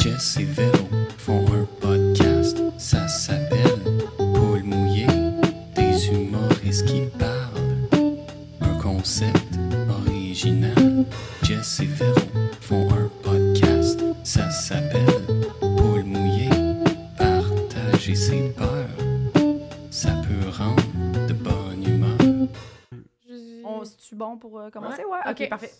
Jess et Véro font un podcast, ça s'appelle Paul mouillé, des humoristes qui parlent. Un concept original. Jess et Véro font un podcast, ça s'appelle Paul mouillé, partager ses peurs. Ça peut rendre de bonne humeur. On, c'est-tu bon pour euh, commencer? Ouais, ok, parfait.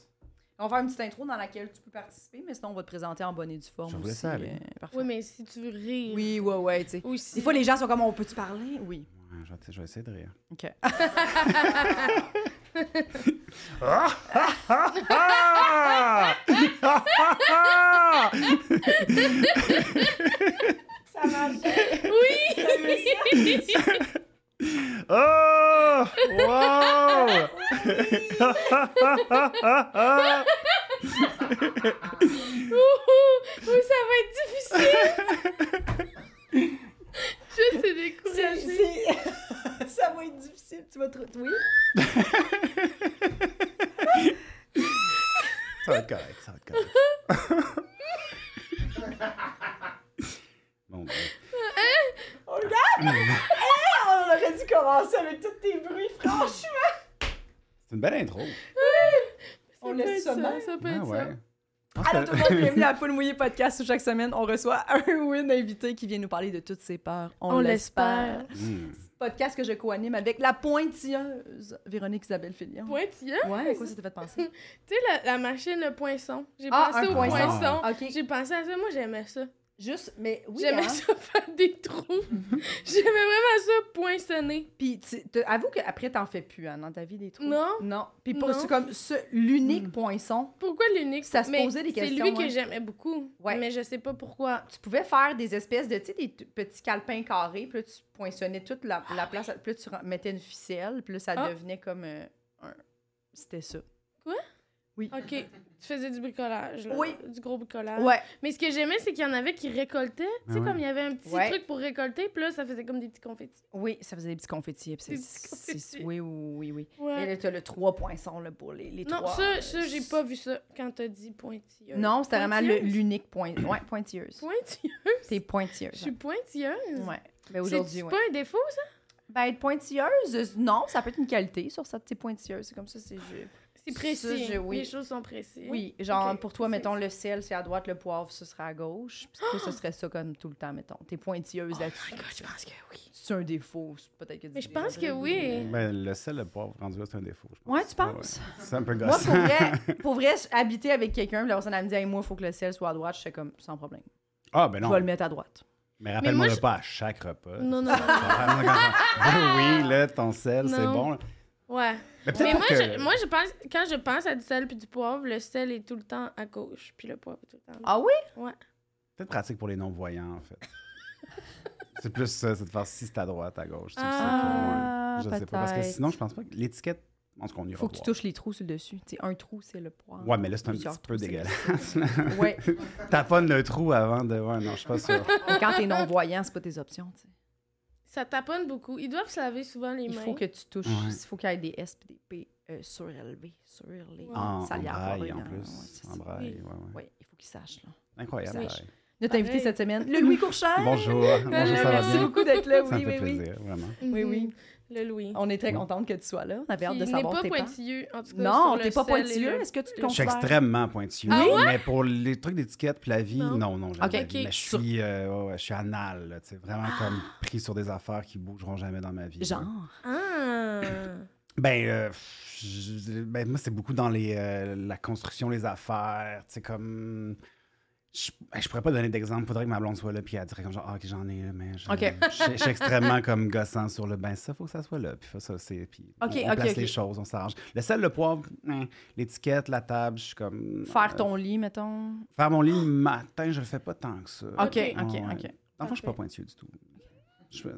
On va faire une petite intro dans laquelle tu peux participer, mais sinon on va te présenter en bonne et due forme Je voulais aussi. ça aller. euh, parfait. Oui, mais si tu veux rire. Oui, ouais, ouais, tu sais. Ou si- Des fois, les gens sont comme, on peut-tu parler? Oui. Ouais, je vais- je vais essayer de rire. OK. Ah! Ah! Ah! Oui! Oh! Wow! Ouhou! oui, ça va être difficile! Je suis découragée. C'est- ça va être difficile. Tu vas te... Oui? Ça va être correct, ça va être correct. bon, ben, Ah, On aurait dû commencer avec tous tes bruits franchement. c'est une belle intro. On peut laisse être ça de même. Ça peut Ah être ça. ouais. Ah, Alors c'est- tout le monde, bienvenue à Poule Mouillé Podcast où chaque semaine, on reçoit un ou une invitée qui vient nous parler de toutes ses peurs. On, On l'espère. l'espère. Hmm. Podcast que je co-anime avec la pointilleuse Véronique Isabelle Fillon. Pointilleux? Ouais, à quoi ça t'a fait penser? Tu sais, la, la machine, le poinçon. J'ai Ah, pensé un au poinçon. poinçon. OK. J'ai pensé à ça. Moi, j'aimais ça. Juste, mais oui, j'aimais hein? ça faire des trous. j'aimais vraiment ça poinçonner. Puis tu- te- avoue qu'après, t'en fais plus hein, dans ta vie des trous. Non. Non. Puis pour Non. c'est comme ce, l'unique poinçon, Pourquoi l'unique? Ça se Mais posait des questions, C'est lui ouais. que j'aimais beaucoup. Ouais. Mais je sais pas pourquoi. tu pouvais faire des espèces de, tu sais, des t- petits calepins carrés, puis là, tu poinçonnais toute la, la place, puis là, tu ren- mettais une ficelle, puis là, ça Ah. devenait comme euh, un... C'était ça. OK. Tu faisais du bricolage, là. Oui. Du gros bricolage. Ouais. Mais ce que j'aimais, c'est qu'il y en avait qui récoltaient. Tu sais, Ben Ah ouais. comme il y avait un petit Ouais. truc pour récolter, puis là, ça faisait comme des petits confettis. Oui, ça faisait des petits confettis. puis c'est- Des petits c'est- confettis. Oui, oui, oui. oui. Et Ouais. là, t'as le trois poinçons, là, pour les, les Non, trois. ça, euh, ça j'ai pas vu ça quand t'as dit pointilleuse. Non, c'était vraiment le- Pointilleuse? l'unique point. Ouais, pointilleuse. Pointilleuse? T'es Je pointilleuse. suis pointilleuse? Ouais. Ben, C'est aujourd'hui, ouais. pas un défaut, ça? Ben, être pointilleuse, euh, non, ça peut être une qualité sur ça, t'es pointilleuse. C'est comme ça, c'est. je- C'est Ça, précis. je- oui. Les choses sont précises. Oui, genre, Ok, pour toi, c'est mettons, ça. le sel, c'est Ah! à droite, le poivre, ce serait à gauche. Puis toi, ce serait ça comme tout le temps, mettons. T'es pointilleuse là-dessus. Oh my God, je pense que oui. C'est un défaut, c'est peut-être que Mais tu je pense que dirais- oui. Ben, le sel, le poivre rendu là, c'est un défaut. je pense. Ouais, tu Ah penses? C'est un peu Moi, gossant. pour vrai, pour vrai, je- habiter avec quelqu'un, puis la personne, elle me dit, Hey, moi, il faut que le sel soit à droite, je fais comme, sans problème. Ah, ben Je vais le non. mettre à droite. Mais rappelle-moi moi, le je- pas à chaque repas. Euh, Non, non, non. Rappelle-moi quand- Ben oui, là, ton sel, c'est Non. bon. là. Ouais. Mais peut-être Mais pas moi, que... je, moi, je pense, quand je pense à du sel puis du poivre, le sel est tout le temps à gauche, puis le poivre est tout le temps à droite. Ah oui? peut-être pratique pour les non-voyants, en fait. c'est plus ça, c'est de faire si c'est à droite, à gauche. c'est Ah, ça que- ouais. Je sais pas, parce que peut-être. sinon, je pense pas que l'étiquette, en tout cas, on ira Faut que tu voir. touches les trous sur le dessus. Tu sais, un trou, c'est le poivre. Ouais, mais là, c'est un Plusieurs petit peu trous, c'est le dégueulasse. sel. Ouais. Taponne le trou avant de... Ouais, non, je suis pas sûr. Mais quand t'es non-voyant, c'est pas tes options, tu sais. Ça taponne beaucoup. Ils doivent se laver souvent les Il mains. faut que tu touches. Ouais. Il faut qu'il y ait des S et des P euh, surélevés, surélevés. Ouais. En, Ça en y a braille, pas, Ah, en hein, ouais, plus. c'est En ça. braille, ouais, ouais. Oui, il faut qu'il sache. Là. Incroyable. Oui. braille. Notre invité Pareil. cette semaine, le Louis Courchard. Bonjour. Bonjour, ça va Merci bien? beaucoup d'être là. Ça me Oui, oui, fait oui. plaisir, vraiment. Oui, Mhm. oui. Le Louis. On est très contente que tu sois là. On avait hâte de Il n'est savoir pas tes plans. pointilleux, en tout cas. Non, sur le t'es pas sel et pointilleux. le- Est-ce que tu te Je Je suis considères? extrêmement pointilleux. Ah mais pour les trucs d'étiquette puis la vie, Non. non, non, jamais Ok, de la vie. ok. Mais je Sur- Ah! suis, euh, ouais, ouais, je suis anal, là, tu sais, vraiment comme pris sur des affaires qui bougeront jamais dans ma vie. Genre. là. Ah! Ben, euh, pff, je- ben, moi, c'est beaucoup dans les, euh, la construction, les affaires, tu sais, comme... Je, ben, je pourrais pas donner d'exemple, faudrait que ma blonde soit là, puis elle dirait comme genre, ah, ok, j'en ai, là, mais je, Ok. je, je suis extrêmement comme gossant sur le, ben ça, faut que ça soit là, puis faut ça, c'est, puis Ok, on, on ok, place ok. les choses, on s'arrange. Le sel, le poivre, hein, l'étiquette, la table, je suis comme... Faire ton lit, mettons. Faire mon lit le matin, je le fais pas tant que ça. OK, Ouais, OK, OK. ouais. Dans le fond, je suis pas Parfait. pointilleux du tout. Je suis-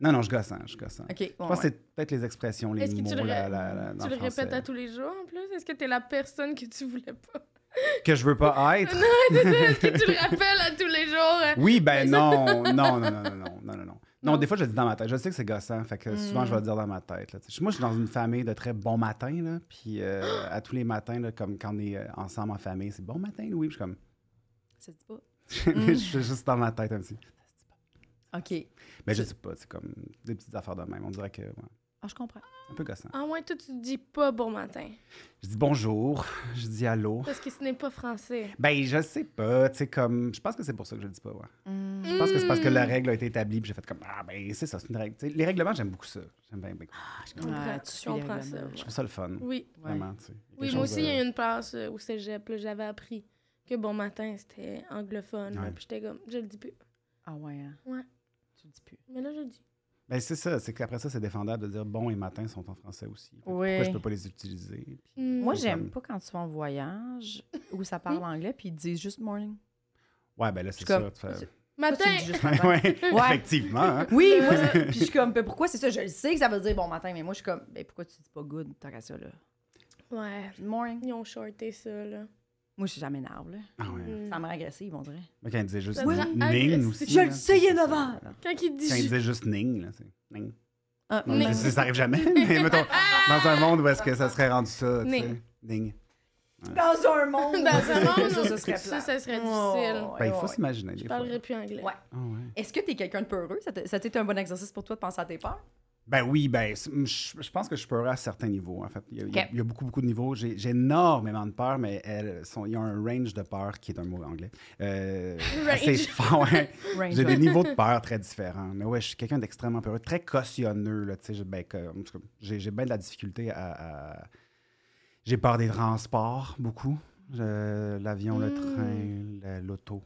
Non, non, je gosse, hein, je gosse. hein. OK. Je ouais, pense que ouais. c'est peut-être les expressions, les Est-ce que mots, tu le, la, ré- la- la- dans tu le français. répètes à tous les jours en plus? Est-ce que t'es la personne que tu voulais pas? Que je veux pas être? C'est ça, Est-ce que tu le rappelles à tous les jours? Oui, ben non, non, non, non, non, non, non, non, non. Non, Non. Hmm. des fois, je le dis dans ma tête. Je sais que c'est gossant, hein, fait que souvent, Mm. je vais le dire dans ma tête. là, tu sais. Moi, je suis dans une famille de très bon matin, là, puis euh, à tous les matins, là, comme quand on est euh, ensemble en famille, c'est bon matin, Louis, puis je suis comme... Ça se dit pas. Hmm. je suis juste dans ma tête un petit. OK. Mais je sais pas, c'est comme des petites affaires de même. On dirait que. ouais, Ah, je comprends. un peu gossant. En moins, Ah, toi, tu dis pas bon matin. Je dis bonjour, je dis allô. Parce que ce n'est pas français. Ben, je sais pas, tu sais, comme. Je pense que c'est pour ça que je le dis pas, ouais. Hmm. Je pense que c'est parce que Hmm. la règle a été établie, puis j'ai fait comme Ah, ben, c'est ça, c'est une règle. Tu sais, les règlements, j'aime beaucoup ça. J'aime bien, bien- Ah, Je comprends, Ouais, tu je suis les comprends ça. règlements. ouais. Je trouve ça le fun, Oui. vraiment, tu sais. Oui, Quelque moi chose aussi, de- il y a une passe euh, au cégep. là, J'avais appris que bon matin, c'était anglophone. là, Ouais. Puis j'étais comme, je le dis plus. Ah ouais, hein? Ouais. Tu le dis plus. Mais là, je le dis. Ben, c'est ça, c'est qu'après ça, c'est défendable de dire bon et matin sont en français aussi. Fait que Ouais. Pourquoi je peux pas les utiliser? Puis- Hmm. Moi, C'est j'aime comme- pas quand tu vas en voyage où ça Mm. parle anglais puis ils disent juste morning. Ouais, ben là, Je c'est suis ça. comme- tu fais- Toi, tu Matin! dis juste Ouais, matin. Ouais. effectivement. hein. Oui, moi, ça- puis je suis comme, ben, pourquoi c'est ça? Je le sais que ça veut dire bon matin, mais moi, je suis comme, ben, pourquoi tu dis pas good tant qu'à ça, là? Ouais. Morning. Ils ont shorté ça, là. Moi, je- ça m'énerve, là. Ah ouais. Hmm. Ah, Ça me rend agressive, on dirait. Mais quand il disait juste Ça me rend Ning agressif. aussi. Je là, le sais, il c'est est ça. 9 heures! Quand ils disent. Quand il disait juste Ning, là, c'est Ning. Ah, Non, Ning. mais ça, ça arrive jamais, mais mettons, Ah! dans un monde où est-ce que ça serait rendu ça, tu Ning. sais. Ning. Dans un monde! Dans un monde, ça, ça ça, serait ça, plate. serait Oh, difficile. ouais, Ben, ouais, il faut ouais. s'imaginer. Je des parlerais fois. plus anglais. Ouais. Ah ouais. Est-ce que t'es quelqu'un de peureux? Ça t'a- Ça a été un bon exercice pour toi de penser à tes peurs? Ben oui, ben, c- je je pense que je peur à certains niveaux, en fait. Il y a, il y a- Ok. il y a beaucoup, beaucoup de niveaux. J'ai j'ai énormément de peur, mais elles sont, il y a un range de peur qui est un mot anglais. Euh, assez Range. fort, ouais. Range, ouais. J'ai des niveaux de peur très différents. Mais ouais, je suis quelqu'un d'extrêmement peureux, très cautionneux. Là, tu sais, j'ai- ben, que- en tout cas, j'ai j'ai bien de la difficulté à. à- J'ai peur des transports, beaucoup. Je- L'avion, le Hmm. Mm. train, la- l'auto,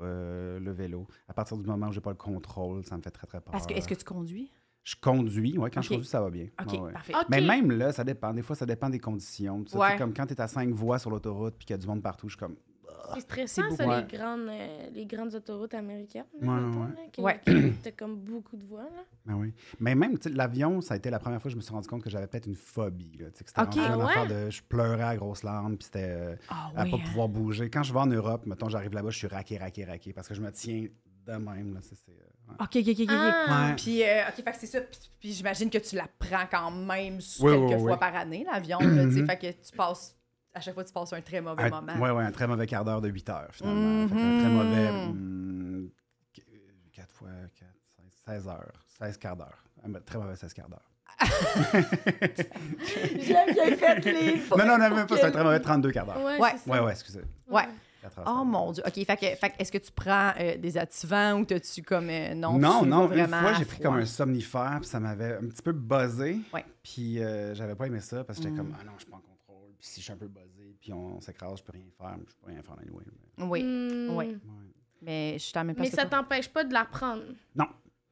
euh, le vélo. À partir du moment où j'ai pas le contrôle, ça me fait très, très peur. Parce que, est-ce que tu conduis? Je conduis, ouais, quand je Ok. conduis, ça va bien. OK, Ouais, ouais. parfait. Ok. Mais même là, ça dépend. Des fois, ça dépend des conditions. tout ça. Ouais. Tu sais, Comme quand tu es à cinq voies sur l'autoroute puis qu'il y a du monde partout, je suis comme. C'est stressant, C'est ça, beaucoup. les grandes, euh, les grandes autoroutes américaines. Ouais, là, mettons, ouais. là, que- Ouais. que T'as comme beaucoup de voix, là. Ben oui. Mais même, tu sais, l'avion, ça a été la première fois que je me suis rendu compte que j'avais peut-être une phobie. Là, tu sais, que c'était Ok. rendu une Ah ouais? affaire de. Je pleurais à grosses larmes, puis c'était euh, Ah à oui, pas hein. pouvoir bouger. Quand je vais en Europe, mettons, j'arrive là-bas, je suis raqué, raqué, raqué, parce que je me tiens de même. Là, c'est, c'est, euh, ouais. OK, OK, OK, OK. Ah. Ouais. Puis, euh, OK, fait que c'est ça. Puis, puis j'imagine que tu la prends quand même sous Oui, quelques oui, fois oui. par année, l'avion. là, tu sais, fait que tu passes, à chaque fois, tu passes un très mauvais Un- moment. Mhm. Ah, ouais, ouais, un très mauvais quart d'heure de 8 heures, finalement. Fait qu'un très Mhm. mauvais. 4 fois 4, 16, heures. 16 quarts d'heure. Un ma- très mauvais 16 quarts d'heure. Je l'ai bien fait, les Non, non, non, même pas. C'est un très mauvais 32 quarts d'heure. Ouais, Ouais. c'est ça. Ouais, ouais, excusez. Ouais. Quatre heures, Oh ça. mon Dieu. OK, fait que, fait que est-ce que tu prends euh, des activants ou t'as-tu comme. euh, non, Non, tu vas non, vraiment. une fois, j'ai pris froid. comme un somnifère, puis ça m'avait un petit peu buzzé. Ouais. Puis euh, j'avais pas aimé ça, parce que j'étais Mm. comme, ah non, je suis pas en contrôle. Puis si je suis un peu buzzé, puis on s'écrase, je peux rien faire, mais je peux rien faire anyway. Mais- Oui, Hmm. Ouais. ouais. mais je suis à la même place Mais que ça toi. t'empêche pas de la prendre. Non.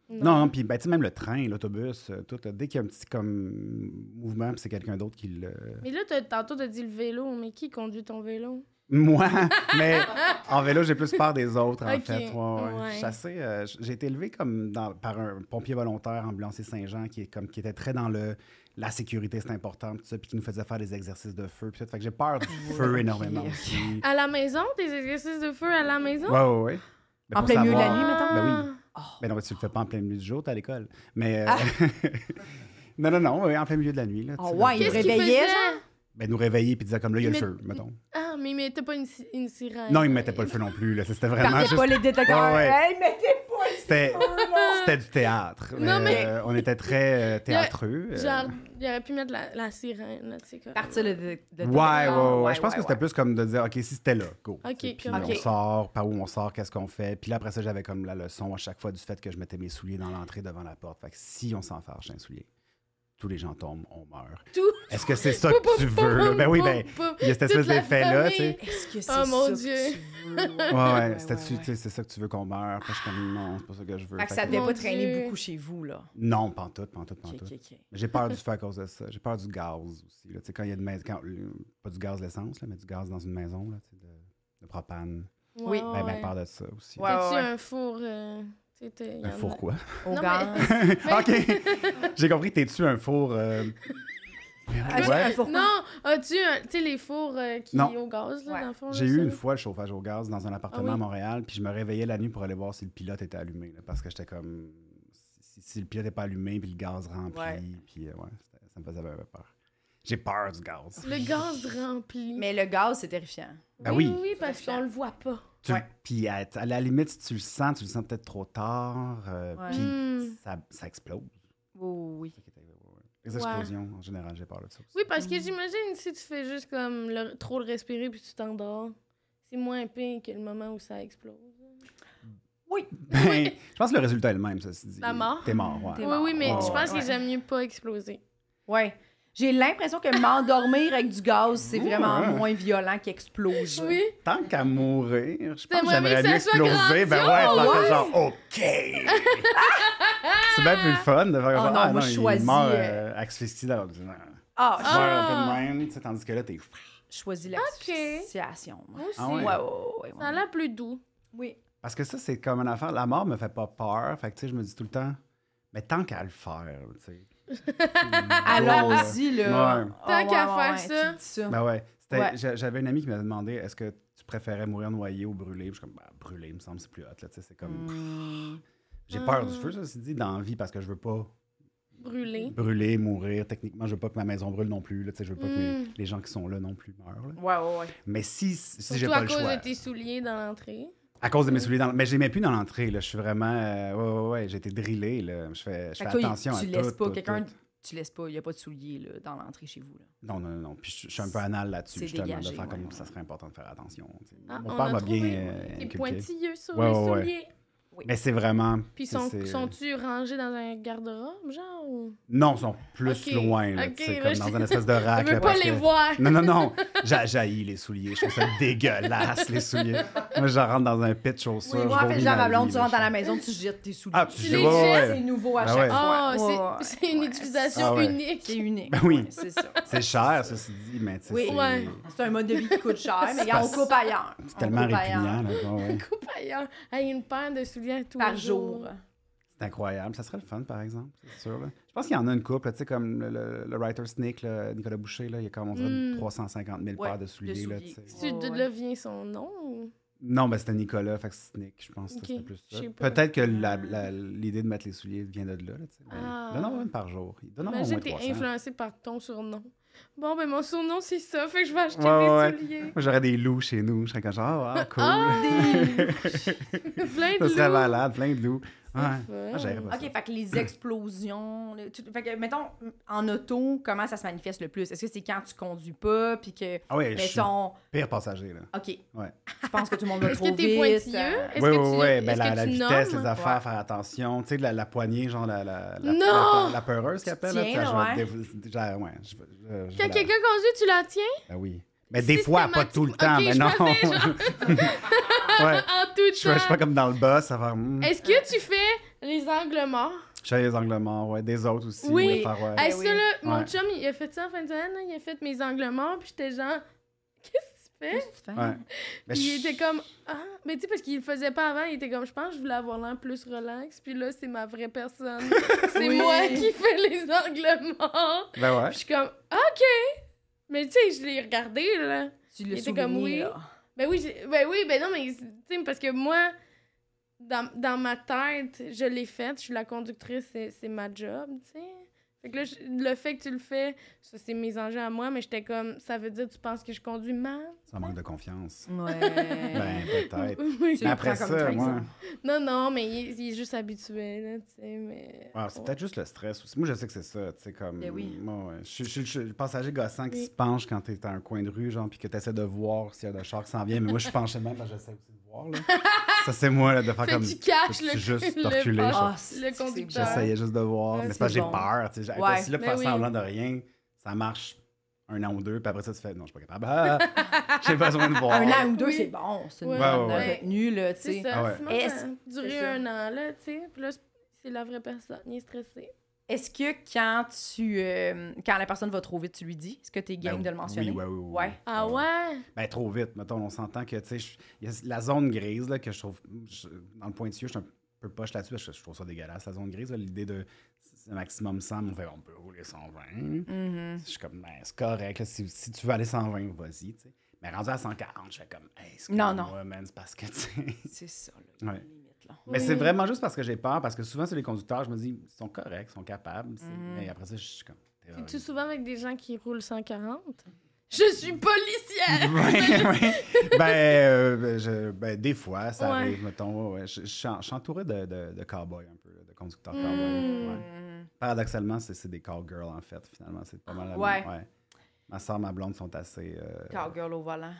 Non, puis ben, tu sais, même le train, l'autobus, euh, tout, là, dès qu'il y a un petit comme mouvement, puis c'est quelqu'un d'autre qui le. Mais là, t'as- tantôt, t'as dit le vélo, mais qui conduit ton vélo? Moi, mais en vélo, j'ai plus peur des autres, en Ok, fait. Ouais, ouais. ouais. Je suis assez, euh, j- j'ai été élevé comme dans- par un pompier volontaire ambulancier Saint-Jean qui, est comme, qui était très dans le la sécurité, c'est important, puis tout ça, puis qui nous faisait faire des exercices de feu. Puis tout. Fait que j'ai peur du feu ok, énormément ok. aussi. À la maison, tes exercices de feu à la maison? Ouais, ouais, ouais. Mais Ah En pour plein milieu de la savoir- nuit, mettons? Ben oui. Oh. Ben non, tu le fais pas en plein milieu du jour, t'es à l'école. Mais. euh, non, non, non, ouais, en plein milieu de la nuit. Là, tu Ah sais, ouais, là, il Qu'est-ce qu'il réveillait, faisait? genre? ben, nous réveiller, puis dire comme là, il y a le Mais- feu, mettons. Ah, mais il mettait pas une, si- une sirène. Non, il mettait pas le feu non plus, là. C'était vraiment Partez juste. pas les détecteurs. Ouais, ouais. Hey, mettez pas les C'était. détecteurs, là. C'était du théâtre. Non, Euh, mais- on était très euh, théâtreux. euh. Genre, il aurait pu mettre la, la sirène, là, tu sais quoi. Ah, Partir le dé- le Ouais, ouais, détecteur. ouais, Je pense que c'était plus comme de dire, OK, si c'était là, go. Ok, Puis comme- Ok. on sort, par où on sort, qu'est-ce qu'on fait. Puis là, après ça, j'avais comme la leçon à chaque fois du fait que je mettais mes souliers dans l'entrée devant la porte. Fait que si on s'enfarge un soulier, tous les gens tombent, on meurt. Tout. Est-ce que c'est ça que tu veux? là? Ben oui, ben, il y a cette espèce d'effet-là, tu sais. Est-ce que c'est Oh, mon ça que Dieu. tu veux? Ouais, ouais, ouais, c'était-tu, ouais. tu sais, c'est ça que tu veux qu'on meure? Puis je suis comme, non, c'est pas ça que je veux. Fait que ça que- devait Mon pas traîner Dieu. beaucoup chez vous, là. Non, pantoute, pantoute, OK, pantoute. OK, OK. J'ai peur du feu à cause de ça. J'ai peur du gaz aussi. là. Tu sais, quand il y a de mais- quand- euh, pas du gaz l'essence, là, mais du gaz dans une maison, là, tu sais, de, de propane. Oui. Ben, ben, peur de ça aussi. Ouais, T'as-tu ouais. un four. euh, tu sais, t'as- y en Un a- four quoi? Au Non, gaz. OK. J'ai compris, t'es-tu un four... euh, Ah, ouais. j'ai- pourquoi? Non, as-tu un- tu sais, les fours euh, qui Non. au gaz, là, Ouais. dans le fond? là, J'ai ça, eu une là? fois le chauffage au gaz dans un appartement Ah oui? à Montréal, puis je me réveillais la nuit pour aller voir si le pilote était allumé, là, parce que j'étais comme... Si, si le pilote n'est pas allumé, puis le gaz rempli, Ouais. puis euh, ouais, c'était- ça me faisait vraiment peur. J'ai peur du gaz. Le gaz rempli. Mais le gaz, c'est terrifiant. Ben oui. Oui, parce qu'on le voit pas. Tu- Ouais. Puis à, à la limite, si tu le sens, tu le sens peut-être trop tard. euh, Ouais. Puis Hmm. ça, ça explose. Oui, oui, C'est ça qui est arrivé, ouais, ouais. Les explosions, en général, j'ai peur de ça. aussi. Oui, parce que j'imagine si tu fais juste comme le- trop le respirer puis tu t'endors, c'est moins pire que le moment où ça explose. oui. Oui. Ben, je pense que le résultat est le même, ceci dit. La mort. T'es mort, ouais. T'es Oui, mort. oui, mais Ouais, je ouais, pense ouais. que j'aime mieux pas exploser. Ouais. J'ai l'impression que m'endormir avec du gaz, c'est vraiment Ouais. moins violent qu'exploser. Oui. Tant qu'à mourir, je pense que T'aimerais mieux j'aimerais que mieux ça soit exploser. Ben ouais, grandiose, faire genre, OK! c'est bien plus fun de faire Oh genre, non, ah, moi, non, je il choisis, meurt euh, euh, asphyxié dans l'ordinaire. Ah, Tu je Ah. meurs un peu de même, tu sais, tandis que là, t'es fou. choisis l'asphyxiation. moi. Moi aussi. Ah ouais. Ouais, ouais, ouais, ouais, Ça a l'air plus doux. Oui. Parce que ça, c'est comme une affaire. La mort me fait pas peur. Fait que, tu sais, je me dis tout le temps, mais tant qu'à le faire, tu sais. Allons-y, là. Ouais. Ah, Tant qu'à faire tu ça. dis ça. Ben ouais. C'était- Ouais. j'a- J'avais une amie qui m'avait demandé est-ce que tu préférais mourir noyé ou brûlé Puis Je suis comme, bah, brûlé, il me semble, c'est plus hot. Là, tu sais, c'est comme. Mm. J'ai peur Ah. du feu, ça, c'est dit, dans la vie, parce que je veux pas Brûlé. brûler, mourir. Techniquement, je veux pas que ma maison brûle non plus. Là, tu sais, je veux pas que mes- Mm. les gens qui sont là non plus meurent. là. Ouais, ouais, ouais. Mais si, si j'ai Surtout pas à le cause choix. de tes souliers dans l'entrée. À cause de Mm. mes souliers dans Mais je les mets plus dans l'entrée. là. Je suis vraiment. euh, ouais, ouais, ouais. J'ai été drillé. Là. Je fais, je Fait fais que toi, attention à tu tout. laisses pas tout, quelqu'un- tout. Tu laisses pas, il n'y a pas de souliers là, dans l'entrée chez vous. Là. Non, non, non, non. Puis je, je suis un peu anal là-dessus, C'est justement, dégagé, de faire ouais, comme ouais. ça serait important de faire attention. tu sais. Ah, Mon on père a m'a bien. trouvé. euh, T'es inculqué. pointilleux sur Ouais, les ouais, ouais. souliers. Mais c'est vraiment. Puis c'est- sont, c'est- sont-tu rangés dans un garde-robe, genre? Ou... Non, ils sont plus Ok, loin, là, ok, tu sais, là, comme je- dans une espèce de rack. Je veux là, pas parce les que- voir. Non, non, non. J'a- J'haïs les souliers. Je trouve ça dégueulasse, les souliers. Moi, je rentre dans un pitch aux chaussures. Oui, je moi, en fait, vomis genre, ma ma blonde, vie, tu là, rentres je- à la maison, tu jettes tes souliers. Ah, tu Tu jettes, les ouais, ouais. C'est nouveau à Ben chaque ouais. fois. Ah, Ouais, c'est, ouais, c'est une ouais. utilisation Ah ouais. unique. C'est unique. Ben oui. ouais, c'est ça. C'est cher, ceci dit, mais tu sais. Oui. c'est- Ouais. C'est un mode de vie qui coûte cher, mais pas- on coupe ailleurs. C'est On tellement coupe ailleurs. répugnant. là. Ouais, ouais. Coupe ailleurs. Hey, une paire de souliers tous Par les jour. jours. C'est incroyable. Ça serait le fun, par exemple. C'est sûr. là. Je pense qu'il y en a une couple, là, tu sais, comme le, le- le writer Snake, là, Nicolas Boucher, là, il y a comme on dirait Mm. 350 000 Ouais, paires de de souliers. là, souliers. tu sais. Tu Ouais, de ouais. là vient son nom ou- Non, mais c'était Nicolas, fait que c'est Nick, je pense. que Ok, c'était plus je sais ça. pas. Peut-être que la- la- l'idée de mettre les souliers vient de là. là tu sais. Ben, Mais Ah. Donne-en avoir une par jour. Donne-en au moins Imagine, t'es 300. influencé par ton surnom. Bon, ben mon surnom, c'est ça. Fait que je vais acheter Ouais, des ouais, ouais. souliers. Moi, j'aurais des loups chez nous. Je serais comme genre, ah, wow, cool. Ah, des Plein de ça serait loups. malade, plein de loups. C'est Ouais. fun. Ah, j'aimerais pas OK, fait que les explosions, le- tout- fait que, mettons, en auto, comment ça se manifeste le plus? Est-ce que c'est quand tu conduis pas, puis que, Ah ouais, je suis mettons, pire passager, là. OK, Ouais. je pense que tout le monde va Est-ce trop que vite. t'es pointilleux? euh, Est-ce Oui, que oui, tu, oui. est-ce Ben, la, que la tu vitesse, nommes? les affaires, Ouais. faire attention. Tu sais, la, la poignée, genre la, la, la, Non! la, la peureuse qui appelle. là, tiens, tu sais, là, je vais dév- genre, ouais, je, je- je- Quand la- quelqu'un conduit, tu la tiens Ben oui. Mais des fois, pas tout le Systématiquement. temps, Ok, mais je non. pensais, ouais. en Ah, tout Je suis, je suis pas temps. comme dans le boss à faire. hmm, Est-ce que tu fais les angles morts? Je fais les angles morts, ouais, des autres aussi. Oui. ouais, faire, ouais. Ben Hey, oui. ça, là, mon Ouais. chum, il a fait ça en fin de semaine. là. Il a fait mes angles morts, puis j'étais genre, qu'est-ce que tu fais? tu fais? Ouais. Mais Puis je- il était comme, ah, mais tu sais, parce qu'il le faisait pas avant, il était comme, je pense, que je voulais avoir l'air plus relax, puis là, c'est ma vraie personne. c'est Oui. moi qui fais les angles morts. Ben ouais. Puis je suis comme, OK! Mais tu sais, je l'ai regardé, là. Tu le Il était comme, souligné, oui. là. Ben oui, j'ai- ben oui, ben non, mais tu sais, parce que moi, dans, dans ma tête, je l'ai faite, je suis la conductrice, c'est c'est ma job, tu sais. Fait que là, je- le fait que tu le fais, ça, c'est mes enjeux à moi, mais j'étais comme, ça veut dire, tu penses que je conduis mal? Ça manque de confiance. Ouais. Ben peut-être. Oui. Tu le Mais après prends ça, comme ton moi. exemple. Non, non, mais il, est- il est juste habitué, là, tu sais, mais... Ah, c'est peut-être juste le stress aussi. Moi, je sais que c'est ça, tu sais, comme... Ben oui. Moi, ouais. je, suis- je suis- je suis le passager gossant qui Oui. se penche quand t'es à un coin de rue, genre, puis que t'essaies de voir s'il y a de char qui s'en vient. Mais moi, je suis penché de même parce que j'essaie aussi de voir, là. ça, c'est moi, là, de faire Fait comme... que tu caches peux-tu le, juste le, te reculer, pas- genre? Ah, c'est- le c'est- conducteur. J'essayais juste de voir, Ouais, mais c'est parce c'est que bon. j'ai peur, tu sais. J'ai- Ouais, Si là, pour ben faire oui. semblant de rien, ça marche un an ou deux, puis après ça, tu fais « Non, je suis pas capable. Ah, j'ai besoin de voir. Un » an ou deux, Oui. c'est bon. C'est une Ouais. bonne Ouais, ouais, euh, ouais. retenue, là, tu C'est sais. ça, Ah ouais. sinon, Est-ce- ça a duré Eh, c'est ça. un an, là, tu sais, puis là, c'est la vraie personne, il est stressé. Est-ce que quand tu euh, quand la personne va trop vite, tu lui dis? Est-ce que t'es Ben game de le mentionner? Oui, oui, oui. oui. Ouais. Ah ouais? Ben, trop vite. Mettons, on s'entend que, tu sais, je- il y a la zone grise, là, que je trouve. je- dans le pointilleux, je suis un peu poche là-dessus parce que je trouve ça dégueulasse, la zone grise. là, L'idée de c'est maximum 100, mais on fait, on peut rouler 120. Mhm. Je suis comme, ben, c'est correct. là, si, si tu veux aller 120, vas-y, tu sais. Mais rendu à 140, je fais comme, hey, excuse-moi, Non, non. man, c'est parce que, tu sais. C'est ça, là. Ouais. limite, là. Mais c'est Oui. vraiment juste parce que j'ai peur, parce que souvent, sur les conducteurs, je me dis, ils sont corrects, ils sont capables. tu sais. Mhm. Mais après ça, je suis comme. t'es T'es-tu souvent avec des gens qui roulent 140? Je suis policière! oui, oui. Ben, euh, je- ben, des fois, ça Ouais. arrive, mettons. ouais, ouais. Je, je suis en- je suis entouré de, de, de cowboys un peu, de conducteurs Mm. cowboys. ouais. Mhm. Paradoxalement, c'est c'est des cowgirls, en fait, finalement. C'est pas mal la Ouais. même- Ma soeur, ma blonde sont assez. euh, Cowgirl au volant.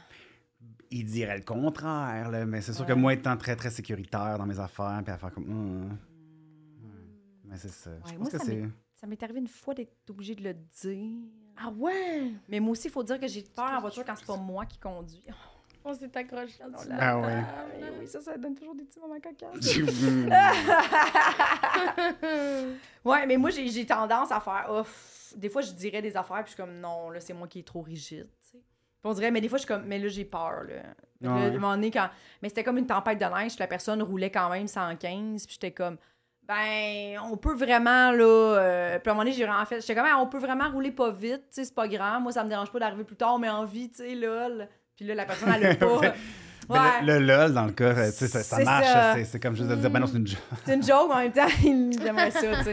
ils diraient le contraire, là, mais c'est sûr que Ouais. moi, étant très, très sécuritaire dans mes affaires, puis à faire comme. Hum, hum. Mais c'est ça. je pense moi, que ça c'est. Ça m'est arrivé une fois d'être obligée de le dire. Ah ouais! Mais moi aussi, il faut dire que j'ai peur en voiture quand c'est pas moi qui conduis. On s'est accroché Oh en dessous de la Ah ouais. table. Ben oui, ça, ça donne toujours des petits moments cocasses. hmm. Ouais, mais moi, j'ai j'ai tendance à faire off. Des fois, je dirais des affaires, puis je suis comme non, là, c'est moi qui est trop rigide. tu sais. Puis on dirait, mais des fois, je suis comme, mais là, j'ai peur. Là. Fait que là, Ouais. à un moment donné, quand. Mais c'était comme une tempête de neige, puis la personne roulait quand même 115, puis j'étais comme. Ben, on peut vraiment, là. euh, Puis à un moment donné, j'ai vraiment fait. J'étais comme, Ah, on peut vraiment rouler pas vite, tu sais, c'est pas grand. Moi, ça me dérange pas d'arriver plus tard, mais en vie, tu sais, lol. Puis là, la personne, elle a pas. Ben, Ouais. Ben, le, le lol, dans le cas, euh, tu sais, ça, ça C'est marche. ça. Hmm. là, c'est- C'est comme juste de dire, ben non, c'est une joke. C'est une joke, mais en même temps, il aimerait ça, tu sais.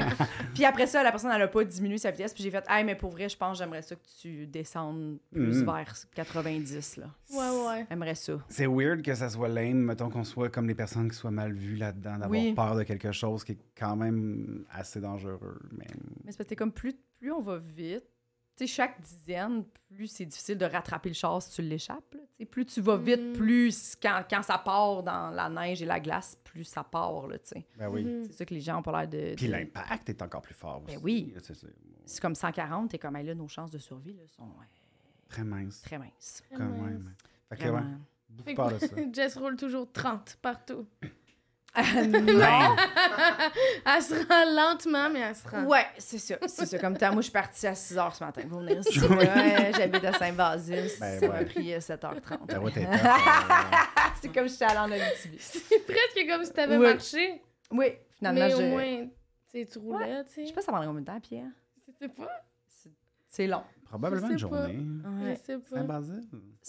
Puis après ça, la personne, elle a pas diminué sa vitesse, puis j'ai fait, hey, mais pour vrai, je pense, que j'aimerais ça que tu descendes plus Mhm. vers 90, là. Ouais, ouais. J'aimerais ça. C'est weird que ça soit lame, mettons qu'on soit comme les personnes qui soient mal vues là-dedans, d'avoir Oui. peur de quelque chose qui est quand même assez dangereux. Mais... Mais c'est parce que t'es comme, plus, plus on va vite, tu sais, chaque dizaine, plus c'est difficile de rattraper le char si tu l'échappes, là. Tu sais, plus tu vas vite, Mhm. plus quand, quand ça part dans la neige et la glace, plus ça part, là, tu sais. Ben oui. Mhm. C'est ça que les gens ont pas l'air de... Puis de- l'impact est encore plus fort Ben aussi. oui. là, tu sais, C'est C'est comme 140, t'es comme, hey, là, nos chances de survie, là, sont euh, très mince. très minces. Quand Ouais. même. Fait que, ouais, Vraiment. beaucoup Fait peur de ça. que Jess roule toujours 30 partout. Ben, Elle se rend lentement, mais elle se rend. Ouais, c'est ça. C'est ça. Comme temps, moi, je suis partie à 6 h ce matin pour venir ici. Ouais, J'habite à Saint-Basile. Ben ça ouais. Ben m'a pris euh, 7h30. la route est tough, euh, c'est comme je suis allée en Abitibi. C'est presque comme si t'avais Ouais. marché. Oui, finalement, mais je... au moins, tu sais, tu roulais, tu sais. je sais pas ça prendrait combien de temps, Pierre. Je sais pas. C'est- C'est long. Probablement Je une sais pas. journée. Je sais pas. Saint-Basile.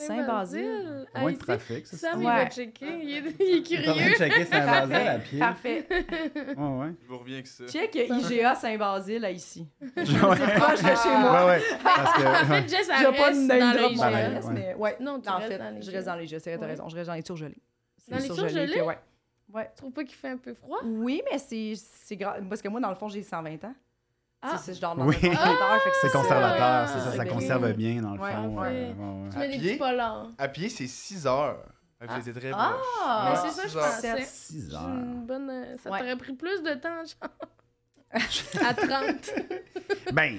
Saint-Basile. Ah, Moins de ici, trafic, ça, c'est Sam, il sûr. va Ouais. checker. Il est, il est T'es en train de curieux. checker Saint-Basile à Parfait. pied. Parfait. Ouais, ouais. Je vous reviens avec ça. Check IGA Saint-Basile à ici. C'est proche de chez moi. Ouais, ouais. Parce En que, Ah, ouais. fait, Jess, Je elle vais pas reste name dans drop les mon Montréal. gels. adresse, mais ouais. Non, tu en restes fait, dans les je jeux. reste dans les jeux. C'est vrai, t'as Ouais. raison. Je reste dans les surgelés. C'est Dans les surgelés que- surgelés? ouais. Ouais. Tu trouves pas qu'il fait un peu froid? Oui, mais c'est c'est gra- Parce que moi, dans le fond, j'ai 120 ans. Ah. Tu sais, je dors dans Oui. un congélateur, fait que C'est conservateur, c'est Ah, ça, c'est ça bien. conserve bien dans le Ouais, fond. ouais. ouais, ouais, ouais. Tu mets des pied? petits polars. À pied, c'est 6 heures. Fait que Ah. Je les ai très Ah! proches. Mais Ouais, Ben, c'est ça, six je heures. pensais. Six J'ai heures. Une bonne... euh, Ça Ouais. t'aurait pris plus de temps, genre. à 30. Ben,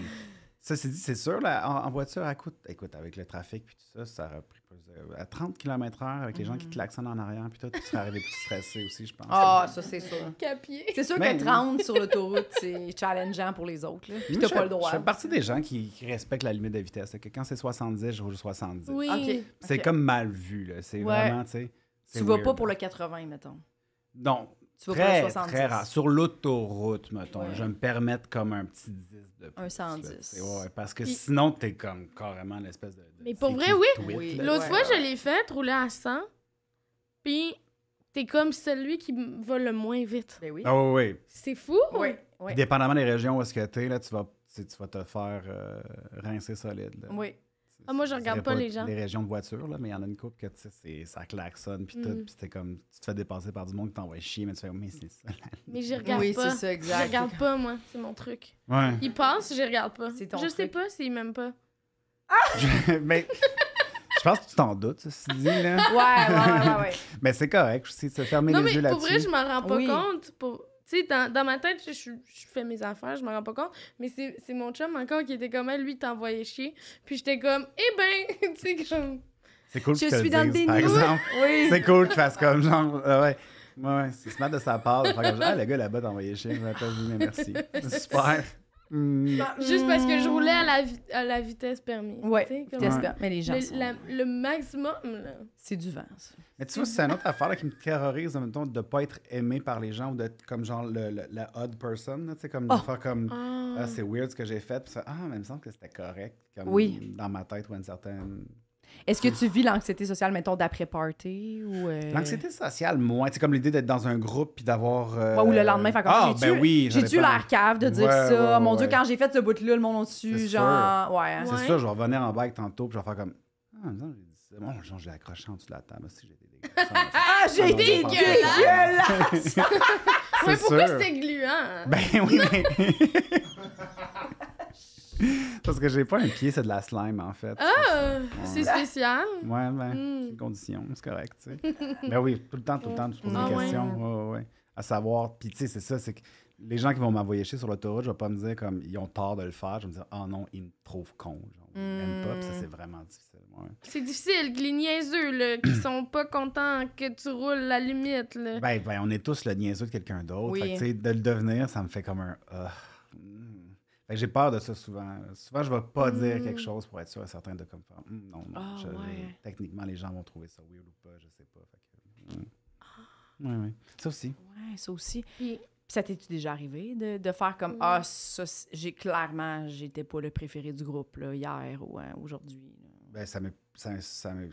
ça c'est dit, c'est sûr, là, en, en voiture, à coûte- écoute, avec le trafic puis tout ça, ça aurait pris plus de- à 30 km/h avec les gens qui klaxonnent en arrière puis tout, tu serais arrivé plus stressé aussi, je pense. Mm. Ah, ça, c'est sûr. Capier. C'est sûr Mais que oui. 30 sur l'autoroute, c'est challengeant pour les autres. Là. Puis Moi, t'as je pas fais- le droit. Je fais partie des gens qui, qui respectent la limite de vitesse. là, que quand c'est 70, je roule 70. Oui. OK. C'est OK. comme mal vu, là. C'est Ouais. vraiment, tu sais. Tu vas pas pour le 80, mettons. Non, Tu vas très, pour le 70. très rare. Sur l'autoroute, mettons, Ouais. je vais me permettre comme un petit 10 de plus. Un 110. là, tu sais, ouais, parce que Puis- sinon, t'es comme carrément l'espèce de. de- Mais pour c'est vrai, qui oui. tweet, Oui. là. L'autre Ben Ouais, fois, ouais. je l'ai fait, rouler à 100. Puis, t'es comme celui qui m- va le moins vite. Ben oui. Ah oui, oui. C'est fou. Oui. Oui. Puis Dépendamment des régions où est-ce que t'es, là, tu vas, tu, tu vas te faire euh, rincer solide. là. Oui. Ah, moi, je dirais regarde pas les gens. Les régions de voiture, là, mais il y en a une couple que tu sais, c'est- ça klaxonne, puis tout, Mm. puis c'est comme, tu te fais dépasser par du monde qui t'envoie chier, mais tu fais, mais c'est ça. Mais je regarde oui, pas. c'est ça, Je exact. regarde pas, moi. C'est mon truc. Ouais. Il passe, je regarde pas. C'est ton je sais truc. pas s'il m'aime pas. Je- mais je pense que tu t'en doutes, ceci dit, là. Ouais, ouais, ouais, ouais. ouais. Mais c'est correct, si tu fermes Non, les mais yeux pour vrai, là-dessus. je m'en rends pas Oui. compte. Pour... Tu sais, dans, dans ma tête, je, je, je fais mes affaires, je m'en rends pas compte. Mais c'est c'est mon chum encore qui était comme, elle, lui, il t'envoyait chier. Puis j'étais comme, eh ben, tu sais, comme. C'est cool Je que tu te suis le dans le dises, déni. par exemple. Oui. C'est cool que tu fasses comme genre. euh, ouais. Ouais, ouais, c'est smart de sa part de faire comme genre, Ah, le gars là-bas t'a envoyé chier, je l'avais pas vu, mais merci. C'est super. Mm. Juste parce que je roulais à la, vi- à la vitesse permise. Ouais, tu sais, comme- vitesse verte. Mais les gens, Le, sont- la- le maximum, là. c'est du vent. ça. Mais tu vois, c'est une autre affaire là, qui me terrorise en même temps de pas être aimé par les gens ou d'être comme genre le, le- la odd person, là, tu sais, comme de Oh. faire comme. Ah. Ah, c'est weird ce que j'ai fait. Puis ça, ah, mais il me semble que c'était correct. Comme Oui. Dans ma tête ou une certaine. Est-ce que tu vis l'anxiété sociale, mettons, d'après-party ou. euh, L'anxiété sociale, moins. C'est comme l'idée d'être dans un groupe puis d'avoir. euh, ouais, ou le lendemain, fait comme, Ah, j'ai-tu- ben oui. J'ai j'en ai dû pas- l'air cave de dire Ouais, ça. ouais, Mon Dieu, ouais. quand j'ai fait ce bout-là, le monde en dessus, C'est genre. Ouais. C'est Ouais. ça, je vais revenir en bike tantôt puis je vais faire comme. Ah, non, j'ai dit ça. Bon, genre, je l'ai accroché en dessous de la table. Si j'ai des dégueulasses. Ah, j'ai non, été non, dégueulasse! Ouais, C'est Ah, pourquoi sûr. c'était gluant? hein? Ben oui, mais. Parce que j'ai pas un pied, c'est de la slime, en fait. Ah, Ouais. c'est spécial. Ouais, ben, Mm. c'est une condition, c'est correct, tu sais. ben oui, tout le temps, tout le temps, tu te poses des Ah ouais. questions. Ouais, ouais, ouais. À savoir, puis tu sais, c'est ça, c'est que les gens qui vont m'envoyer chier sur l'autoroute, je vais pas me dire comme ils ont tort de le faire, je vais me dire, oh non, ils me trouvent con, genre, ils m'aiment pas, puis ça, c'est vraiment difficile. ouais. C'est difficile, que les niaiseux, là, qui sont pas contents que tu roules la limite, là. Ben, ben, on est tous le niaiseux de quelqu'un d'autre. Oui. Fait que, tu sais, de le devenir, ça me fait comme un. Ah, hmm. Fait que j'ai peur de ça souvent. Souvent, je vais pas dire quelque chose pour être sûr et certain de comme faire. Hmm, non, non. Hmm. Ah, je- ouais. Techniquement, les gens vont trouver ça weird ou pas, je sais pas. Fait que, hmm. Ah. Ouais, ouais. Ça aussi. Ouais, ça aussi. Puis- Puis ça t'es-tu déjà arrivé de, de faire comme Ah, ça, c'est- j'ai clairement, j'étais pas le préféré du groupe là, hier ou hein, aujourd'hui. là. Ben, ça m'est, ça, ça m'est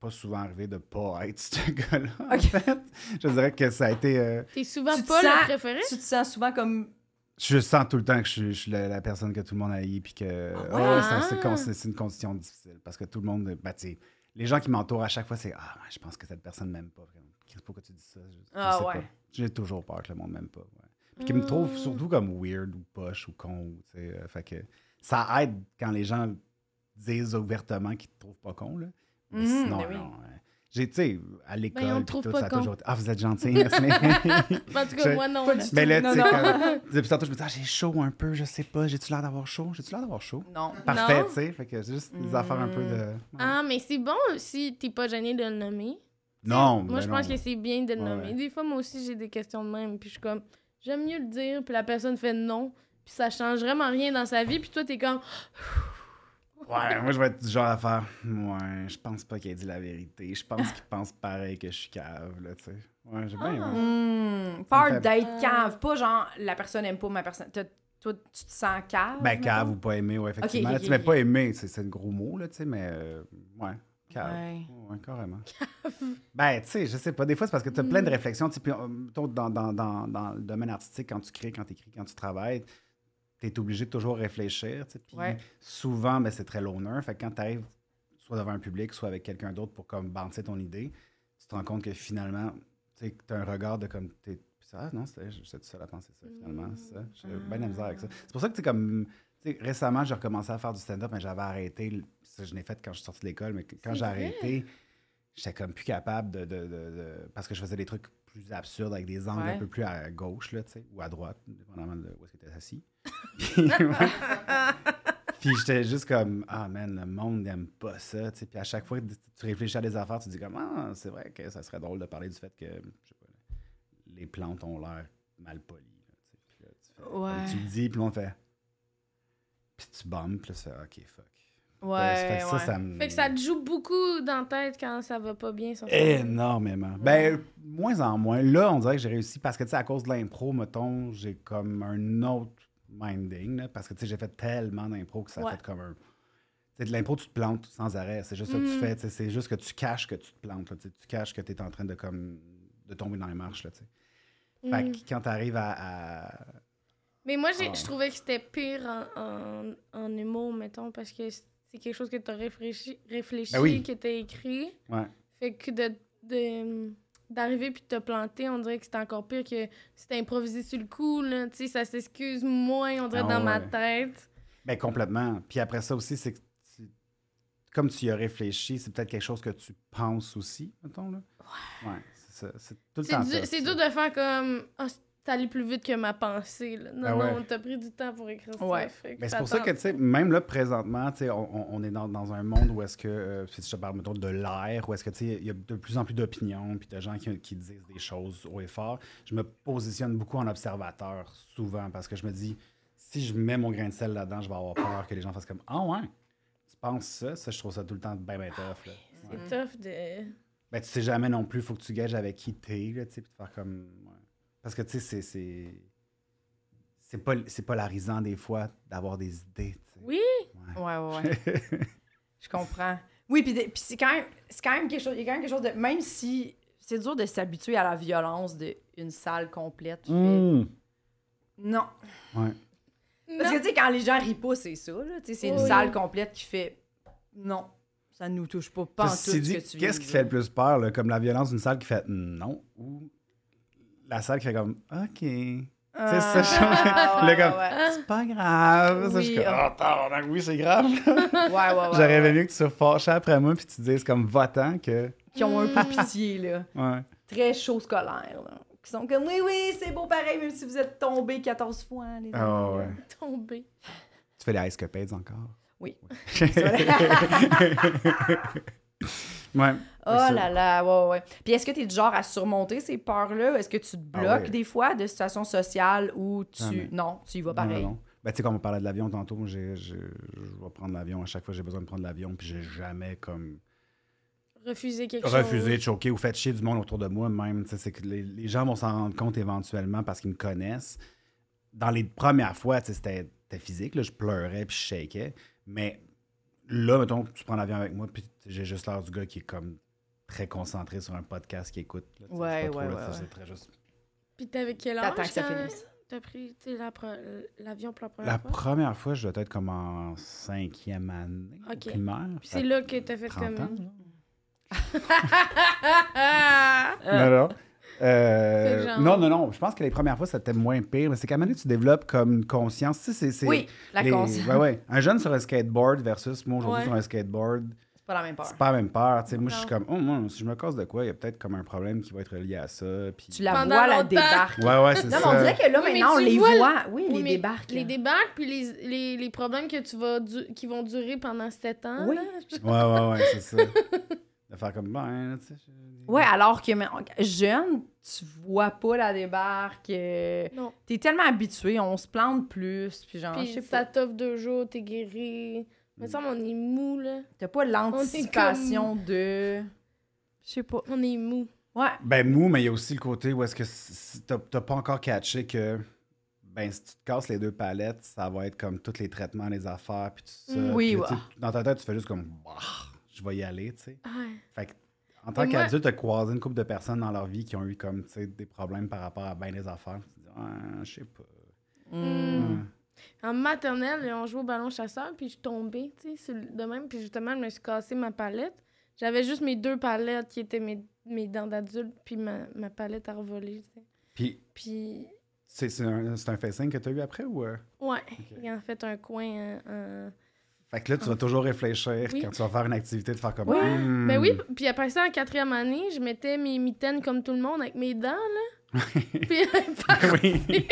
pas souvent arrivé de pas être ce gars-là. Ok. En fait, je dirais que ça a été. euh, T'es souvent Tu te pas sens- le Hein? préféré? Tu te sens souvent comme Je sens tout le temps que je suis, je suis la, la personne que tout le monde haït, puis que Ah ouais? Oh, ça, c'est, Ah. con- c'est- c'est une condition difficile parce que tout le monde, bah, tu sais, les gens qui m'entourent à chaque fois, c'est ah, ouais, je pense que cette personne m'aime pas. Chris, Pourquoi tu dis ça Je- je Ah sais ouais. pas. J'ai toujours peur que le monde m'aime pas. ouais. Puis qui me trouve surtout comme weird ou poche ou con. ou, tu sais, euh, fait que ça aide quand les gens disent ouvertement qu'ils te trouvent pas con là. Mais Mhm, sinon, ben oui. non. euh, J'ai, tu sais, à l'école, on te puis trouve tout, pas ça a con. toujours été, Ah, vous êtes gentil, merci. En tout cas, Je- moi, non. Pas là. du- Mais là, Non, tu sais, non. comme- depuis tantôt, je me dis, ah, j'ai chaud un peu, je sais pas, j'ai-tu l'air d'avoir chaud? J'ai-tu l'air d'avoir chaud? non. Parfait, Non. tu sais, fait que c'est juste des affaires un peu de. Ah, mais c'est bon si t'es pas gêné de le nommer. Non, Moi, ben je pense non. que c'est bien de le Ouais, nommer. ouais. Des fois, moi aussi, j'ai des questions de même. Puis je suis comme, j'aime mieux le dire. Puis la personne fait non. Puis ça change vraiment rien dans sa vie. Puis toi, t'es comme, Ouais, moi, je vais être du genre à faire, ouais, je pense pas qu'il ait dit la vérité, je pense qu'il pense pareil que je suis cave, là, tu sais. Ouais, Ah. j'ai bien aimé. Hmm, Ah. Ça me peur fait- d'être cave. Pas genre la personne aime pas ma personne. T'as- Toi, tu te sens cave. Ben, cave mettons? ou pas aimé, ouais, effectivement. ok, tu ok, m'as ok. pas aimé, c'est c'est le gros mot, là, tu sais, mais euh, ouais, cave. Ouais. Ouais, carrément. Ben, tu sais, je sais pas. Des fois, c'est parce que tu as plein de réflexions. tu sais, puis, euh, mettons, dans, dans, dans, dans le domaine artistique, quand tu crées, quand tu écris, quand tu travailles, tu es obligé de toujours réfléchir. tu sais, Puis Ouais. souvent, ben, c'est très loner. Fait que quand tu arrives soit devant un public, soit avec quelqu'un d'autre pour comme bouncer ton idée, tu te rends compte que finalement, tu sais, tu as un regard de comme. t'es- Ah non, c'est tout seul à penser ça, finalement. c'est ça. J'ai bien de la misère avec ça. C'est pour ça que, tu sais, comme. tu sais, récemment, j'ai recommencé à faire du stand-up, mais j'avais arrêté. le- ça, je l'ai fait quand je suis sorti de l'école, mais que- quand C'est j'ai vrai? arrêté, j'étais comme plus capable de, de- de- de- Parce que je faisais des trucs plus absurdes avec des angles Ouais. un peu plus à gauche, là, tu sais, ou à droite, dépendamment de où est-ce que tu assis. Puis, ouais. Puis j'étais juste comme, ah man, le monde n'aime pas ça, tu sais. Puis à chaque fois que tu réfléchis à des affaires, tu te dis comme, ah, c'est vrai que ça serait drôle de parler du fait que, je sais pas, les plantes ont l'air mal polies. là, tu sais. Puis là, tu fais- Ouais. tu le dis, puis on fait. Puis tu bombes, puis là, c'est OK, fuck. Ouais, Fait que ouais. ça, ça me. fait que ça te joue beaucoup dans la tête quand ça Mm. va pas bien. son- Eh, Énormément. Ben, moins en moins. Là, on dirait que j'ai réussi parce que, tu sais, à cause de l'impro, mettons, j'ai comme un autre minding, là, parce que, tu sais, j'ai fait tellement d'impro que ça Ouais. a fait comme un. Tu sais, de l'impro, tu te plantes sans arrêt. C'est juste ça Mm. que tu fais. tu sais, C'est juste que tu caches que tu te plantes. là, tu sais, tu caches que tu es en train de, comme, de tomber dans les marches, là, tu sais. Fait Mm. que quand tu arrives à. à- Mais moi, j'ai- Ah. je trouvais que c'était pire en, en, en humour, mettons, parce que c'est quelque chose que t'as réfléchi, réfléchi Ben oui. que t'as écrit. Ouais. Fait que de, de- d'arriver puis de te planter, on dirait que c'est encore pire que si t'as improvisé sur le coup, là, tu sais, ça s'excuse moins, on dirait, Ah dans ma ouais. tête. Ben complètement. Puis après ça aussi, c'est que tu- comme tu y as réfléchi, c'est peut-être quelque chose que tu penses aussi, mettons là. Ouais. c'est ça. C'est tout le C'est temps du- ça, c'est ça. dur de faire comme... Ah, c'est allé plus vite que ma pensée, là. Non, Ben ouais. non, t'as pris du temps pour écrire Ouais. ça. fait que Ben, c'est pour ça que, tu t'attends. sais, même là, présentement, tu sais, on, on- on est dans, dans un monde où est-ce que, euh, si je te parle, mettons, de l'air, où est-ce que, tu sais, il y a de plus en plus d'opinions, puis de gens qui, qui disent des choses haut et fort. Je me positionne beaucoup en observateur, souvent, parce que je me dis, si je mets mon grain de sel là-dedans, je vais avoir peur que les gens fassent comme, ah ouais, tu penses ça? Ça, je trouve ça tout le temps bien, bien tough, là. Ouais. Ah C'est tough de... Ben, tu sais jamais non plus, faut que tu gages avec qui t'es, là, tu sais, puis de faire comme. ouais. Parce que, tu sais, c'est- c'est. C'est pas, c'est polarisant des fois d'avoir des idées, tu sais. Oui, Ouais, ouais, ouais. Je comprends. Oui, puis des- puis c'est quand même, c'est quand même quelque chose, il y a quand même quelque chose de, même si c'est dur de s'habituer à la violence d'une salle complète. fait- Mm. Hmm. Non. Ouais. Parce que, tu sais, quand les gens rient pas, c'est ça, là. Tu sais, c'est une Oui. salle complète qui fait non, ça nous touche pas, pas en tout Ceci ce dit, que tu viens Qu'est-ce de qui dire. fait le plus peur, là, comme la violence d'une salle qui fait non ou la salle qui fait comme OK. Ah, ça change- ouais, le comme- ouais, C'est pas grave. Ça, je suis Oui, comme, ah. Ah, tabarnak, oui, c'est grave. ouais, ouais, ouais, ouais, J'aurais ouais. aimé mieux que tu sois fâché après moi puis tu dises comme votant que. Qui ont un peu pitié, là. Ouais. Très chaud scolaire, là. Qui sont comme, oui, oui, c'est beau pareil, même si vous êtes tombé 14 fois, les Ah amis. ouais. Tombé. Tu fais les Ice Cupheads encore. Oui. Ouais. Oh C'est là là, ouais, ouais. Puis est-ce que tu es du genre à surmonter ces peurs-là? Est-ce que tu te Ah bloques ouais. des fois de situations sociales où tu. Jamais. Non, tu y vas Non, non, pareil. non. Ben, tu sais, quand on parlait de l'avion tantôt, moi, j'ai- j'ai- je vais prendre l'avion. À chaque fois, j'ai besoin de prendre l'avion, puis j'ai jamais comme Refuser quelque chose. refusé de choquer ou fait chier du monde autour de moi, même. Tu sais, c'est que les, les gens vont s'en rendre compte éventuellement parce qu'ils me connaissent. Dans les premières fois, tu sais, c'était c'était physique, là, je pleurais, puis je shakais. Mais là, mettons, tu prends l'avion avec moi, puis j'ai juste l'air du gars qui est comme très concentré sur un podcast qu'il écoute. là, tu sais, je suis Ouais, pas trop ouais, là, ouais, tu sais, ouais. c'est très juste. Puis t'avais quel âge T'attends que ça quand finisse. T'as pris tu sais, la pre- l'avion pour la première La fois? première fois, je dois être comme en cinquième année Ok. primaire. Puis Fait c'est là que t'as fait 30 comme... ans, Ah! Non, non. Euh, C'est genre- non, non, non. Je pense que les premières fois, c'était moins pire. Mais c'est qu'à un moment donné, tu développes comme une conscience. Tu sais, c'est, c'est Oui, la les- conscience. ouais, ouais. Un jeune sur un skateboard versus moi aujourd'hui Ouais. sur un skateboard, C'est pas la même peur. c'est pas la même peur. Tu sais, moi, je suis Non. comme, oh, moi, si je me casse de quoi, il y a peut-être comme un problème qui va être lié à ça. Puis... Tu la Pendant vois, la longtemps. débarque. Ouais, ouais, c'est Non, ça. mais on dirait que là, Oui, mais maintenant, on tu les vois le- voit. Oui, Oui, les mais débarques. Les là. débarques, puis les, les, les problèmes que tu vas du- qui vont durer pendant sept ans. Oui. là. Ouais, ouais, ouais, c'est ça. De faire comme, ben, là, tu sais. je- Ouais, alors que mais, jeune, tu vois pas la débarque. euh, Non. T'es tellement habitué, on se plante plus. Puis genre, Ah, je Puis sais ça pas. Mm. t'offre deux jours, t'es guéri. Mais ça, on est mou, là. T'as pas l'anticipation de. Je sais pas. On est mou. Ouais. Ben mou, mais il y a aussi le côté où est-ce que c- c- t'as t'as pas encore catché que ben si tu te casses les deux palettes, ça va être comme tous les traitements, les affaires, puis tout ça. Mm. Oui, Puis là, tu ouais. sais, Dans ta tête, tu fais juste comme Bah, je vais y aller, tu sais. Ah. Fait que, en tant Mais moi- qu'adulte, t'as croisé une couple de personnes dans leur vie qui ont eu comme tu sais, des problèmes par rapport à ben des affaires. Tu te dis ah, je sais pas. Mm. Mm. En maternelle, on jouait au ballon chasseur, puis je suis tombée, tu sais, sur le- de même. Puis justement, je me suis cassé ma palette. J'avais juste mes deux palettes qui étaient mes, mes dents d'adulte, puis ma, ma palette à revoler, tu sais. Puis Puis, c'est c'est un, c'est un facing que t'as eu après ou euh? ouais, il y a en fait un coin... euh, euh, Fait que là, tu vas toujours réfléchir Ah. Oui. quand tu vas faire une activité de faire comme Oui. Hmm. Ben oui, puis après ça, en quatrième année, je mettais mes mitaines comme tout le monde avec mes dents, là. puis elle est partie. oui.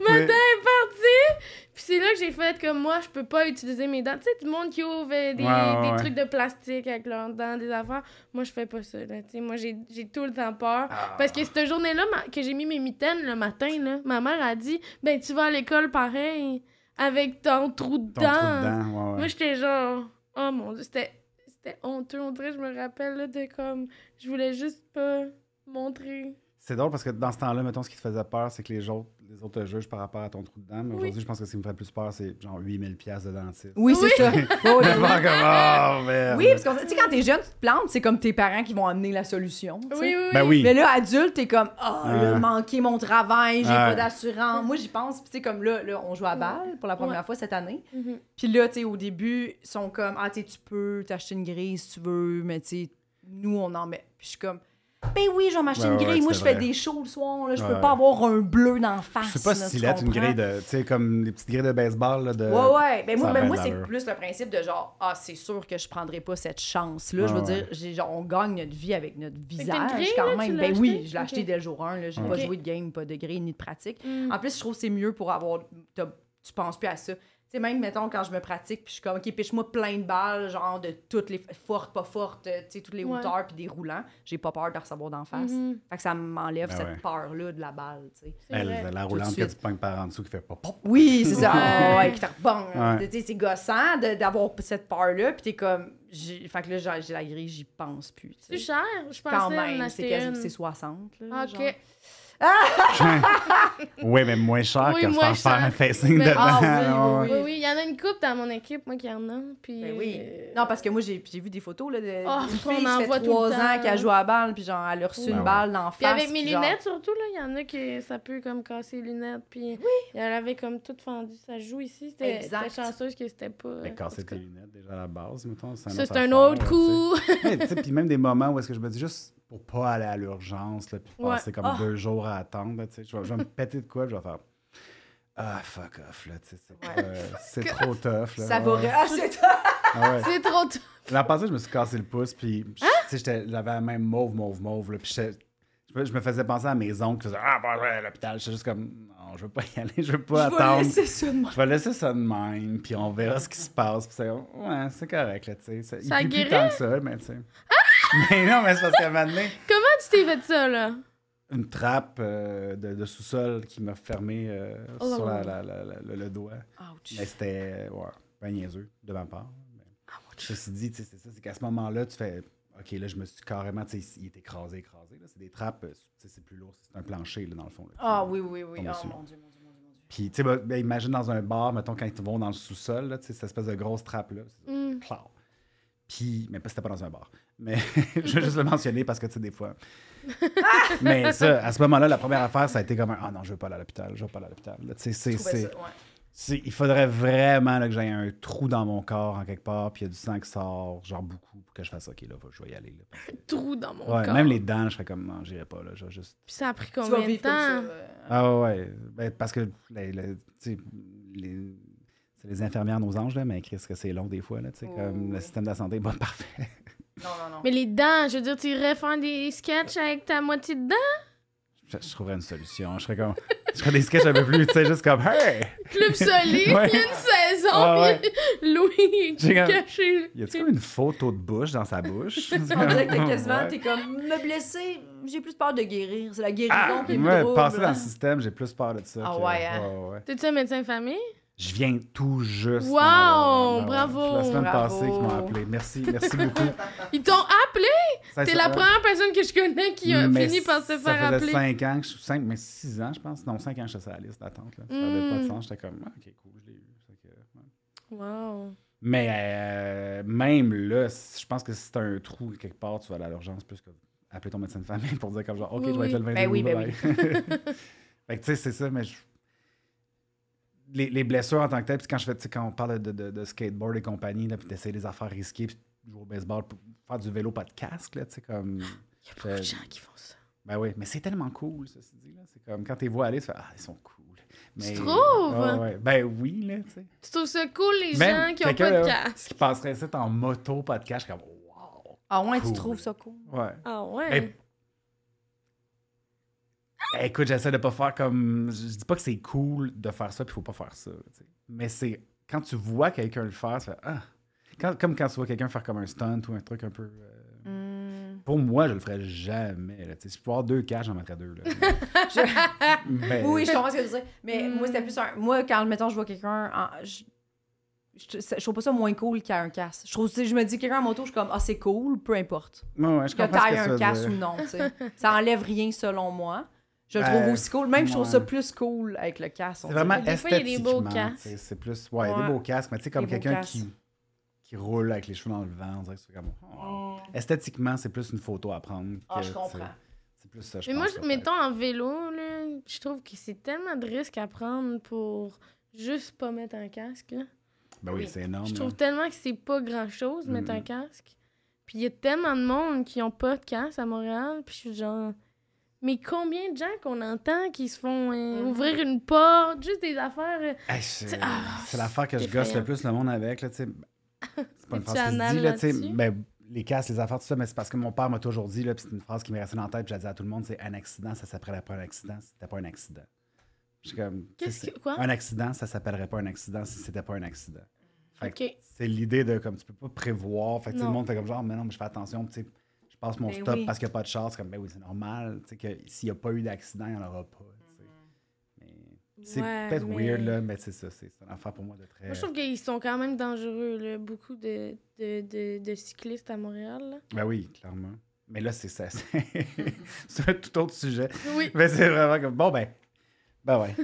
Ma dent est partie! Puis c'est là que j'ai fait comme moi, je peux pas utiliser mes dents. Tu sais, tout le monde qui ouvre euh, des, Ouais, ouais, des ouais. trucs de plastique avec leurs dents, des affaires. Moi, je fais pas ça, là. Tu sais, moi, j'ai j'ai tout le temps peur. Ah. Parce que cette journée-là ma- que j'ai mis mes mitaines le matin, là, ma mère a dit Ben, tu vas à l'école pareil, avec ton trou de Ton dent. trou de dent, ouais, ouais. Moi, j'étais genre, oh mon dieu, c'était, c'était honteux. On dirait, je me rappelle là, de comme, je voulais juste pas montrer. C'est drôle parce que dans ce temps-là, mettons, ce qui te faisait peur, c'est que les autres, les autres te jugent par rapport à ton trou dedans. Mais Oui. aujourd'hui, je pense que ce qui me ferait plus peur, c'est genre 8000 pièces de dentiste. Oui, c'est ça. Ouais, ouais, De ouais. faire comme, oh, merde. Oui, parce que tu sais, quand t'es jeune, tu te plantes, c'est comme tes parents qui vont amener la solution. tu sais. Oui, oui, Ben oui. oui. Mais là, adulte, t'es comme Ah, Ouais. il a manqué mon travail, j'ai Ouais. pas d'assurance. Moi, j'y pense. Puis, tu sais, comme là, là, on joue à balle pour la première fois cette année. Mhm. Puis là, tu sais, au début, ils sont comme Ah, tu sais, tu peux t'acheter une grille si tu veux, mais tu sais, nous, on en met. Puis, je suis comme Ben oui, je vais m'acheter Ouais, une ouais, grille. Moi, je c'était fais vrai. des shows le soir. Là, je peux Ouais. pas avoir un bleu d'en face. Je sais pas là, si tu lettre une comprends? grille de. Tu sais, comme les petites grilles de baseball. Là, de... Ouais, ouais. Ben, Euh, Ça moi, a ben, bien moi de c'est l'allure. plus le principe de genre, ah, c'est sûr que je prendrai pas cette chance-là. je veux Ouais, ouais. dire, j'ai, genre, on gagne notre vie avec notre que t'as une visage grille, là, quand tu même. l'as Ben oui, acheté? je l'ai acheté Ok. dès le jour 1. Là. J'ai pas Ok. joué de game, pas de grille, ni de pratique. Mm. En plus, je trouve que c'est mieux pour avoir. t'as- Tu penses plus à ça. Tu sais, même, mettons, quand je me pratique, puis je suis comme, OK, piche-moi plein de balles, genre de toutes les fortes, pas fortes, euh, tu sais, toutes les Ouais. hauteurs, puis des roulants. J'ai pas peur de recevoir d'en face. Mhm. Fait que ça m'enlève Ben cette ouais. peur-là de la balle, tu sais. C'est Elle, vrai. la de roulante que suite. tu pognes par en dessous qui fait pas pop. Oui, c'est ça. Ouais. Ah, ouais, qui te rebond. Ouais. Tu sais, C'est gossant de- d'avoir cette peur-là. Puis t'es comme. j'ai- Fait que là, j'ai- j'ai la grille, j'y pense plus. tu C'est sais. cher. Je pensais Quand en même, c'est acheter quasi- c'est une. 60. Ah, là, Ok. genre. oui, mais moins cher Oui, que moins faire faire un cher. facing Mais- dedans. Ah oui, Ben, Oui, oui, il y en a une coupe dans mon équipe, moi, qui en a. Puis, Ben oui. euh, Non, parce que moi, j'ai j'ai vu des photos là, de Oh, une on fille en qui voit fait tout le trois ans temps. qui a joué à la balle, puis genre, elle a reçu Ben une ouais. balle d'en face. Puis avec mes puis genre- lunettes, surtout, là, il y en a qui ça peut comme casser les lunettes. Puis elle avait comme toute fendue. Ça joue ici. C'était Exact. c'était chanceuse que c'était pas. Mais en casser tout cas. tes lunettes déjà à la base, mettons. une ça, c'est autre un affaire, autre là, coup. tu sais. Mais, tu sais, Puis même des moments où est-ce que je me dis juste pour pas aller à l'urgence, là, puis Ouais. passer comme Ah. deux jours à attendre, là, tu sais, je vais, je vais me péter de quoi, puis je vais faire Ah, fuck off, là, tu sais, c'est, pas, euh, c'est trop tough. Là, Ça va. Ouais. Ah, c'est toi! Ah ouais. C'est trop tôt. L'an passé, je me suis cassé le pouce, puis je- tu sais, j'étais- j'avais la même mauve, mauve, mauve, là, puis j'étais- je me- je me faisais penser à mes oncles qui faisaient Ah, bah, ouais, à l'hôpital. J'étais juste comme Non, je veux pas y aller, je veux pas Je vais attendre. laisser ça de moi. Je vais laisser ça de même, puis on verra ce qui se passe. Puis c'est, ouais, c'est correct, là, tu sais. Ça, il Ça pue plus guérit? tant que ça, mais tu sais. Mais non, mais c'est parce qu'à un moment donné, Comment tu t'es fait ça, là? une trappe euh, de, de sous-sol qui m'a fermé euh, Oh. sur la- la- la- la- le, le doigt. Ouch. Mais c'était, ouais, ben niaiseux de ma part. Mais, ceci dit, tu sais, c'est ça, c'est qu'à ce moment-là, tu fais, OK, là, je me suis carrément, tu sais, il est écrasé, écrasé. Là, c'est des trappes, euh, tu sais, c'est plus lourd, c'est un plancher, là, dans le fond. là. Ah oui, oui, oui. Tombe Oh dessus. mon Dieu, mon Dieu, mon Dieu. mon Dieu. Puis, tu sais, ben, ben, imagine dans un bar, mettons, quand ils te vont dans le sous-sol, là, tu sais, cette espèce de grosse trappe-là. c'est- Mm. Hmm. Plow. Puis, mais pas- c'était pas dans un bar. Mais je vais juste le mentionner parce que, tu sais, des fois. mais ça, à ce moment-là, la première affaire, ça a été comme un Ah non, je veux pas aller à l'hôpital, je veux pas aller à l'hôpital. Là, tu sais, c'est- Je trouvais c'est- ça, ouais. c'est- Il faudrait vraiment là, que j'aie un trou dans mon corps en quelque part, puis il y a du sang qui sort, genre beaucoup, pour que je fasse OK, là, faut- je vais y aller. là. Trou dans mon Ouais, corps. même les dents, je serais comme Non, j'irai pas, là, je vais juste. Puis ça a pris Tu vas combien de vivre comme ça. temps? euh, Ah ouais, ben, parce que les, les- tu sais, les- c'est les infirmières nos anges, là, mais Chris, que c'est long des fois, là, tu sais, Oh, comme le oui. système de la santé est pas parfait. Non, non, non. Mais les dents, je veux dire, tu irais faire des sketchs avec ta moitié de dents? Je, je trouverais une solution. Je ferais comme. Je ferais des sketchs un peu plus, tu sais, juste comme Hey! Club solide, Ouais. une saison, Ah puis Louis J'ai comme- caché. Y a-tu comme une photo de bouche dans sa bouche? On dirait que t'es quasiment, Ouais. t'es comme, me blesser, j'ai plus peur de guérir. C'est la guérison Ah, qui est ouais, plus drôle. passer dans le système, j'ai plus peur de ça. Ah que- ouais, hein? ouais. T'es-tu un médecin de famille? Je viens tout juste. Wow, dans le- dans le- bravo, La semaine bravo. passée, qu'ils m'ont appelé. Merci, merci beaucoup. Ils t'ont appelé? T'es la Ouais. première personne que je connais qui a Mais fini par se ça faire faisait appeler. 5 ans que je suis 5, mais 6 ans, je pense. Non, 5 ans que j'étais sur la liste d'attente. là. Ça n'avait pas de Mm. sens. J'étais comme, ah, ok, cool, je l'ai eu. Fait que, ouais. Wow. Mais euh, même là, si- je pense que si t'as un trou quelque part, tu vas aller à l'urgence plus que appeler ton médecin de famille pour dire comme genre, OK, Oui, je vais être là le 22 Ben oui, ben bye-bye. fait que tu sais, c'est ça, mais je- les, les blessures en tant que telles, puis quand, je fais, tu sais, quand on parle de, de- de skateboard et compagnie, là, puis d'essayer des affaires risquées, puis jouer au baseball, puis faire du vélo, pas de casque, là, tu sais, comme... Il y a Euh, beaucoup de gens qui font ça. Ben oui, mais c'est tellement cool, ceci dit. Là. C'est comme quand t'es vois aller, tu fais Ah, ils sont cool. Mais... trouves? Ah ouais. Ben oui, là, tu sais. Tu trouves ça cool, les Même gens qui ont Ben, quelqu'un, pas de là, casque? Qui passerait ça en moto, pas de cash, comme Wow. Ah ouais, Cool. tu trouves ça cool? Ouais. Ah ouais. Ben, ben, écoute, j'essaie de pas faire comme. Je dis pas que c'est cool de faire ça, puis faut pas faire ça. tu sais. Mais c'est. Quand tu vois quelqu'un le faire, tu fais Ah. Quand- comme quand tu vois quelqu'un faire comme un stunt ou un truc un peu. euh, Hmm. Pour moi, je le ferais jamais. Là, tu sais. si je pouvais avoir deux cash, j'en mettrais deux. Là. Mais- Oui, je comprends ce que tu dis. Mais Hmm. moi, c'était plus un. Moi, quand, mettons, je vois quelqu'un. en- Je... Je, ça- je trouve pas ça moins cool qu'à un casque. Je, trouve, tu sais, je me dis, quelqu'un en moto, je suis comme, ah, c'est cool, peu importe. Ouais, ouais, je Que comprends ce t'ailles que tu un veux casque dire. ou non, tu sais. Ça enlève rien selon moi. Je le Ben, trouve aussi cool. Même, je trouve ça ouais. plus cool avec le casque. on C'est vraiment dirait. Des fois, il y a des beaux esthétiquement. casques. tu sais, C'est plus, ouais, il y a des Ouais. beaux casques, mais tu sais, comme Des beaux quelqu'un casques. qui, qui roule avec les cheveux dans le vent, on dirait que c'est comme. oh. Esthétiquement, c'est plus une photo à prendre. Ah, que, je tu sais, comprends. C'est plus ça, je Mais moi, pense, je- peut-être. mettons en vélo, là, je trouve que c'est tellement de risques à prendre pour juste pas mettre un casque. là. Ben oui, oui. c'est énorme. Je là. trouve tellement que c'est pas grand-chose, mettre un Mhm. casque. Puis il y a tellement de monde qui ont pas de casque à Montréal, puis je suis genre... Mais combien de gens qu'on entend qui se font euh, Mm-hmm. Mhm. ouvrir une porte, juste des affaires... euh, Hey, c'est Ah, c'est l'affaire que je gosse le effrayant. plus le monde avec. Là, tu sais. c'est pas une Tu phrase qui se anales dit, là, tu sais, là-dessus? ben, les casques, les affaires, tout ça, mais c'est parce que mon père m'a toujours dit, là, puis c'est une phrase qui m'est restée dans la tête, puis je la dis à tout le monde, c'est un accident, ça s'appellerait pas un accident si c'était pas un accident. Je suis comme, tu sais, Qu'est-ce c'est- que- Hein? quoi? Un accident, ça s'appellerait pas un accident si c'était pas un accident. Fait que Ok. C'est l'idée de, comme, tu peux pas prévoir, fait que tout le Non. monde fait comme genre, mais non, mais je fais attention, puis tu sais, je passe mon Ben stop oui. parce qu'il n'y a pas de chance, comme, ben oui, c'est normal, tu sais, que s'il n'y a pas eu d'accident, il n'y en aura pas, tu sais. Mais- c'est Ouais, peut-être mais- weird, là, mais c'est ça. C'est c'est une affaire pour moi de très. Moi, je trouve qu'ils sont quand même dangereux, là, beaucoup de, de, de, de cyclistes à Montréal. là. Ben oui, clairement. Mais là, c'est ça. C'est c'est un tout autre sujet. Oui. Mais c'est vraiment comme. Bon, ben. Ben ouais.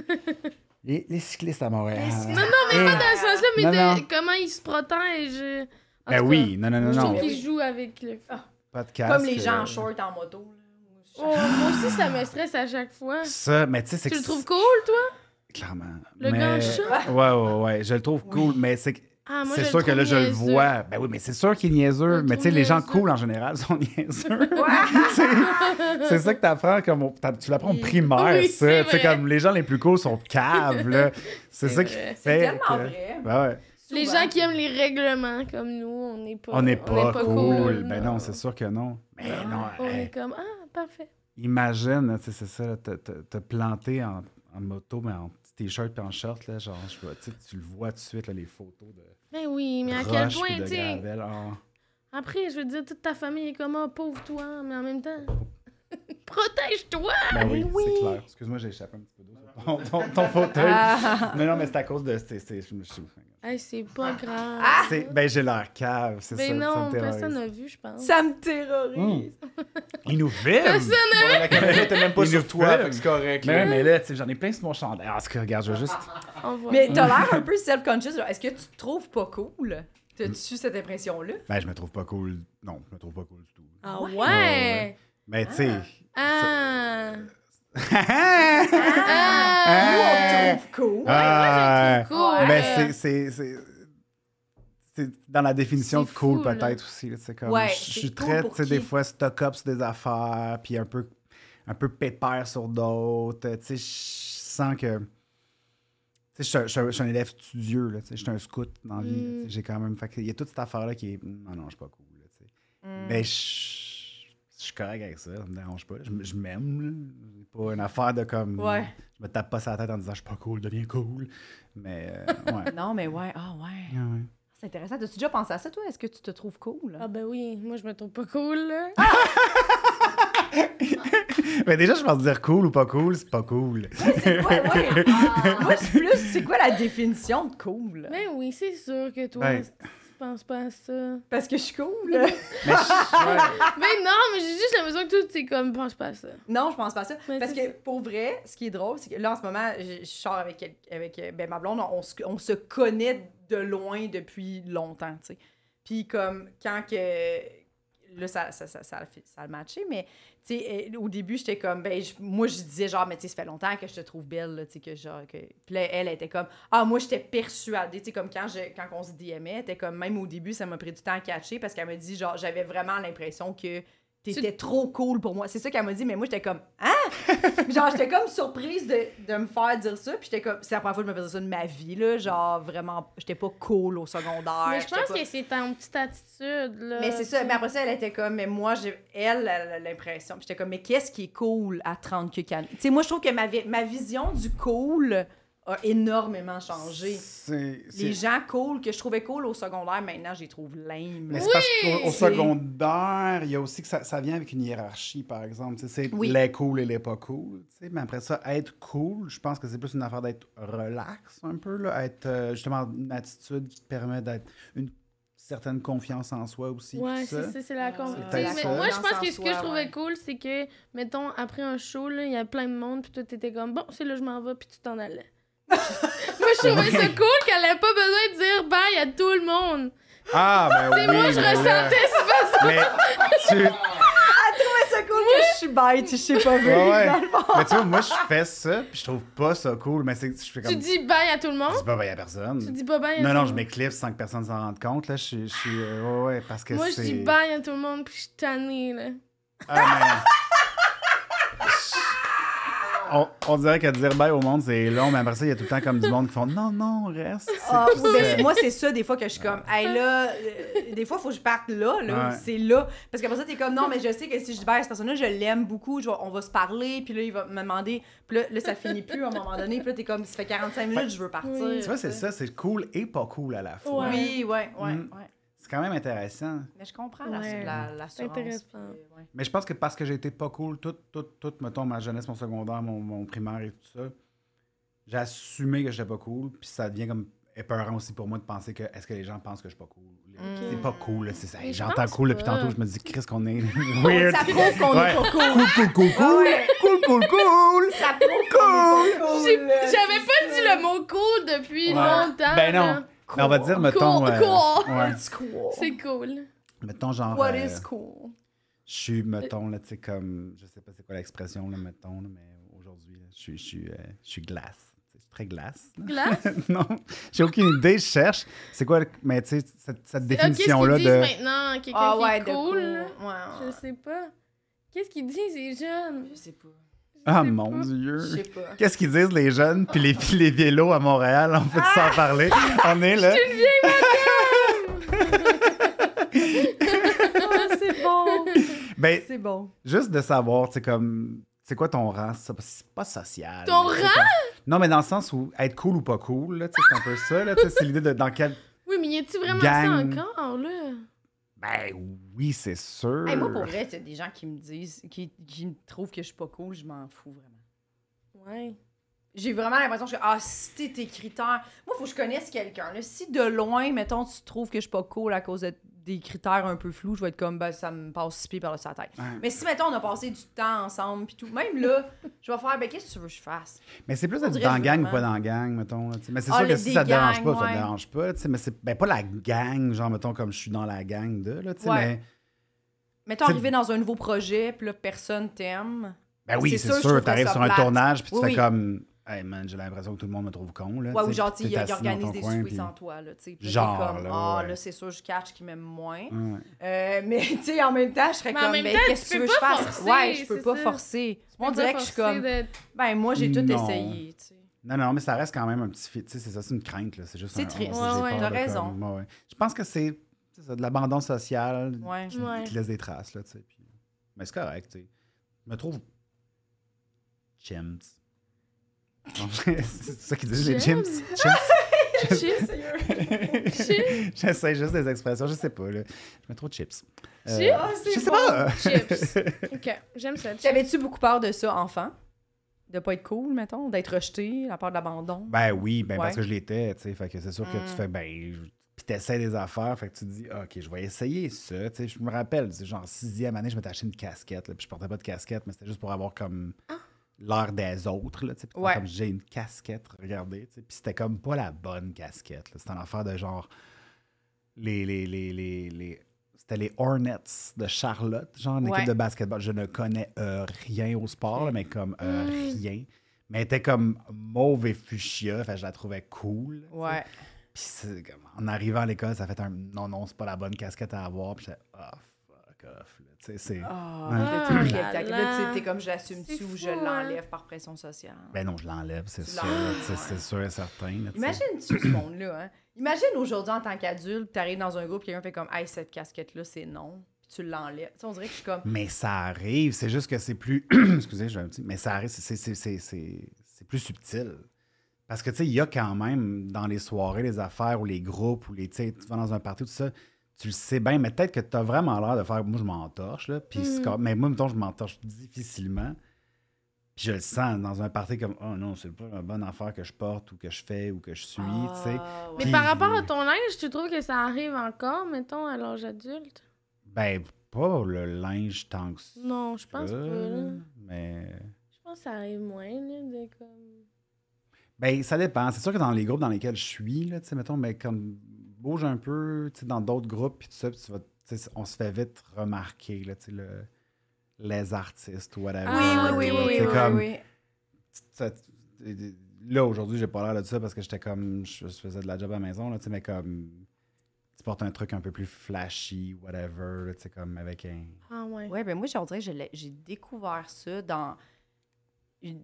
Les, les cyclistes à Montréal. Les cyclistes- Non, non, mais Eh, pas dans ce sens-là, mais Non, de non. comment ils se protègent. En Ben tout oui, non, non, cas, non, Je non. trouve qu'ils jouent avec le. Ah, Podcast. Comme les gens euh, en short en moto. Oh, ah. moi aussi, ça me stresse à chaque fois. Ça, mais tu sais, c'est Tu que. le trouves cool, toi? Clairement. Le mais... gars en chat? Ouais, ouais, ouais. Je le trouve Oui. cool, mais c'est que. Ah, moi, C'est je sûr le que là, trouve je le niaiseux. vois. Ben oui, mais c'est sûr qu'il est niaiseux. le Mais tu sais, trouve les gens niaiseux. cool en général sont niaiseux. Ouais. C'est- c'est ça que t'apprends comme au- t'as- tu l'apprends au Oui. primaire Oui, ça c'est tu sais vrai. comme les gens les plus cools sont caves là. c'est C'est ça qui vrai. fait C'est tellement que- vrai. Ben ouais. Les Souvent. gens qui aiment les règlements comme nous, on n'est pas. on n'est pas, est cool. ben non. non c'est sûr que non mais Ah, non On hey, est comme, ah, parfait. imagine là, tu sais, c'est ça là, te, te- te planter en, en moto mais en petit t-shirt puis en short là genre je vois tu sais, tu le vois tout de suite là, les photos de Ben oui, mais à quel roches puis point, de tu sais. gravel Ah. Après, je veux dire, toute ta famille est comme, ah, pauvre toi, mais en même temps, protège-toi! Ben oui, oui. c'est clair. Excuse-moi, j'ai échappé un petit peu d'eau sur ton, ton- ton fauteuil. Ah. Non, non, mais c'est à cause de. c'est- c'est- je me suis- Hey, c'est pas grave. C'est- Ben, j'ai l'air cave, c'est ça. ben ça me Ah. non, terrorise. personne n'a vu, je pense. Ça me terrorise. Il nous filme! Personne n'a Ouais, la caméra était même pas Il sur nous toi, fait. fait que c'est correct. Mais, là. ouais, mais là, tu sais, j'en ai plein sur mon chandail. Ah, ce que regarde, je vais juste. On voit. Mais t'as l'air un peu self-conscious. là. Est-ce que tu te trouves pas cool? T'as-tu cette impression-là? Ben, je me trouve pas cool. Non, je me trouve pas cool du tout. Ah ouais! ouais. Mais tu sais. Ah! Ah! Ah! Moi, Ah! on te trouve cool. Ah! Cool! Mais c'est- c'est. c'est- C'est dans la définition de C'est cool, fou, là. peut-être aussi. là, tu sais, comme, Ouais, je c'est je suis cool très, pour tu sais, des qui? fois, stock-up sur des affaires, puis un peu, un peu pépère sur d'autres. Tu sais, je sens que. Tu sais, je suis un- je suis un, je suis un élève studieux, là, tu sais, je suis un scout dans la vie. là, Mm. tu sais, J'ai quand même. fait que Il y a toute cette affaire-là qui est. Non, non, je suis pas cool. là, tu sais. Mm. Mais je je suis correct avec ça, ça me dérange pas. Je, m- je m'aime. là. C'est pas une affaire de comme. Ouais. Je me tape pas sur la tête en disant je suis pas cool, deviens cool. Mais euh, ouais. Non, mais ouais. Ah, ouais. Ouais, ouais. C'est intéressant. T'as-tu déjà pensé à ça, toi? Est-ce que tu te trouves cool? Ah ben oui, moi je me trouve pas cool là. Mais déjà, je pense dire cool ou pas cool, c'est pas cool. ben, C'est quoi, ouais? Moi, je Ah. suis plus. C'est quoi la définition de cool? Ben oui, c'est sûr que toi, Ben. tu penses pas à ça. Ben Parce que je suis cool. Mais je- ouais. non, mais j'ai juste l'impression que toi, t'es comme, pense pas à ça. Non, je pense pas à ça. Mais Parce c'est que pour vrai, ce qui est drôle, c'est que là, en ce moment, je, je sors avec, quel- avec euh, ben, ma blonde, on, se, on se connaît de loin depuis longtemps, tu sais. Puis comme quand que... Là, ça, ça, ça, ça, a fi- ça a matché, mais tu sais, euh, au début, j'étais comme, ben, je- moi, je disais genre, mais tu sais, ça fait longtemps que je te trouve belle, là, tu sais, que genre, que. Puis là, elle elle était comme, ah, moi, j'étais persuadée, tu sais, comme quand, je, quand on se DMait, elle était comme, même au début, ça m'a pris du temps à catcher parce qu'elle m'a dit, genre, j'avais vraiment l'impression que t'étais trop cool pour moi. C'est ça qu'elle m'a dit, mais moi, j'étais comme, hein? genre, j'étais comme surprise de, de me faire dire ça, puis j'étais comme, c'est la première fois que je me faisais ça de ma vie, là, genre, vraiment, j'étais pas cool au secondaire. mais je j'étais pense pas- que c'est ta petite attitude là. mais c'est tu ça. sais. Mais après ça, elle était comme, mais moi, j'ai- elle, elle a l'impression. Puis J'étais comme, mais qu'est-ce qui est cool à 30 que Tu sais, moi, je trouve que ma, vi- ma vision du cool a énormément changé. C'est- Les c'est- gens cool que je trouvais cool au secondaire, maintenant, je les trouve lame. Mais c'est parce qu'au au c'est- secondaire, il y a aussi que ça, ça vient avec une hiérarchie, par exemple. Tu sais, C'est Oui. les cool et les pas cool. tu sais. Mais après ça, être cool, je pense que c'est plus une affaire d'être relax un peu. Là. Être euh, justement une attitude qui te permet d'être une certaine confiance en soi aussi. Ouais, tout ça. c'est ça, c'est la con- Ah, C'est tu peut-être sais, mais ça. Moi, je pense Confiance en que ce que soi, je trouvais ouais. cool, c'est que, mettons, après un show, là, il y a plein de monde, puis toi, t'étais comme, bon, c'est là, je m'en vais, puis tu t'en allais. moi, je Ah trouvais ça cool qu'elle n'avait pas besoin de dire bye à tout le monde. Ah, ben Tu sais, moi, oui, je mais là- ressentais ça. Mais tu, Mais c'est cool que je suis bête, je sais pas Ouais, vivre, ouais. dans le fond. mais tu vois, moi, je fais ça, puis je trouve pas ça cool, mais c'est je fais comme... Tu dis bye à tout le Je monde, dis pas, ben, y a personne. tu dis pas bye à non, tout non, le je monde. m'éclipse sans que personne s'en rende compte, là. Je suis... je suis, euh, ouais, ouais, parce que Moi, je c'est... dis bye à tout le monde, puis je suis tannée, là. Ah, mais- on, on dirait que dire bye au monde, c'est long, mais après ça, il y a tout le temps comme du monde qui font « Non, non, reste. C'est Ah, tout ou ben, ça. moi, c'est ça, des fois, que je suis comme, hey là, euh, des fois, faut que je parte là, là, Ouais. c'est là. Parce qu'après ça, t'es comme, non, mais je sais que si je dis, ben, cette personne-là, je l'aime beaucoup, je vais- on va se parler, puis là, il va me demander, puis là, là, ça finit plus à un moment donné, puis là, t'es comme, ça fait 45 minutes, je veux partir. Oui. Tu vois, c'est ça, c'est cool et pas cool à la fois. Ouais. Oui, ouais, ouais, Mm. ouais. C'est quand même intéressant. Mais je comprends Ouais. la, la, l'assurance, Intéressant. puis, euh, ouais. Mais je pense que parce que j'ai été pas cool toute, toute, toute, mettons, ma jeunesse, mon secondaire, mon, mon primaire et tout ça, j'ai assumé que j'étais pas cool, puis ça devient comme épeurant aussi pour moi de penser que est-ce que les gens pensent que je suis pas cool. C'est pas cool, là, c'est ça. Mais je J'entends pense cool depuis pas. tantôt, je me dis Chris qu'on est weird. Ça prouve qu'on est Ouais. pas cool. Cool, cool, cool, Ah cool. ouais. Cool, cool, cool. Ça prouve qu'on est pas cool. J'ai- J'avais pas dit le mot cool depuis Ouais. longtemps. Ben non. là. Mais on va dire, mettons. Cool, euh, cool. ouais. It's cool. C'est cool. Mettons, genre. What euh, is cool? Je Euh, suis, mettons, là, tu sais, comme. Je sais pas c'est quoi l'expression, là, mettons, là, mais aujourd'hui, là, je suis- je suis euh, je suis glace. Tu sais, Je suis très glace. là. Glace. non, j'ai aucune idée, je cherche. C'est quoi, le- mais tu sais, cette, cette définition-là ok, ce qu'ils de. disent maintenant, quelqu'un Ah qui ouais, est de cool. cool. là. Ouais, Je ouais. sais pas. Qu'est-ce qu'ils disent, les jeunes? Je sais pas. Ah sais mon pas. Dieu! Je sais pas. Qu'est-ce qu'ils disent les jeunes puis les, puis les vieillots à Montréal? On peut Ah! s'en parler. On est là. Ah, c'est bon. Ben, C'est bon. juste de savoir, tu sais, comme. C'est quoi ton rang? C'est pas- C'est pas social. Ton là, tu sais, rang? comme- Non, mais dans le sens où être cool ou pas cool, là, tu sais, c'est un peu ça. là, tu sais, C'est l'idée de dans quel. Oui, mais y a-tu vraiment Gang. ça encore, là? Ben oui, c'est sûr. Hey, moi, pour vrai, il y a des gens qui me disent, qui, qui me trouvent que je suis pas cool, je m'en fous vraiment. Ouais. J'ai vraiment l'impression que ah, c'était tes critères. Moi, faut que je connaisse quelqu'un. là. Si de loin, mettons, tu trouves que je suis pas cool à cause de- des critères un peu flous, je vais être comme, ben, ça me passe six pieds par-dessus la tête. Ouais. Mais si, mettons, on a passé du temps ensemble, puis tout, même là, je vais faire, ben, qu'est-ce que tu veux que je fasse? Mais c'est plus On être dirait dans la gang ou vraiment. pas dans la gang, mettons. là, tu sais. mais c'est Ah, sûr les- que si des ça te dérange gangs, pas, ça ouais. te dérange pas. tu sais, Mais c'est ben, pas la gang, genre, mettons, comme je suis dans la gang de. Là, tu sais, Ouais. mais, Mettons, C'est- arriver dans un nouveau projet, puis là, personne t'aime. ben oui, C'est c'est sûr, je sûr. trouverais T'arrives ça sur un plate. tournage puis tu Oui, fais oui. comme. Hey man, j'ai l'impression que tout le monde me trouve con. Là, Ouais, tu ou sais, genre, puis il t'es assis dans organise ton des coin, soupers puis- sans toi, là, tu sais. Puis là, t'es Genre, comme, là, ah, ouais. là, c'est sûr, je catch qui m'aime moins. Ouais. Euh, mais tu sais, en même temps, je serais Mais en comme, même ben, temps, qu'est-ce que tu tu veux que peux je pas fasse? forcer, ouais, je peux c'est pas ça. forcer. Moi, on Faut pas dirait que je suis forcer comme, de- ben, moi, j'ai tout Non. essayé, tu sais. Non, non, mais ça reste quand même un petit fit. Tu sais, c'est ça, c'est une crainte. là, C'est juste C'est un- on triste. se sépare, Ouais, ouais, là, t'as raison. comme- ouais, ouais. Je pense que c'est c'est ça, de l'abandon social Ouais. qui, Ouais. qui laisse des traces. Là, tu sais, puis- Mais c'est correct. tu sais. Je me trouve. Chimps. Non, c'est ça qu'ils disent, les chimps. Chimps? Chimps. Chips. J'essaie juste des expressions, je sais pas. Là. Je me trouve chips. Euh, Chips? Ah, c'est je sais bon. pas. Chips. Ok, j'aime ça. chips. T'avais-tu beaucoup peur de ça, enfant? De pas être cool, mettons, d'être rejeté, la peur de l'abandon? Ben oui, ben parce Ouais. que je l'étais, tu sais. Fait que c'est sûr que Mm. tu fais, ben, je- puis t'essaies des affaires, fait que tu te dis, OK, je vais essayer ça. Tu sais, je me rappelle, c'est genre sixième année, je m'étais acheté une casquette, là, puis je portais pas de casquette, mais c'était juste pour avoir comme l'air des autres, là, tu sais. puis Ah. Ouais. Comme j'ai une casquette, regardez, tu sais. Puis c'était comme pas la bonne casquette, là. C'était une affaire de genre. Les. les, les, les, les- c'était les Hornets de Charlotte, genre une Ouais. équipe de basketball. Je ne connais euh, rien au sport, là, mais comme euh, Mm. rien. Mais elle était comme mauve et fuchsia, fait que je la trouvais cool. tu sais. Ouais. Puis c'est comme, en arrivant à l'école, ça fait un non, non, c'est pas la bonne casquette à avoir. Puis j'étais, ah, fuck off. là. Tu sais, c'est. Ah, Ouais. là, Ah, tu- là, là, tu sais, là. t'es comme, j'assume-tu C'est ou fou, je hein? l'enlève par pression sociale? Ben non, je l'enlève, c'est Tu sûr. l'enlèves, tu sais, C'est ouais. sûr et certain. là, tu sais. Imagine-tu ce monde-là, hein? Imagine aujourd'hui, en tant qu'adulte, t'arrives dans un groupe, quelqu'un fait comme, hey, cette casquette-là, c'est non. Puis tu l'enlèves. Tu sais, on dirait que je suis comme, Mais ça arrive, c'est juste que c'est plus. Excusez, j'ai un petit. Mais ça arrive, c'est- c'est- c'est- c'est c'est- c'est plus subtil. Parce que, tu sais, il y a quand même dans les soirées, les affaires ou les groupes ou les. Tu sais, tu vas dans un party, tout ça, tu le sais bien, mais peut-être que tu as vraiment l'air de faire. Moi, je m'entorche, là. Puis, c'est Mhm. comme- mais moi, mettons, je m'entorche difficilement. Puis, je le sens dans un party comme, oh non, c'est pas la bonne affaire que je porte ou que je fais ou que je suis, tu sais. Ah, ouais. Mais par rapport à ton linge, tu trouves que ça arrive encore, mettons, à l'âge adulte? Ben, pas le linge tant que ça. Non, je pense pas. Euh. là. Mais. Je pense que ça arrive moins, là, de comme... Ben, ça dépend. C'est sûr que dans les groupes dans lesquels je suis, là, tu sais, mettons, ben, comme bouge un peu, tu sais, dans d'autres groupes, puis tout ça, puis tu vas, tu sais, on se fait vite remarquer, là, tu sais, le- les artistes ou whatever. Oui, Ah, oui, oui, là, oui, tu oui, sais, oui, comme, oui. ça- là, aujourd'hui, j'ai pas l'air de ça parce que j'étais comme, je, je faisais de la job à la maison, là, tu sais, mais comme, tu portes un truc un peu plus flashy, whatever, là, tu sais, comme avec un... Ah ouais. Ouais, ben moi, j'en dirais, je l'ai- j'ai découvert ça dans une,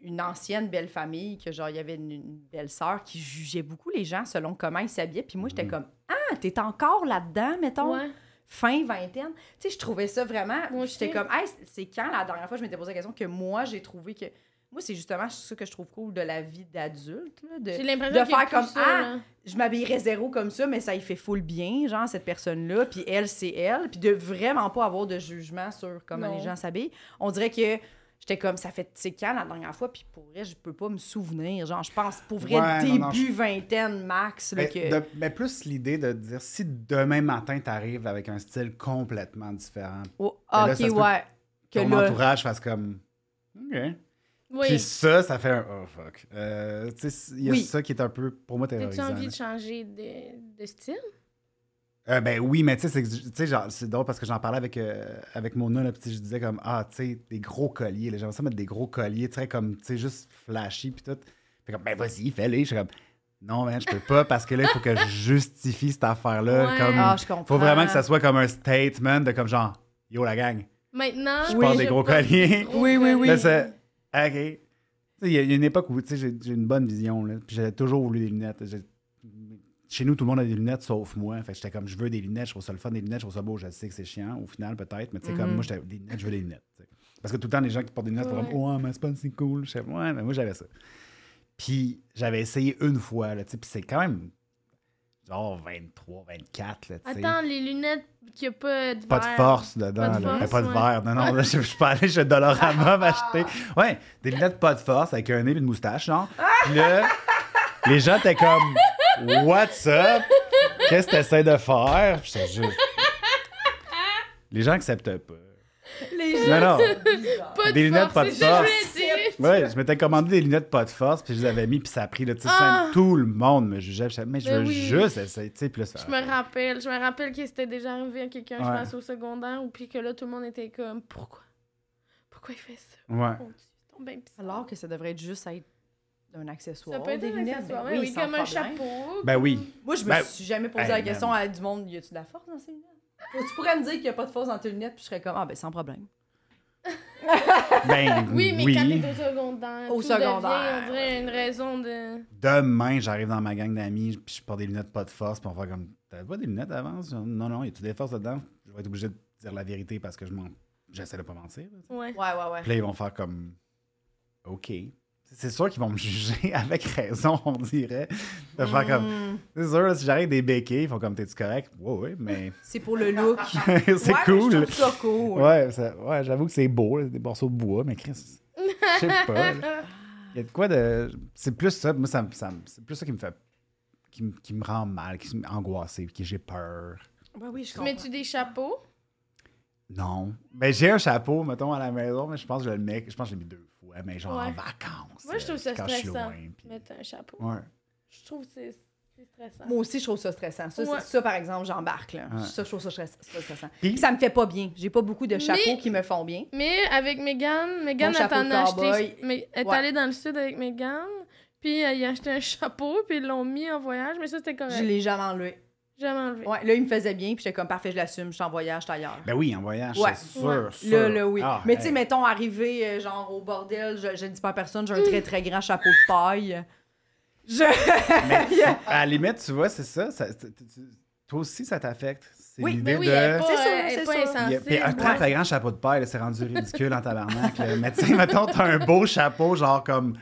une ancienne belle famille, que genre, il y avait une, belle sœur qui jugeait beaucoup les gens selon comment ils s'habillaient. Puis moi, j'étais Mhm. comme, ah, t'es encore là-dedans, mettons, Ouais. fin vingtaine. Tu sais, je trouvais ça vraiment. Moi J'étais aussi. comme, hey, c'est- c'est quand la dernière fois, je m'étais posé la question que moi, j'ai trouvé que. Moi, c'est justement ça que je trouve cool de la vie d'adulte. là, de- J'ai l'impression de qu'il y a faire plus comme, ça, ah! là. je m'habillerais zéro comme ça, mais ça y fait full bien, genre, cette personne-là, puis elle, c'est elle, puis de vraiment pas avoir de jugement sur comment Non. les gens s'habillent. On dirait que J'étais comme, ça fait, c'est quand la dernière fois? Puis pour vrai, je peux pas me souvenir. Genre, je pense, pour vrai, Ouais, non, début non, vingtaine max. là, Mais, que... de- mais plus l'idée de dire si demain matin t'arrives avec un style complètement différent, Oh, là, ok, ça se peut ouais. Que que ton là, entourage fasse comme OK. Puis Oui. ça, ça fait un oh fuck. Euh, tu sais, il y a Oui. ça qui est un peu pour moi T'as-tu terrorisant. envie là. de changer de, de style? Euh, ben oui, mais tu sais, c'est que- tu sais, genre, c'est drôle parce que j'en parlais avec, euh, avec Mona, là, puis tu sais, je disais comme, ah, tu sais, des gros colliers, les gens ça mettre des gros colliers, très comme, tu sais, juste flashy, puis tout. Fait comme, ben vas-y, fais-les. Je suis comme, non, man, je peux pas parce que là, il faut que je justifie cette affaire-là. Ouais. Comme, ah, je comprends. faut vraiment que ça soit comme un statement de comme genre, yo la gang, Maintenant, je porte des gros colliers. gros Oui, oui, oui. Là, c'est, ok. Tu sais, il y, a- il y a une époque où, tu sais, j'ai j'ai une bonne vision, là, puis j'avais toujours voulu des lunettes. J'ai- Chez nous, tout le monde a des lunettes sauf moi. Fait que j'étais comme, je veux des lunettes, je trouve ça le fun, des lunettes, je trouve ça beau, je sais que c'est chiant, au final, peut-être, mais tu sais, comme Mhm. moi, j'étais des lunettes, je veux des lunettes. tu sais. Parce que tout le temps, les gens qui portent des lunettes, sont comme, ouais, mais c'est pas si cool. Je sais, ouais, mais moi, j'avais ça. Puis j'avais essayé une fois, là, tu sais, puis c'est quand même genre 23, 24, là, tu sais. Attends, les lunettes qu'il n'y a pas de Pas de verre. force dedans. Pas Pas de de, là. Ben, force, pas de ouais. verre. Non, non, là, je, je suis pas allé chez Dolorama m'acheter. Ouais, des lunettes pas de force avec un nez et une moustache, genre. Ah! Puis là, les gens étaient comme What's up? Qu'est-ce que t'essaies de faire? Puis j'étais juste. Les gens acceptaient pas. Les Non, non. Pas de Des lunettes, force, pas de c'est ça que force. je voulais dire. Ouais, je m'étais commandé des lunettes pas de force, puis je les avais mis, puis ça a pris, là, tu sais, Ah! ça- tout le monde me jugeait. Puis j'étais, mais je Ben veux oui. juste essayer, tu sais, puis là, ça- Je me rappelle, je me rappelle que c'était déjà arrivé à quelqu'un, je Ouais. pense, au secondaire, ou puis que là, tout le monde était comme, pourquoi? Pourquoi il fait ça? Ouais. Mon Dieu, c'est donc bien bizarre. Alors que ça devrait être juste être un accessoire. ça peut être des un lunettes, accessoire, ben oui, sans comme un problème. chapeau. Ben oui. Moi, je me Ben, suis jamais posé hey, la man. question à du monde, y a-tu de la force dans ces lunettes? Tu pourrais me dire qu'il n'y a pas de force dans tes lunettes, puis je serais comme, ah ben sans problème. Ben Oui, mais oui. quand t'es au secondaire, Au tout secondaire, devient, on dirait, une raison de... demain, j'arrive dans ma gang d'amis, puis je porte des lunettes pas de force, puis on va faire comme T'avais pas des lunettes avant ça? Non, non, y a-tu des forces dedans Je vais être obligé de dire la vérité parce que je m'en. J'essaie de pas mentir. là. Ouais. Ouais, ouais, ouais. Puis là, ils vont faire comme OK. C'est sûr qu'ils vont me juger avec raison, on dirait. De faire comme. Mm, C'est sûr, là, si j'arrive avec des béquilles, ils font comme T'es-tu correct Ouais, ouais, mais c'est pour le look. c'est Ouais, mais Je cool. trouve ça cool. Ouais, ça- ouais j'avoue que c'est beau, là, des morceaux de bois, mais Chris, je sais pas. Il y a de quoi de. C'est plus ça, moi, ça, me- ça me- c'est plus ça qui me fait. qui, me- qui me rend mal, qui me angoissé, qui j'ai peur. Ouais, Ben oui, je Tu comprends. mets-tu des chapeaux? Non. Ben, j'ai un chapeau, mettons, à la maison, mais je pense que je le mets, je pense que je l'ai mis deux fois, mais genre en Ouais. vacances. Moi, je trouve euh, ça quand je suis stressant, loin, puis- mettre un chapeau. Ouais. Je trouve que c'est c'est stressant. Moi aussi, je trouve ça stressant. Ça, c'est- Ouais. ça, par exemple, j'embarque. Là. Ouais. Ça, je trouve ça stress- ça stressant. Puis- Ça me fait pas bien. J'ai pas beaucoup de chapeaux Mais- qui me font bien. Mais avec Megan, Megan Mon elle chapeau t'en de a cowboy. acheté. Mais elle est Ouais. allée dans le sud avec Megan, puis elle y a acheté un chapeau, puis ils l'ont mis en voyage, mais ça c'était Je correct. l'ai jamais enlevé. Jamais enlevé. Ouais, là, il me faisait bien, puis j'étais comme parfait, je l'assume, je suis en voyage, je suis ailleurs. Ben oui, en voyage, Ouais. c'est sûr, Ouais. sûr. Là, là, oui. Ah, mais tu sais, hey. mettons, arrivé euh, genre au bordel, je, je ne dis pas à personne, Mm. j'ai un très très grand chapeau de paille. Je... Mais tu- à la limite, tu vois, c'est ça. ça- tu- tu- toi aussi, ça t'affecte. C'est Oui, l'idée Mais oui, de. elle est C'est pas, sûr, elle est c'est pas sûr. Il y a- insensible. puis un très très grand chapeau de paille, là, c'est rendu ridicule en tabarnak. là. Mais tu sais, mettons, t'as un beau chapeau, genre comme,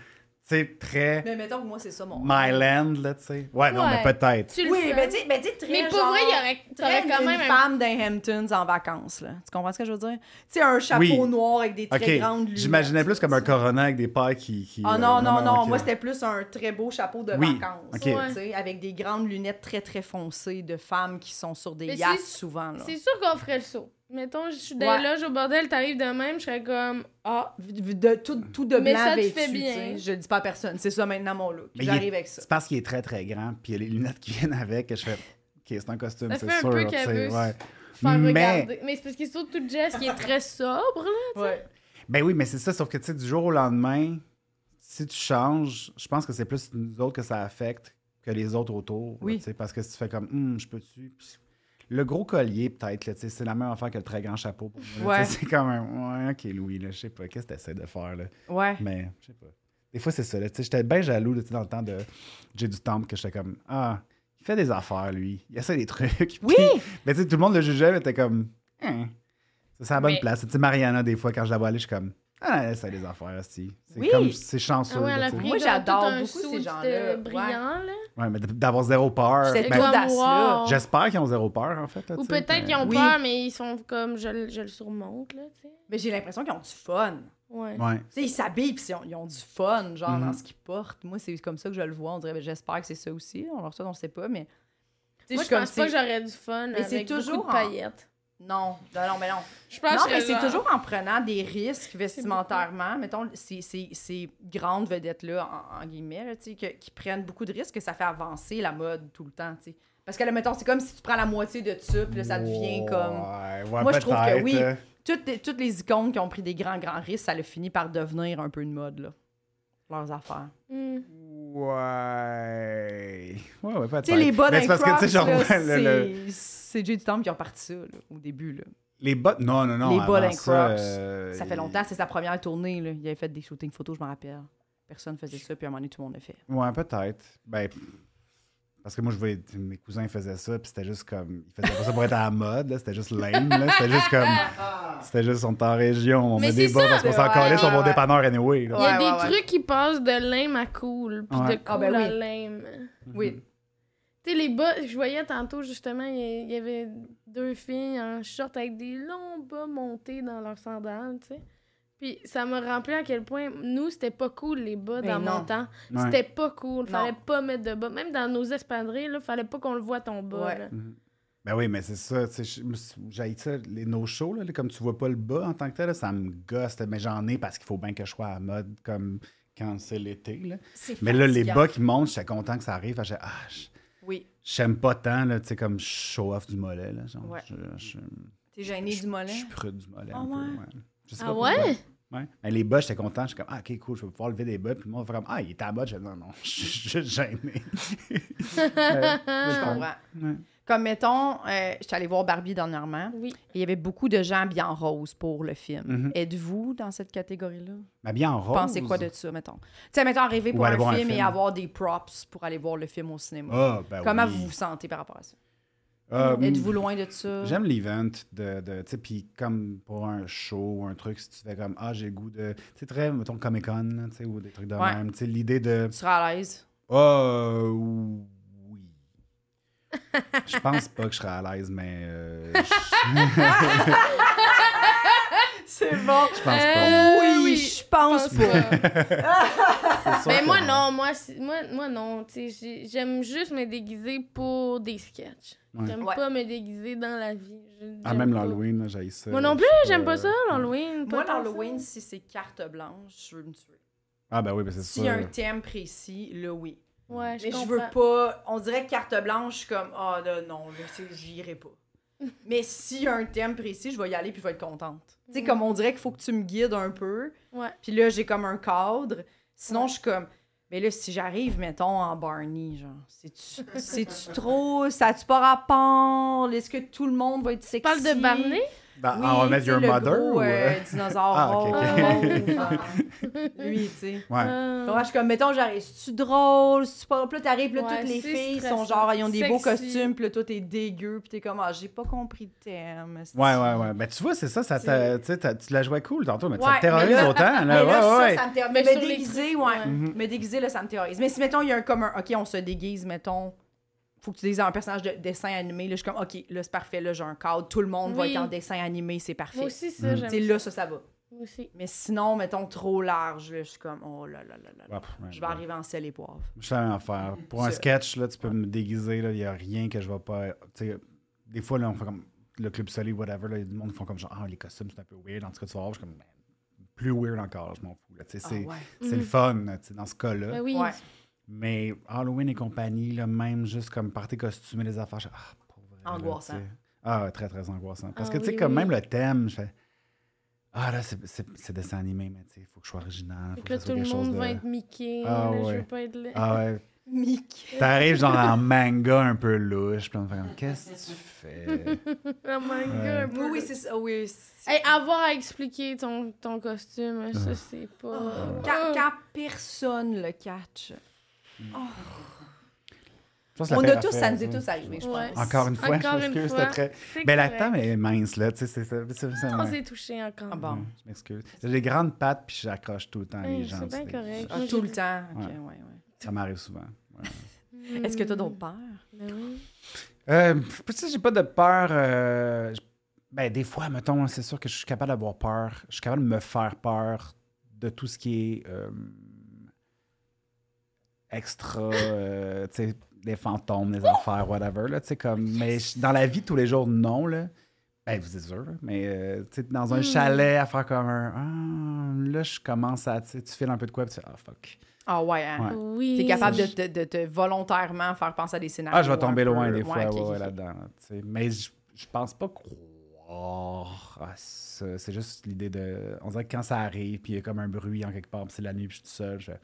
tu sais, très mais mettons que moi, c'est ça mon. Myland, là, tu sais. Ouais, non, Ouais. mais peut-être. Tu le Oui, sens. mais tu sais, ben, tu sais, très. Mais pour genre, vrai, il y aurait, Très t'aurais quand une même un- femme d'un Hamptons en vacances, là. Tu comprends ce que je veux dire? Tu sais, un chapeau Oui. noir avec des très Ok, grandes lunettes. j'imaginais plus comme un corona avec des pailles qui. qui, Ah euh, non, non, non. ok. Moi, c'était plus un très beau chapeau de Oui, vacances. ok. tu sais, Avec des grandes lunettes très, très foncées de femmes qui sont sur des Mais yachts c'est- souvent. Là. C'est sûr qu'on ferait le saut. Mettons, je suis dans Ouais. les loges au bordel, t'arrives de même, je serais comme Ah, V- de- tout, tout de blanc Mais ça te vêtu, fait tu bien. sais. Je le dis pas à personne. C'est ça maintenant mon look. Mais il est- J'arrive avec ça. C'est parce qu'il est très très grand, puis il y a les lunettes qui viennent avec, que je fais. Ok, c'est un costume, Ça c'est fait un sûr. peu tu qu'elle sais, veut ouais. faire Mais- regarder. Mais c'est parce qu'il saute tout Jess qui est très sobre, là. Ouais. Ben oui, mais c'est ça, sauf que tu sais, du jour au lendemain, si tu changes, je pense que c'est plus nous autres que ça affecte que les autres autour. là, Oui. tu sais, parce que si tu fais comme, Hum, je peux-tu. Puis Le gros collier, peut-être, là, tu sais, c'est la même affaire que le très grand chapeau. pour moi, là, Ouais. tu sais, C'est comme un. Ouais, ok, Louis, là, je sais pas, qu'est-ce que t'essaies de faire, là? Ouais. Mais, je sais pas. Des fois, c'est ça, là. Tu sais, j'étais bien jaloux, là, tu sais, dans le temps de J'ai du Temple, que j'étais comme, ah, il fait des affaires, lui. Il essaie des trucs. Oui! Puis, mais tu sais, tout le monde le jugeait, mais t'es comme, hein. Ça, C'est à la bonne Mais- place. Tu sais, Mariana, des fois, quand je la vois aller, je suis comme, ah, elle essaie des affaires, aussi. C'est Oui. comme, c'est chanceux. Ah ouais, là, elle a tu sais. pris Moi, comme j'adore tout un beaucoup ces suit de gens-là. brillant, là. Ouais, mais d- d'avoir zéro peur. Cette ben, comme, audace-là. wow. J'espère qu'ils ont zéro peur, en fait. là, Ou tu sais, peut-être mais- qu'ils ont Oui. peur, mais ils sont comme je, le- je le surmonte, là, tu sais. Mais j'ai l'impression qu'ils ont du fun. Ouais. Ouais. Tu sais, ils s'habillent puis ils ont- ils ont du fun, genre, Mhm. dans ce qu'ils portent. Moi, c'est comme ça que je le vois. On dirait, ben, j'espère que c'est ça aussi. On leur souhaite, on sait pas, mais. Tu sais, Moi, suis je comme pense si- pas que j'aurais du fun Mais c'est avec toujours beaucoup de en- paillettes. Non, non, non, mais non. Je pense non, que mais je c'est serais- toujours en prenant des risques vestimentairement, mettons, ces, ces, ces grandes vedettes-là, en, en guillemets, là, tu sais, que- qui prennent beaucoup de risques, que ça fait avancer la mode tout le temps, tu sais. Parce que, là, mettons, c'est comme si tu prends la moitié de ça, puis là, ça devient comme... Ouais, ouais, Moi, je trouve que peut-être, oui. euh, Toutes les, toutes les icônes qui ont pris des grands, grands risques, ça le finit par devenir un peu une mode, là. Leurs affaires. Hmm. Ouais. Ouais, ouais, peut-être. Tu sais, les bottes Ben, Mais d'un c'est parce que, tu sais, genre, Crocs, là, le- le- c'est- c'est Jay du Temple qui a reparti ça, là, au début, là. Les bottes, non, non, non. Les avant bottes d'un ça, Crocs, euh, Ça fait longtemps, c'est sa première tournée, là. Il avait fait des shootings photos, je m'en rappelle. Personne faisait ça, puis à un moment donné, tout le monde l'a fait. Ouais, peut-être. Ben, parce que moi, je voyais mes cousins faisaient ça, puis c'était juste comme. Ils faisaient pas ça pour être à la mode, là, c'était juste lame, là, c'était juste comme. C'était juste, on est en région, on Mais met des c'est bottes ça. parce qu'on s'en Ouais, calait sur ouais, mon ouais. dépanneur anyway. Là. Il y a Ouais, des ouais, ouais. trucs qui passent de lame à cool, puis Ouais. de cool Ah, ben à oui. lame. Mhm. Oui, Tu sais, les bas, je voyais tantôt justement, il y- il y avait deux filles en short avec des longs bas montés dans leurs sandales, tu sais. Puis ça me rappelé à quel point nous, c'était pas cool les bas Ben dans non. mon temps. Ouais. C'était pas cool, Non. fallait pas mettre de bas. Même dans nos espadrilles, là, fallait pas qu'on le voit ton bas. Ouais. là. Ben oui, mais c'est ça. tu sais, je- moi, c'est- J'haïs ça, les no-shows, là, là, comme tu vois pas le bas en tant que tel, là, ça me gosse, là, mais j'en ai parce qu'il faut bien que je sois à la mode comme quand c'est l'été. là. Mais là, les bas qui montent, j'étais content que ça arrive. parce que j'ai- ah, je- Oui, j'aime pas tant, là, tu sais, comme show-off du mollet. Là, genre, Ouais. je, je- t'es gêné je- du mollet. Je suis prude du mollet. un Ah peu, ouais? ouais. Je sais Ah pas pourquoi. ouais? Ouais. Mais les bas, j'étais content. J'étais comme, ah, ok, cool, je vais pouvoir lever des bas. Puis le monde fait comme, ah, il était à la mode. J'étais non, non, je suis juste gêné. Euh, Je comprends. Ouais. Comme mettons, euh, j'étais allée voir Barbie dernièrement, Oui. et il y avait beaucoup de gens bien en rose pour le film. Mhm. Êtes-vous dans cette catégorie-là? Mais bien en rose. Pensez quoi de ça, mettons? Tu sais, mettons, arriver Ou pour aller un voir un film, et film. avoir des props pour aller voir le film au cinéma. Ah, ben Comment oui. vous vous sentez par rapport à ça? Ah, Êtes-vous loin de ça? J'aime l'event de, de tu sais, puis comme pour un show ou un truc, si tu fais comme, ah, j'ai le goût de, tu sais, très, mettons, Comic-Con, là, tu sais, ou des trucs de Ouais. même, tu sais, l'idée de, Tu seras à l'aise? ah, oui. Je pense pas que je serais à l'aise, mais euh, je C'est bon! je pense Euh, pas. oui, oui, je pense Pense pas. pas. C'est sûr Ben que moi non, moi, c'est- moi, moi non, tu sais, j'ai- j'aime juste me déguiser pour des sketchs. Ouais. J'aime Ouais. pas me déguiser dans la vie. Je- Ah, j'aime même pas. l'Halloween, là, j'haïs ça. Moi non plus, Je- euh, j'aime pas ça, l'Halloween. Moi, pas tant ça. l'Halloween, si c'est carte blanche, je veux me tuer. Ah, ben oui, ben c'est S'il y a ça. un thème précis, là, oui. Ouais, je Mais je comprends. veux pas. On dirait que carte blanche, je suis comme ah là non, là c'est- j'y irai pas. Mais s'il y a un thème précis, je vais y aller puis je vais être contente. Tu sais Mm. comme on dirait qu'il faut que tu me guides un peu. Ouais. Puis là j'ai comme un cadre. Sinon Ouais. je suis comme mais là si j'arrive mettons en Barney genre, c'est tu c'est tu trop, ça tu pas rapport, est-ce que tout le monde va être Tu sexy parles de Barney? Ben, Oui, on va mettre tu sais, Your le Mother gros, ou. euh, euh, dinosaure Ah, ok, rose, euh, Lui, tu sais. Ouais. Euh, Ouais, je suis comme, mettons, j'arrive, c'est-tu drôle? C'est-tu pas... Puis là, t'arrives, puis là, Ouais, toutes les c'est filles stressant. sont genre, ils ont des beaux Sexy. costumes, puis là, toi, t'es dégueu, puis t'es comme, ah, j'ai pas compris le thème. c'est-tu. Ouais, ouais, ouais. Ben, tu vois, c'est ça, ça t'a- tu sais, t'as- tu la jouais cool tantôt, mais Ouais, ça mais te terrorise là- autant. Mais là, Là, ouais, ça, ouais. ça me terrorise. Mais Mais, me sur les déguiser, trucs, ouais. ouais. Mhm. Me déguiser, là, ça me terrorise. Mais si, mettons, il y a un commun, OK, on se déguise, mettons, faut que tu déguises en personnage de dessin animé, là, je suis comme, OK, là, c'est parfait, là, j'ai un cadre, tout le monde va Oui. être en dessin animé, c'est Moi parfait. aussi, ça, Mm. Tu sais, j'aime là, ça. ça, ça va. Moi aussi. Mais sinon, mettons, trop large, là, je suis comme, oh là là là là. là. Ah, pff, ouais, Je vais ouais. arriver en sel et poivre. Je sais la même affaire. Pour un Ça- sketch, là, tu peux me déguiser, il n'y a rien que je vais pas. tu sais, des fois, là, on fait comme le club solide, whatever, là, du monde font comme genre, ah, les costumes, c'est un peu weird. En tout cas, tu vas voir, je suis comme, Ben, plus weird encore, je m'en fous. là. Tu sais, Ah, c'est ouais. c'est le Mhm. fun, là, tu sais, dans ce cas-là. Ben oui. Ouais. Mais Halloween et compagnie, là, même juste comme partir costumé les affaires, je- ah, pour vrai, là, Angoissant. tu sais. ah, ouais, très, très angoissant. Parce Ah que, tu sais, oui, comme oui. même le thème, je fais, ah, là, c'est- c'est c'est dessin animé, mais tu sais, il faut que je sois original. Fait faut que là, ça soit tout le quelque chose monde de- va être Mickey. Ah, là, Je ouais. veux pas être là. Ah, ouais. Mickey. T'arrives genre en manga un peu louche, puis on fait comme qu'est-ce que tu fais? Oh my Ouais. god. Oui, oui, c'est ça. Oui, c'est- Hey, avoir à expliquer ton, ton costume, Ah. ça, c'est pas. Quand, quand personne le catch. Je pense que la On a paire tous, fait, ça nous est ça. tous arrivé, je Ouais. pense. Encore une fois, Encore je une m'excuse, fois. c'était très. Oh, C'est Ben la correct. table est mince, là, tu sais, c'est ça. c'est- c'est- On ouais. s'est touché encore. Ah bon. Ouais, je m'excuse. J'ai des grandes pattes, puis j'accroche tout le temps Hey, les gens. c'est bien tu sais. correct. Ah, tout le temps. ok, Ouais. ouais, ouais. Ça m'arrive souvent. ouais. Mm. Est-ce que t'as d'autres peurs? Ben oui. Euh, tu sais, j'ai pas de peur. euh, Ben, des fois, mettons, c'est sûr que je suis capable d'avoir peur. Je suis capable de me faire peur de tout ce qui est euh, extra, euh, tu sais, des fantômes, des affaires, whatever, là, tu sais, comme... Mais je- dans la vie, tous les jours, non, là. Ben, vous êtes sûr, là, mais, euh, tu sais, dans un chalet, à faire comme un... Ah, là, je commence à, tu sais, tu files un peu de quoi, puis tu fais, ah, fuck. Ah ouais, hein? Ouais. Oui. T'es capable de te, de te volontairement faire penser à des scénarios. Ah, je vais tomber un peu- loin des fois, ok, ouais, ok, ouais, ok. là-dedans. là, tu sais. Mais je je pense pas croire à ça. C'est juste l'idée de. On dirait que quand ça arrive, puis il y a comme un bruit en quelque part, puis c'est la nuit, puis je suis tout seul. Je... Puis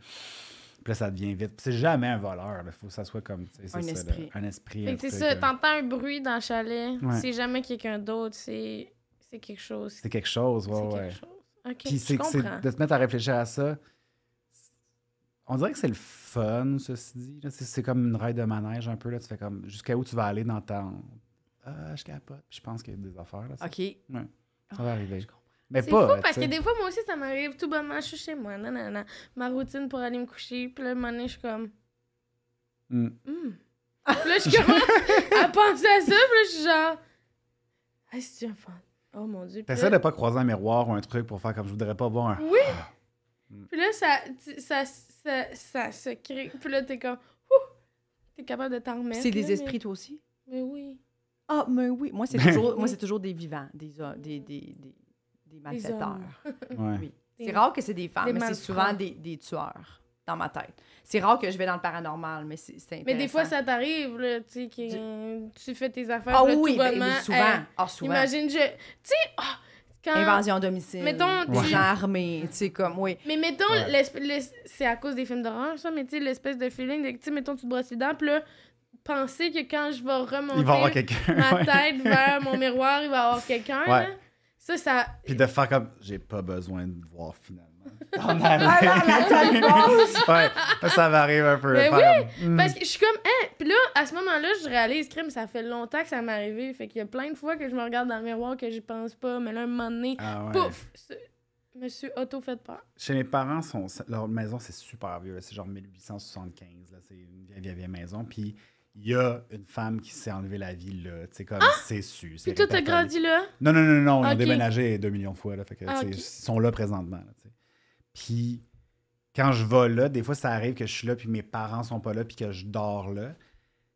là, ça devient vite. Puis c'est jamais un voleur. Il faut que ça soit comme. tu sais, c'est Un ça, là, esprit. un esprit. Fait un que c'est truc, ça, euh, t'entends un bruit dans le chalet. Ouais. C'est jamais quelqu'un d'autre, c'est c'est quelque chose. C'est quelque chose, ouais, C'est quelque ouais. chose. Ok, Puis je c'est que c'est comprends. de se mettre à réfléchir à ça. On dirait que c'est le fun, ceci dit. là. C'est- C'est comme une rail de manège un peu. Là. Tu fais comme jusqu'à où tu vas aller dans ton. Ah, je capote. Puis je pense qu'il y a des affaires. Là, ça. Ok. Ça va arriver. Mais C'est pas. fou parce tu sais. que des fois, moi aussi, ça m'arrive tout bonnement. Je suis chez moi, nanana. Ma routine pour aller me coucher. Puis là, un moment donné, je suis comme. Mm. Hmm. Puis là, je commence à penser à ça. Puis là, je suis genre. Ah, c'est un fan. Oh mon dieu. Puis T'essaies de là- pas croiser un miroir ou un truc pour faire comme je voudrais pas Hmm. voir un. Oui. Puis là, ça, tu- ça, ça, ça se crée. Puis là, t'es comme. Ouh! T'es capable de t'en remettre. C'est là, des mais- esprits, toi aussi? Mais, oui. Ah, mais oui. Moi, c'est toujours, moi, c'est toujours des vivants, des, hom- des, des, des, des malfaiteurs. hommes. Ouais. Oui. Des- C'est rare que c'est des femmes, des mais c'est malfrats. souvent des, des tueurs dans ma tête. C'est rare que je vais dans le paranormal, mais c'est c'est Mais des fois, intéressant. ça t'arrive, là, tu sais, que tu fais tes affaires. Ah là, oui, tout ben, bonnement, mais souvent. hey, ah, souvent. imagine, je. Tu sais, ah, quand. Invasion à domicile. Mettons, des tu- gens armés, tu sais, comme, oui. Mais mettons, Ouais. l'esp- l'es- c'est à cause des films d'horreur, ça, mais tu sais, l'espèce de feeling de, tu sais, mettons, tu te brosses les dents, puis là, penser que quand je vais remonter Il va y avoir quelqu'un. ma ouais. tête vers mon miroir, il va y avoir quelqu'un, Ouais. là. Ça, ça. Puis de faire comme j'ai pas besoin de voir finalement. Ah, T'en allais. ouais, ça, ça m'arrive un peu. Mais Faire comme, hmm. Parce que je suis comme, hein! Puis là, à ce moment-là, je réalise, crime, ça fait longtemps que ça m'est arrivé. Fait qu'il y a plein de fois que je me regarde dans le miroir que j'y pense pas, mais là, un moment donné, Ah ouais. pouf! ce- Je me suis auto-fait peur. Chez mes parents, son- leur maison, c'est super vieux. là. C'est genre 1875. là. C'est une vieille, vieille, vieille maison. Puis il y a une femme qui s'est enlevée la vie là. Tu sais, comme c'est su. c'est Ah! Puis toi, t'as répertorié. grandi là? Non, non, non, non, on Ok. a déménagé deux millions de fois. Là, fait que, Ah, tu sais, ok. Ils sont là présentement. là, tu sais. puis, quand je vais là, des fois, ça arrive que je suis là, puis mes parents sont pas là, puis que je dors là.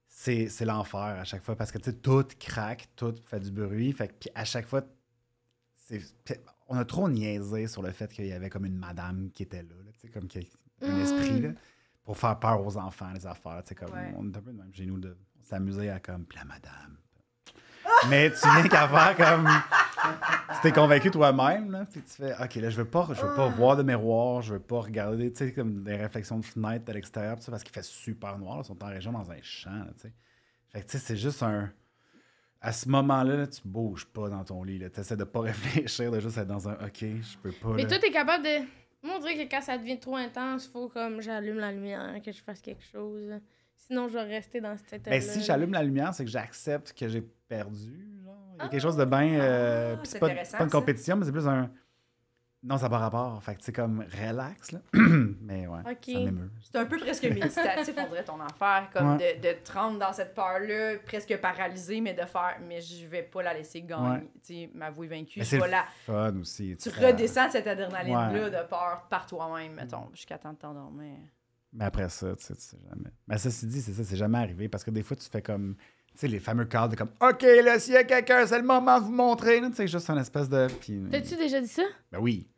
C'est c'est l'enfer à chaque fois parce que tu sais, tout craque, tout fait du bruit. Fait que, puis à chaque fois, c'est- puis on a trop niaisé sur le fait qu'il y avait comme une madame qui était là, là, tu sais, comme qu'il y a un Mm. esprit, là, pour faire peur aux enfants, les affaires. tu sais, Comme, Ouais. On est un peu de même chez nous, de s'amuser à comme, puis la madame. Mais tu viens qu'à faire comme. Tu t'es convaincu toi-même, là. Puis tu fais, OK, là, je veux pas, je veux pas Ah. voir de miroir, je veux pas regarder, tu sais, comme des réflexions de fenêtre à l'extérieur, tout ça, parce qu'il fait super noir, là. Ils sont en région dans un champ, là, tu sais. Fait que, tu sais, c'est juste un. À ce moment-là, là, tu bouges pas dans ton lit, là. Tu essaies de pas réfléchir, de juste être dans un OK, je peux pas. Mais là. toi, t'es capable de. Moi, on dirait que quand ça devient trop intense, faut comme j'allume la lumière, que je fasse quelque chose. Sinon, je vais rester dans cet état-là. Ben, si j'allume la lumière, c'est que j'accepte que j'ai perdu. Genre. Il y a quelque chose de bien. euh, Ah, puis c'est c'est pas, intéressant, pas une ça. compétition, mais c'est plus un. Non, ça n'a pas rapport. Fait que c'est comme relax. Là. mais ouais, Ok. ça m'émeut. C'est un peu presque méditatif, on dirait, ton affaire, comme Ouais. de, de te rendre dans cette peur-là, presque paralysée, mais de faire, mais je vais pas la laisser gagner, Ouais. tu sais, m'avouer vaincue, Mais je c'est vais la... fun aussi. Tu ça- redescends cette adrénaline-là Ouais. de peur par toi-même, mettons, jusqu'à temps de t'endormir. Mais après ça, tu sais, tu sais jamais. Mais ceci dit, c'est ça, c'est jamais arrivé parce que des fois, tu fais comme. Tu sais, les fameux cadres de comme OK, là, s'il y a quelqu'un, c'est le moment de vous montrer. là. Tu sais, juste un espèce de. Puis, T'as-tu déjà dit ça? Ben oui.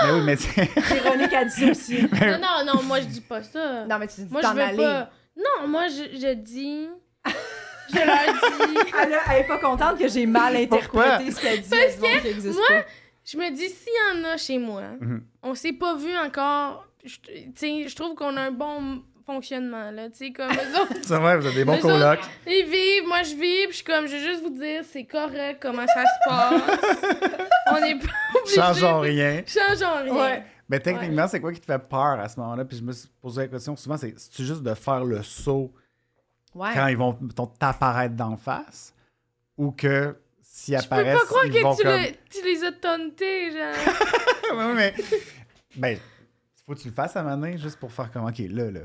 ben oui, mais tu sais. Véronique a dit ça aussi. non, non, non, moi, je dis pas ça. Non, mais tu dis moi, je t'en veux aller. pas. Non, moi, je, je dis. je leur dis. Elle, a- elle est pas contente que j'ai mal interprété Pourquoi? ce qu'elle dit. elle dit bon, qu'il existe moi, pas. Je me dis, s'il y en a chez moi, Mhm. on s'est pas vu encore. Je- Tu sais, je trouve qu'on a un bon fonctionnement, là. Tu sais, comme eux autres, C'est vrai, vous avez des bons Eux autres- colocs. Ils vivent, moi je vis, puis je suis comme, je vais juste vous dire, c'est correct comment ça se passe. On n'est pas obligé. Changeons rien. Changeons rien. Ouais. Mais techniquement, c'est quoi qui te fait peur à ce moment-là? Puis je me suis posé la question souvent, c'est c'est-tu juste de faire le saut Ouais. quand ils vont mettons, t'apparaître d'en face? Ou que s'ils Je peux apparaissent, pas croire ils que vont tu, comme... le- tu les as tauntés, genre. Ouais, ouais, mais... ben, faut que tu le fasses à un moment donné, juste pour faire comme, OK, là, là,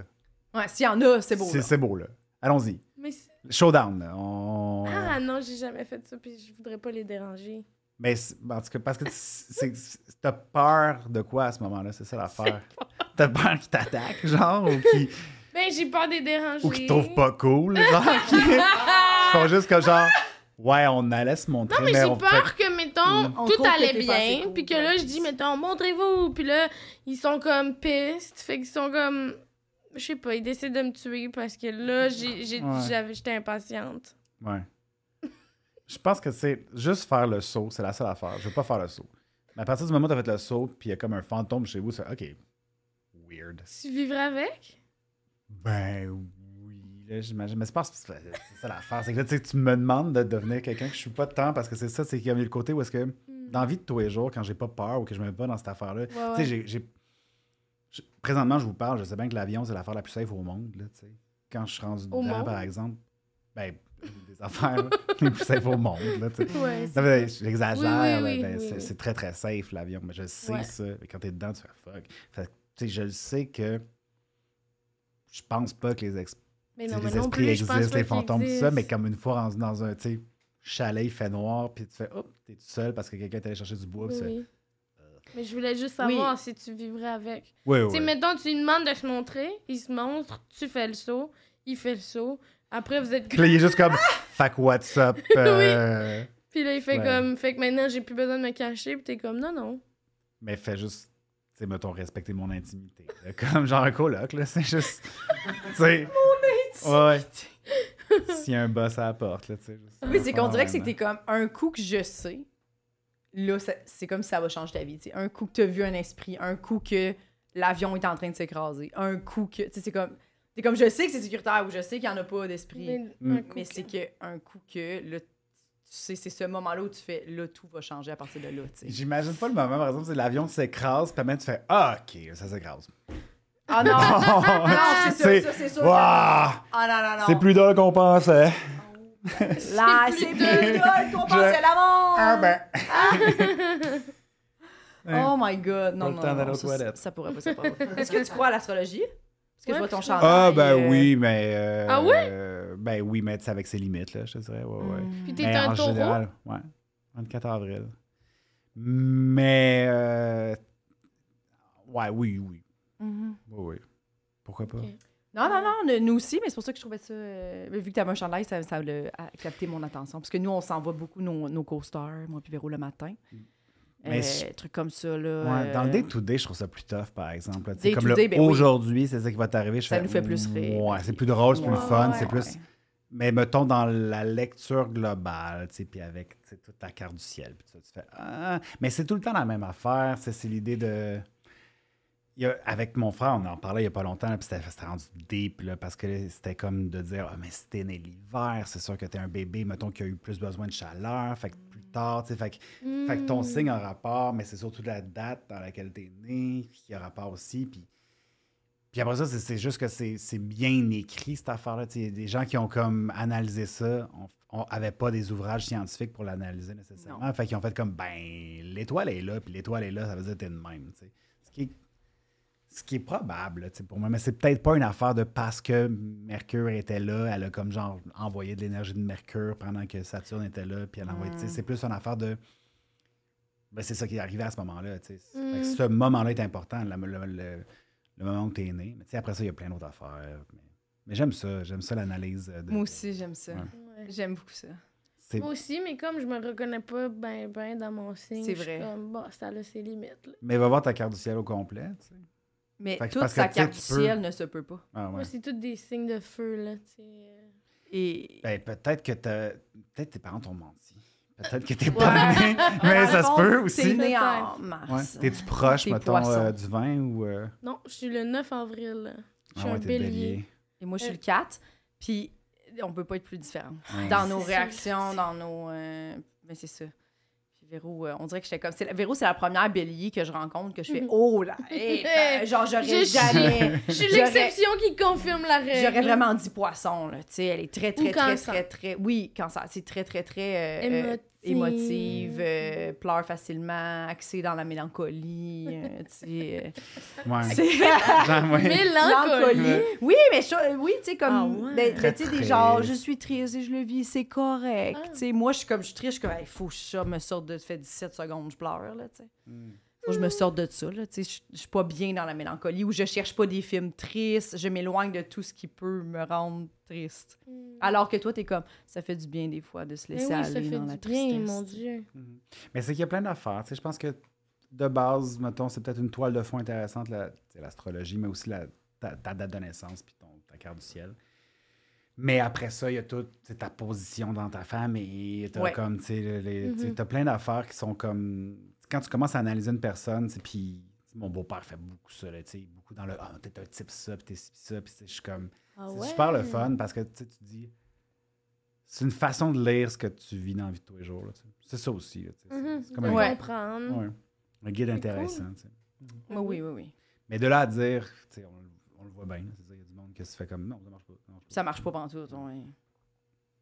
Ouais, s'il y en a, c'est beau. c'est là. c'est beau, là. Allons-y. Mais c'est- Showdown, là. On... ah non, j'ai jamais fait ça, puis je voudrais pas les déranger. Mais c'est- en tout cas, parce que c'est- c'est- t'as peur de quoi à ce moment-là? C'est ça l'affaire. T'as peur qu'ils t'attaquent, genre, ou qu'ils Ben, j'ai peur des dérangés. ou qu'ils te trouvent pas cool, genre, qui font juste que genre, ouais, on allait se montrer, Non, mais, on j'ai fait- peur que, mettons, On tout trouve que allait t'es pas assez bien, cool, puis que ouais. là, je dis, mettons, montrez-vous, puis là, ils sont comme pistes, fait qu'ils sont comme, je sais pas, ils décident de me tuer parce que là, j'ai- j'ai- Ouais. j'avais- j'étais impatiente. Ouais. Je pense que c'est juste faire le saut, c'est la seule affaire. Je veux pas faire le saut. Mais à partir du moment où t'as fait le saut, puis il y a comme un fantôme chez vous, c'est OK. Weird. Tu vivrais avec? Ben oui, là, j'imagine. Mais c'est pas c'est pas- c'est ça l'affaire. C'est que là, tu sais, tu me demandes de devenir quelqu'un que je suis pas tant parce que c'est ça, c'est qu'il y a eu le côté où est-ce que dans la vie de tous les jours, quand j'ai pas peur ou que je me mets pas dans cette affaire-là, Hmm. Ouais, ouais. tu sais, j'ai- j'ai- je- Présentement, je vous parle, je sais bien que l'avion, c'est l'affaire la plus safe au monde, là, tu sais. Quand je suis rendu Au dedans, monde? par exemple, ben, des affaires là, les plus safe au monde, là, tu sais. Ouais, c'est Non, mais J'exagère, Oui, oui, là, oui, ben, oui, c'est oui. c'est très très safe l'avion, mais je sais Ouais. ça. Mais quand t'es dedans, tu fais fuck. Fait que, tu sais, je le sais que je pense pas que les, ex- Mais tu non, sais, mais les non esprits plus, je pense existent, pas les qu'ils fantômes, tout ça, existent. mais comme une fois rendu dans un tu sais, chalet, il fait noir, puis tu fais hop, t'es tout seul parce que quelqu'un est allé chercher du bois. puis Oui, tu fais, oui. Mais je voulais juste Oui. savoir si tu vivrais avec. Ouais, Tu sais, ouais. mettons, tu lui demandes de se montrer, il se montre, tu fais le saut, il fait le saut. Après, vous êtes Puis là, il est juste comme fuck, what's up? euh, Puis là, il fait Ouais. comme. Fait que maintenant, j'ai plus besoin de me cacher. Puis t'es comme, non, non. Mais fais juste, tu sais, mettons, respecter mon intimité. là. Comme genre un coloc, là, c'est juste. Tu sais. Mon intimité! Ouais. S'il y a un boss à la porte, là, tu sais. juste- Oui, c'est qu'on dirait que Vraiment. c'était comme un coup que je sais, là, ça- c'est comme si ça va changer ta vie. tu sais. Un coup que t'as vu un esprit, un coup que l'avion est en train de s'écraser, un coup que. Tu sais, c'est comme. C'est comme je sais que c'est sécuritaire ou je sais qu'il n'y en a pas d'esprit. Mais, Mais, Mm. un coup c'est que- que un coup que, là, tu sais, c'est ce moment-là où tu fais, là, tout va changer à partir de là, tu sais. J'imagine pas le moment, par exemple, c'est l'avion s'écrase, puis maintenant tu fais Ah, ok, ça s'écrase. Ah non! non, c'est C'est- sûr, ça, c'est sûr. que- Waouh! Ah non, non, non. C'est plus drôle qu'on pensait. Là, c'est c'est plus plus drôle qu'on pensait l'amour! Ah, ben. Oh my god, non, Pas non, le temps non, d'aller non, aux ça, ça- toilettes. ça pourrait pas, ça pourrait pas. Est-ce que tu crois à l'astrologie? Parce que Ouais, je vois ton parce que- chandail. Ah, ben euh, oui, mais. euh, Ah Ben oui, mais c'est avec ses limites, là, je te dirais. Ouais, ouais. Puis mm. t'es Mais un en taureau. général, ouais. 24 avril. Mais. euh, ouais, oui, oui. Mhm. Oui, oui. Pourquoi pas? Ok. Non, non, non, ne- nous aussi, mais c'est pour ça que je trouvais ça. euh, vu que t'avais un chandail, ça, ça a a capté mon attention. Parce que nous, on s'envoie beaucoup nos, nos co-stars, moi puis Véro le matin. Mais Euh, je- Trucs comme ça, là. Ouais, dans le euh, day-to-day, je trouve ça plus tough, par exemple. là. Tu sais, Day to comme le day, ben oui. aujourd'hui, c'est ça qui va t'arriver. je Ça fais, Mm, nous fait plus rire. Ouais, c'est plus drôle, c'est plus le Ouais, fun, ouais, c'est plus. ouais. Mais mettons dans la lecture globale, tu sais, puis avec tu sais, toute la carte du ciel, puis tout ça, tu fais ah. Mais c'est tout le temps la même affaire. C'est c'est l'idée de. Il y a- avec mon frère, on en parlait il n'y a pas longtemps, là, puis c'était c'était rendu deep, là, parce que là, c'était comme de dire Ah, mais si t'es né l'hiver, c'est sûr que t'es un bébé, mettons, qui a eu plus besoin de chaleur, fait que plus tard, tu sais, fait que fait que ton signe a rapport, mais c'est surtout la date dans laquelle t'es né qui a rapport aussi. Puis, puis après ça, c'est- c'est juste que c'est c'est bien écrit, cette affaire-là. Tu sais, Il y a des gens qui ont comme analysé ça. On n'avait pas des ouvrages scientifiques pour l'analyser nécessairement. Fait qu'ils ont fait comme, ben, l'étoile est là, puis l'étoile est là, ça veut dire que t'es de même. tu sais. Ce qui est, ce qui est probable là, tu sais, pour moi, mais c'est peut-être pas une affaire de parce que Mercure était là, elle a comme genre envoyé de l'énergie de Mercure pendant que Saturne était là, puis elle a envoyé. tu sais, C'est plus une affaire de. Ben, c'est ça qui est arrivé à ce moment-là. tu sais. Fait que Ce moment-là est important, la- le, le- le moment où tu es né. Mais tu sais, après ça, il y a plein d'autres affaires. Mais, mais j'aime ça, j'aime ça l'analyse. euh, de- Moi aussi, j'aime ça. Ouais. Ouais. J'aime beaucoup ça. C'est- Moi aussi, mais comme je me reconnais pas ben ben dans mon signe, C'est je suis vrai. comme, bah, ça a ses limites. là. Mais va voir ta carte du ciel au complet. tu sais. Mais Fait que toute parce que, sa tu sais, carte du tu peux- ciel ne se peut pas. Ah, ouais. Moi, c'est tous des signes de feu, là, tu sais. euh. Et. Ben, peut-être que t'as- peut-être tes parents t'ont menti. Peut-être que t'es pas né, mais Dans ça le se fond, peut T'es aussi. né en mars. Ah, Ouais. T'es-tu proche, T'es mettons, poisson. euh, du vin ou. euh, Non, je suis le 9 avril. là. Je suis ah ouais, un t'es bélier. Et moi, je suis Euh. le 4. Puis, on peut pas être plus différents. Ouais. Dans nos C'est ça, réactions, c'est- dans nos. euh, Mais c'est ça. Puis Véro, euh, on dirait que j'étais comme. c'est la- Véro, c'est la première bélier que je rencontre que je fais Oh là! hey, ben, genre, j'aurais Je- jamais. Je suis J'aurais- l'exception qui confirme la règle. J'aurais vraiment dit poisson, là. Tu sais, elle est très, très, très, cancer. très, très. Oui, cancer. C'est très, très, très. euh, euh, Émotif. émotive, euh, pleure facilement, axée dans la mélancolie. euh, tu sais, euh, Ouais. c'est- Genre, ouais. Mélancolie. Mélancolie. Oui, mais je- oui, tu sais, comme. Ah ouais. ben, Très ben, tu sais, des triste. genres, je suis triste et je le vis, c'est correct. Ah. Tu sais, moi, je suis comme, je suis triste, je suis comme, il faut que ça me sorte de. Ça fait 17 secondes, je pleure, là, tu sais. Mm, Faut que je me sorte de ça, là. Tu sais, je- je suis pas bien dans la mélancolie ou je cherche pas des films tristes, je m'éloigne de tout ce qui peut me rendre triste. Alors que toi, t'es comme, ça fait du bien des fois de se Mm. Mais oui, ça laisser fait aller dans la du tristesse. bien, mon Dieu. mm. Mais c'est qu'il y a plein d'affaires. Tu sais, je pense que de base, mettons, c'est peut-être une toile de fond intéressante, la- tu sais, l'astrologie, mais aussi la, ta, ta date de naissance puis ton, ta carte du ciel. Mais après ça, il y a tout, tu sais, ta position dans ta famille, t'as Ouais. comme, tu sais, les- tu sais, Mhm. t'as plein d'affaires qui sont comme... Quand tu commences à analyser une personne, tu sais, puis mon beau-père fait beaucoup ça, là, tu sais, beaucoup dans le « Ah, t'es un type ça, puis t'es ci, puis ça », puis c'est- je suis comme... Ah C'est ouais. super le fun parce que tu sais, tu dis. C'est une façon de lire ce que tu vis dans la vie de tous les jours. là, tu sais. C'est ça aussi. là, tu sais. C'est- Mhm. C'est comme De un, Ouais. comprendre. ouais, un guide cool. intéressant. tu sais. Oui, oui, oui, oui. Mais de là à dire, tu sais, on, on le voit bien. là, c'est-à-dire, Il y a du monde qui se fait comme non, ça marche pas. ça marche pas. Ça marche pas pantoute, ouais.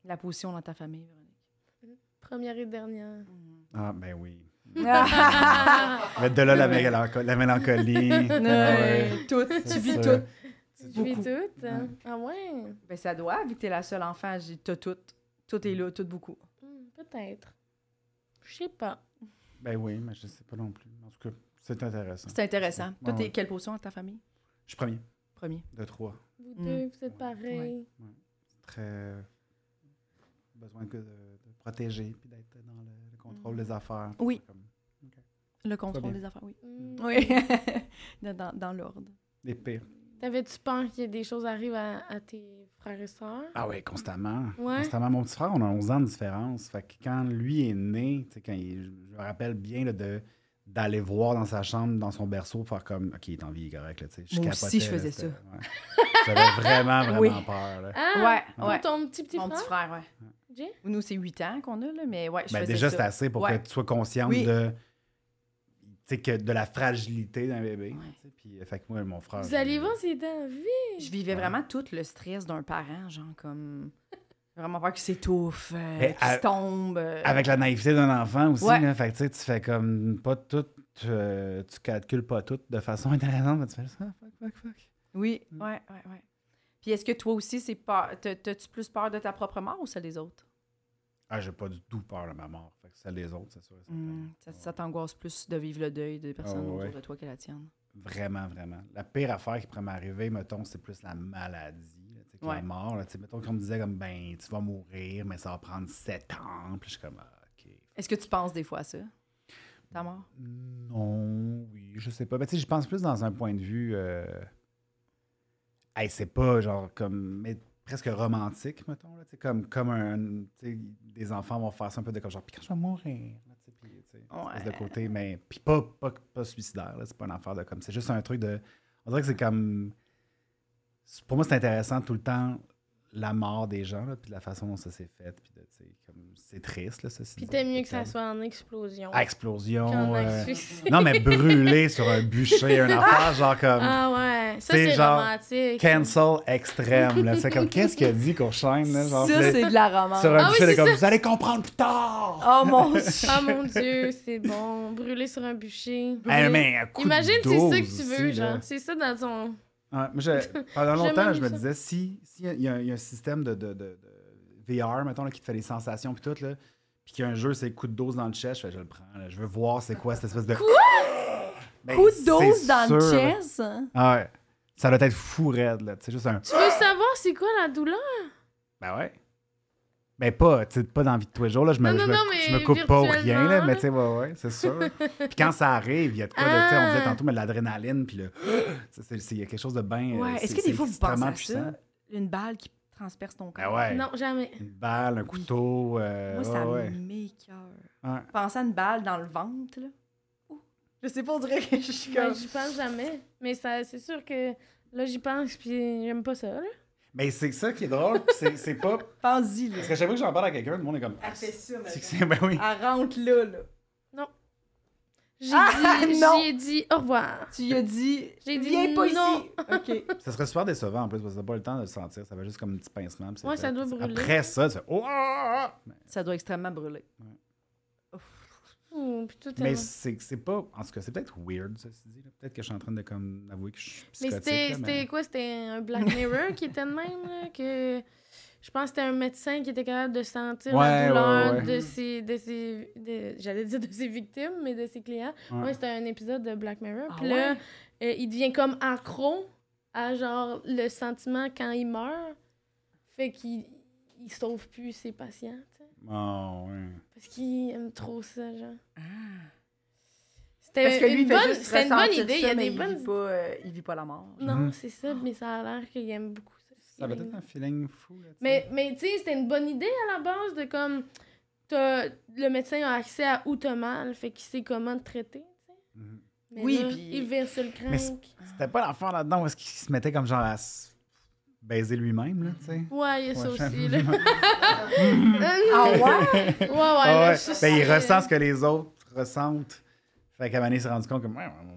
La position dans ta famille, Véronique. Première et dernière. Ah, ben oui. Ah! Mais de là, la, mélanco- la mélancolie. Ouais. Ouais. Tout, tu C'est vis ça. tout. Je vis Beaucoup. toutes. hein. Ah ouais. Ben, ça doit, vu que t'es la seule enfant, j'ai- t'as tout. Tout est là, tout beaucoup. Hmm, Peut-être. Je sais pas. Ben oui, mais je sais pas non plus. En tout cas, c'est intéressant. C'est intéressant. Ouais, Toi, t'es ouais. quelle position dans ta famille? Je suis premier Premier. de trois. Vous Hmm. deux, vous êtes pareils. Très. Besoin que de, de protéger puis d'être dans le, le contrôle des affaires. Mhm. Oui. Comme- Le contrôle Premier. des affaires, oui. Hmm. Oui. dans dans- dans l'ordre. Des pires. T'avais-tu peur qu'il y ait des choses arrivent à, à tes frères et sœurs? Ah oui, constamment. Ouais. Constamment. Mon petit frère, on a 11 ans de différence. Fait que quand lui est né, tu sais, quand il- je me rappelle bien là, de d'aller voir dans sa chambre, dans son berceau, faire comme OK, il est en vie, il est correct. Là, tu sais. Moi capotais, aussi, je là, faisais c'était- ça. ouais. J'avais vraiment, vraiment Oui. peur. là. Ah! ouais, ouais. Ton petit petit Mon frère? petit frère, ouais. Jay? Nous, c'est 8 ans qu'on a, là, mais ouais, je Ben, faisais déjà, c'est ça. assez pour Ouais. que tu sois consciente Oui. de, tu sais, que de la fragilité d'un bébé. Ouais. tu sais. Puis, euh, fait que moi, mon frère. Vous je- allez voir s'il était en vie. Je vivais Ouais. vraiment tout le stress d'un parent, genre comme... Vraiment peur qu'il s'étouffe, euh, Mais qu'il à- se tombe. euh, Avec la naïveté d'un enfant aussi, Ouais. là, fait que tu sais, tu fais comme pas tout, euh, tu calcules pas tout de façon intéressante, mais tu fais ça, fuck, fuck, fuck. Oui, Mm. ouais, ouais, ouais. Puis est-ce que toi aussi, c'est peur... t'as- T'as-tu plus peur de ta propre mort ou celle des autres? Ah, j'ai pas du tout peur de ma mort, fait que celle des autres, c'est sûr. et certain. Hmm, Mm, Ça, ça t'angoisse plus de vivre le deuil des personnes Ah ouais. autour de toi que la tienne? Vraiment, vraiment. La pire affaire qui pourrait m'arriver, mettons, c'est plus la maladie, là, tu sais, que Ouais. la mort, là, tu sais, mettons qu'on me disait comme, ben, tu vas mourir, mais ça va prendre sept ans, puis je suis comme, ah, ok. Est-ce que tu penses des fois à ça? Ta mort? Non, oui, je sais pas. Mais tu sais, je pense plus dans un point de vue. Euh... hey, c'est pas genre comme. Mais presque romantique, mettons. Là, tu sais, comme comme un. tu sais, Des enfants vont faire ça un peu de comme genre. Puis quand je vais mourir. là, tu sais, puis, tu sais, espèce Ouais. De côté, mais. Puis pas, pas, pas suicidaire, là, c'est pas une affaire de comme. C'est juste un truc de. On dirait que c'est comme. c'est- Pour moi, c'est intéressant tout le temps la mort des gens, là, puis la façon dont ça s'est fait. Puis de, tu sais, comme. C'est triste, là, ça. Puis t'aimes mieux que ça soit en explosion. À Ah, explosion. qu'en euh, asphyxie. non, mais brûler sur un bûcher, un affaire, genre comme Ah ouais, ça C'est c'est genre romantique. cancel extrême. Là. C'est comme, qu'est-ce qu'il a dit qu'on chaîne? Là, genre, Ça, le- c'est de la romance. sur un Ah oui, bûcher, c'est comme, ça. vous allez comprendre plus tard! Oh mon Dieu! Ah mon dieu, c'est bon. Brûler sur un bûcher. Hey, Ah, Brûler- Eh, mais un coup de Imagine, c'est ça dose que tu veux, aussi, là. genre. C'est ça dans ton. Ouais, moi, je- pendant longtemps, J'aime je me ça. disais, si s'il y, a- il y a un- il y a un système de, de- de- de VR, mettons, là, qui te fait des sensations, puis tout, là, puis qu'il y a un jeu, c'est coup de dose dans le chest, je, fais, je le prends. là. je veux voir c'est quoi cette espèce de. Quoi? Ben, Coup de dose dans le chest? Ah ouais. Ça doit être fou raide, là. C'est juste un. Tu veux savoir c'est quoi la douleur? Ben ouais. Ben pas, tu sais, pas dans la vie de tous les jours, là. Je me, Non, non, je me- non, je mais me coupe pas ou rien, là. virtuellement, Mais tu sais, ouais, ouais, c'est sûr. puis quand ça arrive, il y a de quoi, de- tu sais, on disait Ah. tantôt, mais de l'adrénaline, puis le. tu sais, c'est- Il y a quelque chose de bien. euh, Ouais, est-ce que des fois, vous pensez à ça? Une balle qui transperce ton corps? Ben ouais. Non, jamais. Une balle, un couteau. euh, Moi, ça ouais, ouais. m'écoeure. Ouais. Penser à une balle dans le ventre, là. Ouh. Je sais pas, on dirait que je suis Ben, comme... J'y pense jamais. Mais ça, c'est sûr que là, j'y pense, puis j'aime pas ça, là. Mais c'est ça qui est drôle, puis c'est- c'est pas. Pense-y, là. Parce que chaque fois que j'en parle à quelqu'un, tout le monde est comme. Elle fait ça, C'est que maintenant. c'est- Ben oui. Elle rentre là, là. J'ai Ah, dit, non. j'ai dit au revoir. Tu lui as dit... J'ai dit Viens pas non. ici! OK. Ça serait super décevant en plus, parce que t'as pas le temps de le sentir. Ça va juste comme un petit pincement. puis c'est Ouais, fait. ça doit brûler. Après ça, tu fais. Oh, ah, ah, ah. Ça doit extrêmement brûler. Ouh, puis tout est Mais long. c'est c'est pas. En tout cas, c'est peut-être weird, ceci dit. là. Peut-être que je suis en train de comme avouer que je suis Mais psychotique. c'était là, c'était quoi? C'était un Black Mirror qui était de même, là, que je pense que c'était un médecin qui était capable de sentir Ouais, la douleur ouais, ouais. de ses... De ses de- J'allais dire de ses victimes, mais de ses clients. Ouais. Ouais, c'était un épisode de Black Mirror. Ah Puis là, euh, il devient comme accro à genre le sentiment quand il meurt. Fait qu'il il sauve plus ses patients, tu sais. Oh, ouais. Parce qu'il aime trop ça, genre. Parce que C'était lui, une il fait bonne, juste c'était une bonne ressentir idée. ça, il y a mais des il bonnes Vit pas, euh, il vit pas la mort. non, Mhm. c'est ça, mais ça a l'air qu'il aime beaucoup ça. Ça va être un feeling fou. Là, tu sais. Mais, mais tu sais, c'était une bonne idée à la base de comme. t'as- Le médecin a accès à où t'as mal, fait qu'il sait comment te traiter. tu sais. Mhm. Mais Oui, là, puis- Il vire sur le Mais c'est- crank. C'était pas l'enfant là-dedans où est-ce qu'il se mettait comme genre à se baiser lui-même, là, tu sais. Ouais, il y a ça Ouais, aussi. Là. Ah ouais? ouais, ouais. Ah là, ouais. je- Ben, il c'est- ressent ce que les autres ressentent. Fait qu'à un moment donné, il s'est rendu compte que. ouais, on-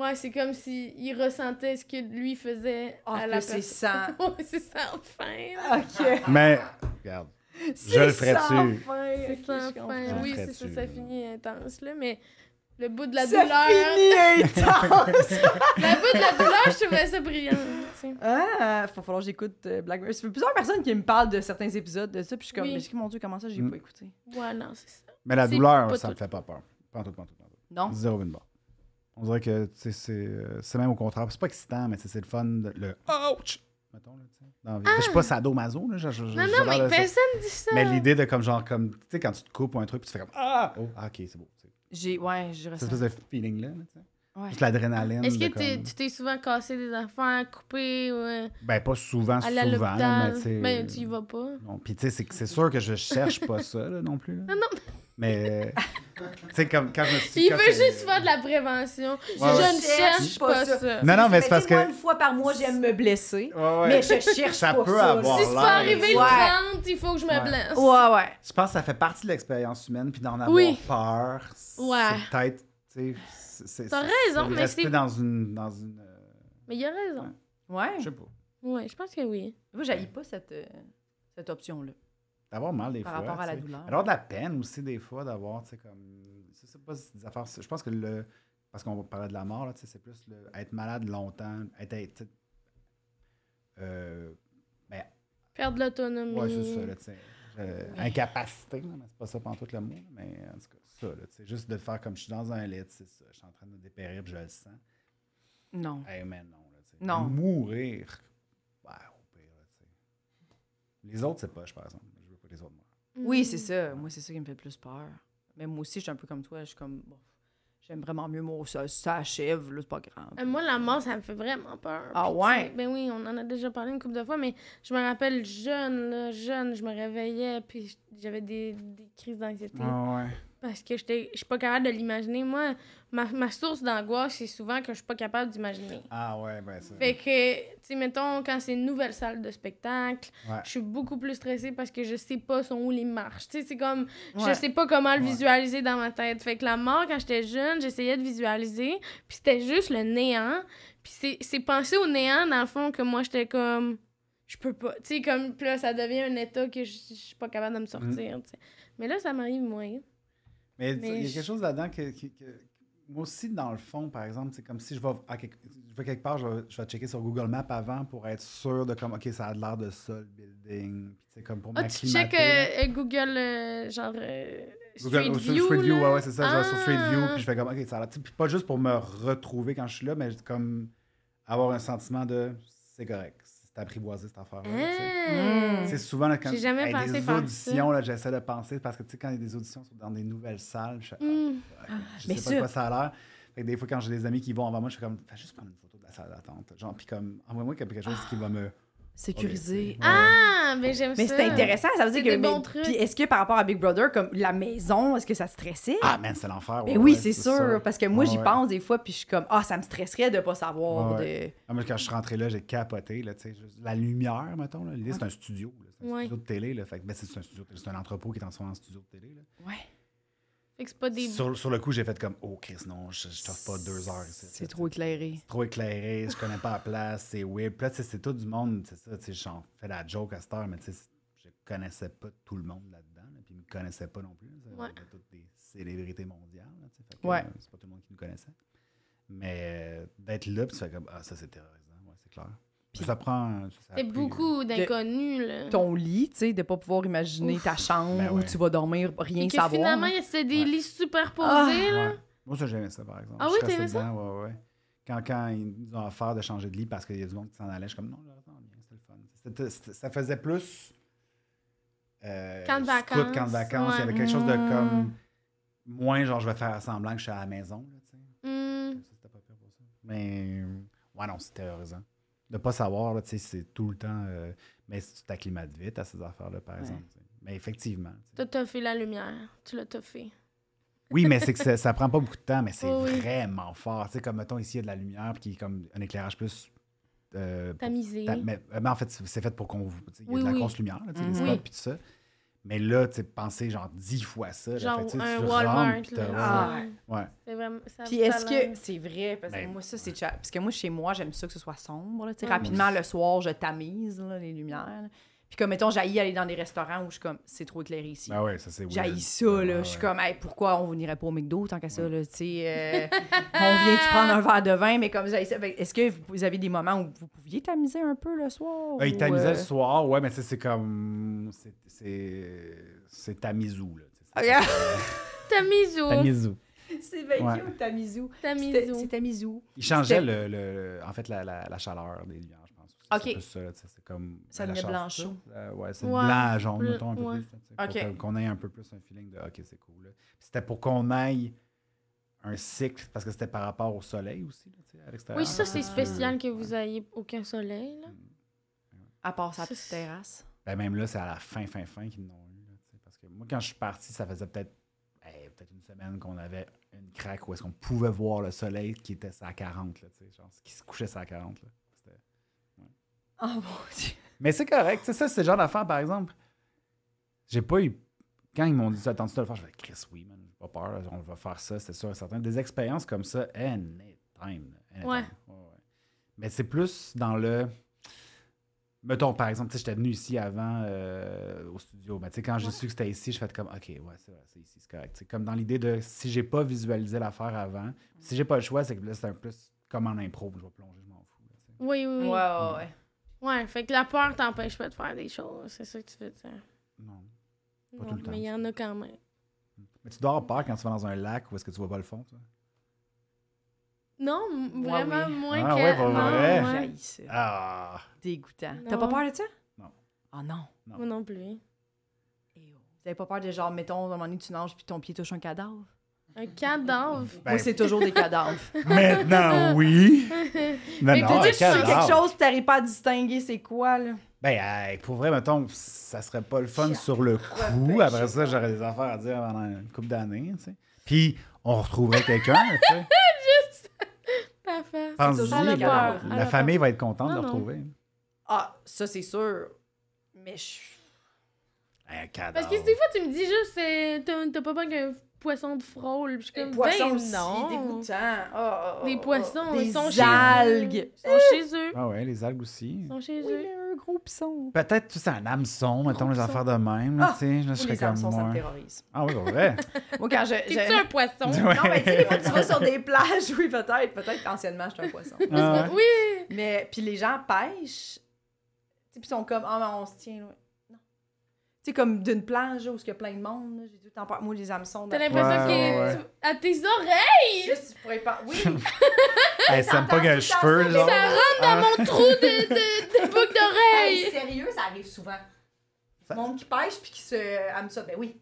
Ouais, c'est comme s'il il ressentait ce que lui faisait Ah, à que la c'est Ah. personne. ça. Ouais, c'est ça, enfin. là. OK. Mais, regarde. C'est le ferais sans dessus. fin. C'est Ok, ça, je comprends. enfin. Oui, Après, c'est ça, tu- ça finit intense, là, mais le bout de la Ça douleur. finit intense! Le bout de la douleur, je trouvais ça brillant. tu sais. ah, faut falloir que j'écoute euh, Black Mirror. Il y a plusieurs personnes qui me parlent de certains épisodes de ça, puis je suis comme, Oui. mais je dis, mon Dieu, comment ça, j'ai Mm. pas écouté? Ouais, non, c'est ça. Mais la C'est douleur, pas ça tout. me fait pas peur. Pas en tout, pas en tout, pas en tout. Non? Zéro une barre. On dirait que tu sais, c'est euh, c'est même au contraire. C'est pas excitant, mais tu sais, c'est le fun, de- le ouch! Mettons, là, tu sais. dans la vie. Je suis pas sadomaso, là. je- je- je- Ah! Non, j'ai non, l'air mais de ça. personne dit ça. Mais l'idée de comme genre, comme, tu sais, quand tu te coupes ou un truc, puis tu fais comme Ah! Oh, ah, ok, c'est beau. tu sais. J'ai, ouais, je Cette ressens. espèce de feeling-là, là, tu sais. Ouais. Juste l'adrénaline. Est-ce de que t'es- comme- tu t'es souvent cassé des affaires, coupé ou euh, Ben, pas souvent, allé à souvent, là, mais l'hôpital? tu sais. Ben, tu y vas pas. Non, puis tu sais, c'est- c'est sûr que je cherche pas ça, là, non plus. Non, non. Mais, euh, tu sais, comme quand je me suis Il quand veut c'est- juste faire de la prévention. Je ouais. ne cherche pas ça. Non, non, mais c'est tu parce sais, moi, que. une fois par mois, j'aime me blesser, Ouais, ouais. mais je cherche Ça pas peut ça. avoir- Si c'est pas Ouais. arrivé Ouais. le 30, il faut que je me Ouais. blesse. Ouais, ouais. Je pense que ça fait partie de l'expérience humaine, puis d'en avoir Oui. peur. c'est Ouais. Peut-être, tu sais. c'est- c'est- T'as c'est- raison, c'est mais rester c'est- dans une. Dans une euh, Mais il a raison. Ouais. je sais pas. Ouais, je pense que oui. Moi, j'haïs pas cette, euh, cette option-là. D'avoir mal des Par fois. rapport à la tu sais. douleur. D'avoir de la peine aussi, des fois, d'avoir, tu sais, comme. Je sais pas si c'est des affaires. Je pense que le. Parce qu'on parlait de la mort, là, tu sais, c'est plus le, être malade longtemps, être. être- tu sais, euh, Perdre l'autonomie. ouais, c'est ça, là, tu sais. Euh, Incapacité, là, mais c'est pas ça pendant tout le mot, mais en tout cas, ça, là, tu sais, juste de faire comme je suis dans un lit, c'est ça, je suis en train de dépérir, puis je le sens. Non. Hey, mais non, là, tu sais. Non. Mourir, ouais, au pire, là, tu sais. Les autres, c'est pas, je par exemple. Je veux pas que les autres meurent. Mhm. Oui, c'est ça. Moi, c'est ça qui me fait le plus peur. Mais moi aussi, je suis un peu comme toi. Je suis comme, bon, j'aime vraiment mieux mon ça, ça achève, là, c'est pas grave. Euh, Moi, la mort, ça me fait vraiment peur. Ah Puis, ouais? tu sais, Ben oui, on en a déjà parlé une couple de fois, mais je me rappelle jeune, là, jeune, je me réveillais, puis j'avais des, des crises d'anxiété. Ah, ouais. Parce que j'étais- je suis pas capable de l'imaginer. Moi, ma, ma source d'angoisse, c'est souvent que je suis pas capable d'imaginer. Ah, ouais, ben ça. Fait que, tu sais, mettons, quand c'est une nouvelle salle de spectacle, Ouais. je suis beaucoup plus stressée parce que je sais pas sont où les marches. Tu sais, c'est comme, je Ouais. sais pas comment le Ouais. visualiser dans ma tête. Fait que la mort, quand j'étais jeune, j'essayais de visualiser, puis c'était juste le néant. Puis c'est- c'est penser au néant, dans le fond, que moi, j'étais comme, je peux pas. Tu sais, comme, puis là, ça devient un état que je je suis pas capable de me Mm. sortir, tu sais. Mais là, ça m'arrive moins. Mais tu- Mais il y a je- quelque chose là-dedans que, que- que- Moi aussi, dans le fond, par exemple, c'est comme si je vais, à quelque, je vais quelque part, je vais, je vais checker sur Google Maps avant pour être sûr de comme, OK, ça a l'air de ça, le building. Puis, tu sais, comme pour Ah, tu m'acclimater. check là. euh, euh, Google, euh, genre, euh, Google- oh, Street sur View. Street View, là. ouais, ouais, c'est ça. Je vais sur Street View, Ah. puis je fais comme, OK, ça a l'air. tu sais, Puis pas juste pour me retrouver quand je suis là, mais comme avoir un sentiment de c'est correct, c'est apprivoisé cette affaire-là. tu sais. Ah. Mm. C'est souvent là, quand J'ai jamais hey, pensé des faire auditions, là, j'essaie de penser parce que tu sais, quand il y a des auditions sur- dans des nouvelles salles, je, fais, ah, Mm. fuck, je mais sais pas ça- de quoi ça a l'air. Fait que des fois, quand j'ai des amis qui vont avant moi, je fais comme, fais juste prendre une photo de la salle d'attente. Genre, puis comme, envoie-moi quelque chose qui va me. Sécurisé. Ah, mais j'aime ça. Mais c'est intéressant, ça veut dire C'est que. des mais- bons trucs. Puis est-ce que par rapport à Big Brother, comme la maison, est-ce que ça te stressait? Ah, man, c'est l'enfer. Mais ouais, Ben oui, ouais, c'est sûr, parce que moi, Ouais, j'y ouais. pense des fois, puis je suis comme, ah, ça me stresserait de pas savoir Ouais, de. Ah, moi, quand je suis rentré là, j'ai capoté. Là, tu sais, juste la lumière, mettons. là. L'idée, c'est un studio. là. C'est un Ouais. studio de télé. Là, fait que, ben, c'est un studio, de télé, c'est un entrepôt qui est transformé en studio de télé. là. Ouais. Fait que c'est pas des. Sur, sur le coup, j'ai fait comme, oh, Chris, non, je ne t'offre pas deux heures ici. C'est là, trop éclairé. trop éclairé, je connais pas la place, c'est weird. Puis là, tu sais, c'est tout du monde, c'est ça, tu sais, j'en fais la joke à cette heure, mais tu sais, je connaissais pas tout le monde là-dedans, là, puis ils me connaissaient pas non plus. là. Ça Ouais. avait tous des célébrité mondiale. là, tu sais, fait que, Ouais. euh, c'est pas tout le monde qui nous connaissait. Mais euh, d'être là, puis tu fais comme Ah, ça, c'est terrorisant. Ouais, c'est clair. Puis ça prend. ça- ça a C'est pris, beaucoup d'inconnus, là. Ton lit, tu sais, de pas pouvoir imaginer ta chambre Ben où ouais. tu vas dormir, Puis rien que savoir. finalement, c'était des Ouais. lits euh, superposés, là. ouais. Moi, ça, j'aimais ça, par exemple. Ah Je oui, restais t'aimais ça? dedans, Ouais, ouais. Quand, quand ils nous ont offert de changer de lit parce qu'il y a du monde qui s'en allait, je suis comme non, là, non, bien, c'était le fun. C'était- c'était- ça faisait plus. Euh, Camp de scout, vacances, Camp de vacances. Il ouais. y Mm. avait quelque chose de Mm. comme. Moins, genre, je vais faire semblant que je suis à la maison, là, tu sais. Hmm. Ça, c'était pas pire pour ça. Mais euh, ouais, non, c'est terrorisant. De pas savoir, là, tu sais, c'est tout le temps. euh, mais si tu t'acclimates vite à ces affaires-là, par Ouais. exemple. tu sais. Mais effectivement. tu sais. T'as toffé la lumière. Tu l'as toffé. Oui, mais c'est que ça, ça prend pas beaucoup de temps, mais c'est Oui, oui. vraiment fort. Tu sais, comme mettons ici, il y a de la lumière, puis qui est comme un éclairage plus. euh, pour- Tamisé. ta- mais, euh, mais en fait, c'est c'est fait pour qu'on. vous- tu sais, Il y a Oui, de la oui. grosse lumière, là, tu sais, Mhm. des spots, Oui. puis tout ça. Mais là, tu sais, penser genre dix fois ça. là, Genre fait que, tu sais, un tu Walmart, rentres, puis là. t'as- Ah. Ouais. ouais. C'est vraiment... ça- Puis ça est-ce a l'air- que c'est vrai parce que Ben, moi ça c'est cha- parce que moi chez moi j'aime ça que ce soit sombre là, tu sais, Ouais. rapidement le soir je tamise là, les lumières. là. Puis comme mettons j'haïs aller dans des restaurants où je suis comme c'est trop éclairé ici. Ah ouais, ça c'est J'haïs weird. ça, là. Ouais, Je suis ouais. comme, hey, pourquoi on n'irait pas au McDo tant qu'à ça, là? Tu sais, euh, on vient-tu prendre un verre de vin, mais comme j'haïs ça. Fait que Est-ce que vous- vous avez des moments où vous pouviez tamiser un peu le soir? Euh, il ou, tamisait le euh, soir, ouais, mais tu sais, c'est comme. c'est- C'est c'est tamisou, là. tu sais, c'est- Ah, Regarde. Tamisou. Tamisou. C'est bien Ouais. cute, Tamizou. C'était- Tamisou. C'est Tamizou. Il changeait C'était- le, le- en fait, la, la, la chaleur des lumières, je pense. aussi. Ok. C'est plus ça, là, tu sais, c'est comme. ben, Ça la devenait chaleur, blanchot. c'est ça? Euh, ouais, c'est Ouais. blanc à jaune, Bleu- mettons, un peu ouais. plus. là, tu sais, pour Ok. que- Qu'on ait un peu plus un feeling de OK, c'est cool. là. Puis C'était pour qu'on aille un cycle, parce que c'était par rapport au soleil aussi, là, tu sais, à l'extérieur. Oui, ça, là, c'est tu spécial veux- que vous ayez aucun soleil, là. À part sa petite C'est- terrasse. Ben, même là, c'est à la fin, fin, fin qu'ils l'ont eu. là, tu sais, parce que moi, quand je suis parti, ça faisait peut-être eh, peut-être une semaine qu'on avait une craque où est-ce qu'on pouvait voir le soleil qui était à 40, là, tu sais, genre, qui se couchait à 40. Là. C'était- Oh mon Dieu. Mais c'est correct. tu sais, Ça, c'est le genre d'affaire, par exemple. J'ai pas eu. Quand ils m'ont dit ça, attends-tu de le faire, je fais Chris, oui, man, j'ai pas peur, là, on va faire ça, c'est sûr et certain. Des expériences comme ça, anytime. anytime. Ouais. ouais. Mais c'est plus dans le. Mettons, par exemple, tu sais, j'étais venu ici avant euh, au studio. Mais tu sais, quand j'ai su que c'était ici, je fait comme, OK, ouais, c'est vrai, c'est ici, c'est correct. C'est comme dans l'idée de si j'ai pas visualisé l'affaire avant, si j'ai pas le choix, c'est que là, c'est un plus comme en impro, je vais plonger, je m'en fous. là, tu sais. Oui, oui, Ouais, oui. Ouais. ouais, ouais. fait que la peur t'empêche pas de faire des choses. C'est ça que tu veux dire. Non. Non, tout le temps. mais il y en a quand même. Mais tu dois avoir peur quand tu vas dans un lac ou est-ce que tu vois pas le fond, toi? Non, m- Ouais, vraiment oui. moins Ah, que... ouais, pour non, vrai. ouais. J'haïs ça. Ah! Dégoûtant. Non. T'as pas peur de ça? Non. Ah non. Moi non plus. Eh oh. Vous avez pas peur de genre, mettons, à un moment donné, tu nages puis ton pied touche un cadavre? Un cadavre. Moi, c'est toujours des cadavres. Ben, maintenant, oui! Non, Mais non, t'as dit un que je suis cadavre. quelque chose, puis t'arrives pas à distinguer c'est quoi, là. Ben, hey, pour vrai, mettons, ça serait pas le fun Chiant. ben, sur le coup. Après ça, j'aurais des affaires à dire pendant une couple d'années, tu sais. Puis, on retrouverait quelqu'un, tu sais. Ta face. Pense-y, toujours le la, peur. la Elle a famille va être contente Non, de le non. retrouver. Ah, ça, c'est sûr. Mais je... Hey, Un Eh, cadavre. Parce que des fois, tu me dis juste, euh, t'as t'as pas peur qu'un poisson de frôle. Puis je suis Les comme, poissons ben aussi, non. dégoûtants. Ah, ah, ah, Des ah. poissons, Des ils sont chez eux. algues. Ils sont chez eux. Ah ouais, les algues aussi. Ils sont chez Oui, eux. mais un gros pisson. Peut-être, tu sais, un hameçon, mettons, les Hameçon. affaires de même, là, Ah! tu sais. là, Je Ou serais les comme hameçons, ça me moi. terrorise. Ah oui, pour vrai. Moi, quand je... T'es-tu je... un poisson? Non, mais tu sais, des fois, tu vas sur des plages, oui, peut-être. Peut-être qu'anciennement, j'étais un poisson. Ah ouais. Oui! Mais, puis les gens pêchent, tu sais, puis ils sont comme, ah, mais on se tient, là. Non. Tu sais, comme d'une plage, là, où il y a plein de monde, là, j'ai tout le temps peur. Moi, les hameçons... T'as dans- l'impression Ouais, ouais, que... tu- À tes oreilles! Juste, tu pourrais pas... Oui, Elle s'aime pas que T'entends le tout le temps cheveu, ça, genre. Ah Ça rentre dans mon trou de, de, de boucle Hey, d'oreille! sérieux, ça arrive souvent. Ça- Le monde qui pêche puis qui se aime ça, ben oui.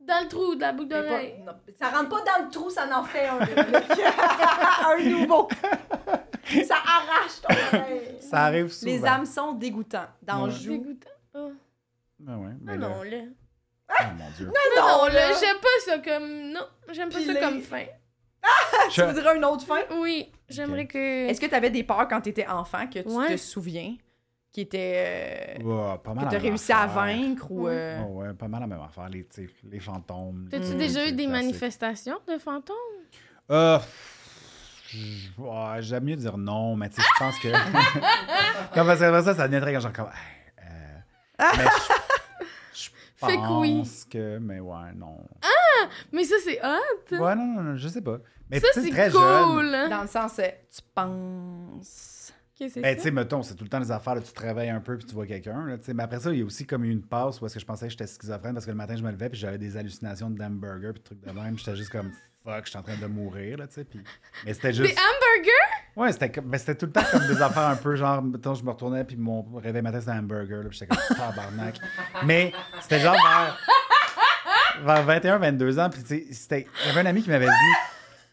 Dans le trou de la boucle Mais pas- d'oreille. non, ça rentre pas dans le trou, ça en fait un, un nouveau. Ça arrache ton oreille. Ça arrive souvent. Les hameçons dégoûtants Ouais. d'Anjou. Dégoûtant. Oh. Ah ouais, mais Ah là- non, là. Ah mon dieu. Ah non, là, j'aime pas ça comme. Non, j'aime pas Puis ça les- comme fin. Tu voudrais une autre fin? Oui, j'aimerais que. Est-ce que t'avais des peurs quand t'étais enfant que tu Ouais. te souviens, qui étaient... euh, Ouais, Oh, pas mal que la t'as même réussi à affaire. Oh vaincre ou... Ouais. euh, Ouais, ouais, pas mal la même affaire. Les, tu sais, les fantômes. T'as-tu les- déjà les eu des classiques. manifestations de fantômes? Euh, je- ouais, J'aime mieux dire non, mais tu sais, je pense que. non, parce que après ça, ça devient très genre comme. Hey, euh, mais je- je Fait que oui. pense que. Mais ouais, non. Mais ça, c'est hot. Ouais, non, non, non, je sais pas. Mais Ça, tu sais, c'est très jeune. cool. hein. Dans le sens, euh, tu penses. Ok, c'est Ben, tu ça. sais, mettons, c'est tout le temps des affaires, là, tu travailles un peu puis tu vois quelqu'un. là, tu sais. Mais après ça, il y a aussi comme eu une passe où est-ce que je pensais que j'étais schizophrène parce que le matin, je me levais puis j'avais des hallucinations de hamburger puis de trucs de même. J'étais juste comme fuck, je suis en train de mourir. Là, tu sais, puis... Mais c'était Des juste. hamburgers? Ouais, c'était comme- ben, c'était tout le temps comme des affaires un peu genre, mettons, je me retournais puis mon réveil matin, c'était un hamburger. Là, puis j'étais comme tabarnak. Mais c'était genre vers, vers 21, 22 ans. Puis tu sais, c'était- j'avais un ami qui m'avait dit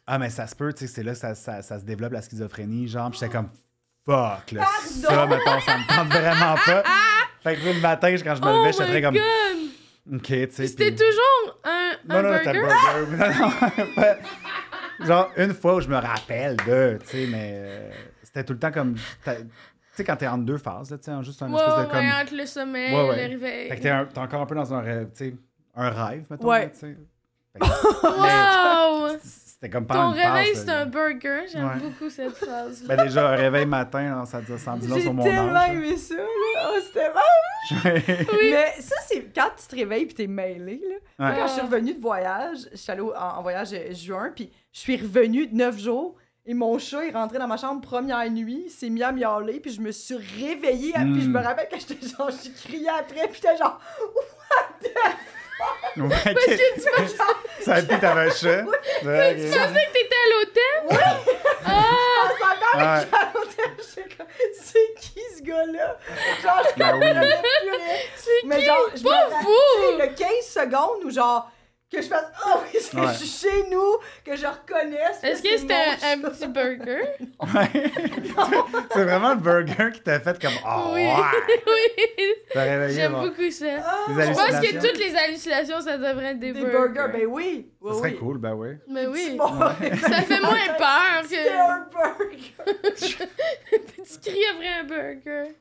Ah, mais ça se peut, tu sais, c'est là que ça, ça, ça se développe la schizophrénie. Genre, puis j'étais comme Fuck, là, ça, mettons, ça me tente vraiment pas. Fait que là, le matin, quand je me Oh levais, my j'étais très comme god! Ok, tu sais. C'était puis- toujours un non, non, c'était hamburger? burger. Non, non. Genre, une fois où je me rappelle de, tu sais, mais euh, c'était tout le temps comme. t'as- Tu sais, quand t'es en deux phases, là, tu sais, en juste un ouais, espèce ouais, de comme. entre le sommeil, Ouais, ouais. le réveil. Fait que t'es, un- t'es encore un peu dans un rêve, tu sais, un rêve, mettons. Ouais. là, tu sais. Fait que Wow! C'était comme pendant Ton une phase, réveil, là. c'est un burger. J'aime Ouais. beaucoup cette phrase. Ben déjà, un réveil matin, hein, ça dit- ça en dit long J'ai sur mon tellement âge. hein. aimé ça, là. Oh, c'était vraiment- là. Mais ça, c'est quand tu te réveilles puis t'es mêlé, là. Moi, Ouais. Quand je suis revenue de voyage, je suis allée au- en, en voyage euh, juin, puis je suis revenue de neuf jours. Et mon chat est rentré dans ma chambre première nuit, il s'est mis à miauler, puis je me suis réveillée, Mm. puis je me rappelle que j'étais genre, j'ai crié après, puis j'étais genre, Ouais, ok. Ça a dit t'avais un chat. Ouais, Tu ok. pensais que t'étais à l'hôtel? ah, ça va, Ouais. je suis comme, c'est qui ce gars-là? Genre, je Ben oui. comprenais plus rien. C'est Mais qui? genre, je me Pauvre vous! rappelle, tu sais, le 15 secondes où genre, que je fasse, oh oui, c'est Ouais. chez nous, que je reconnaisse. Est-ce que c'est c'était mon un, un chat. petit burger? Ouais. C'est vraiment le burger qui t'a fait comme. Oh, Oui. ouais. oui, T'as réveillé. j'aime bon. beaucoup ça. Ah! Des Je pense que hallucinations. toutes les hallucinations, ça devrait être des, Des burgers, ben oui. Ça oui, serait oui. cool, ben oui. Mais oui, Bon, ça fait moins peur C'était que un burger. tu cries après un burger.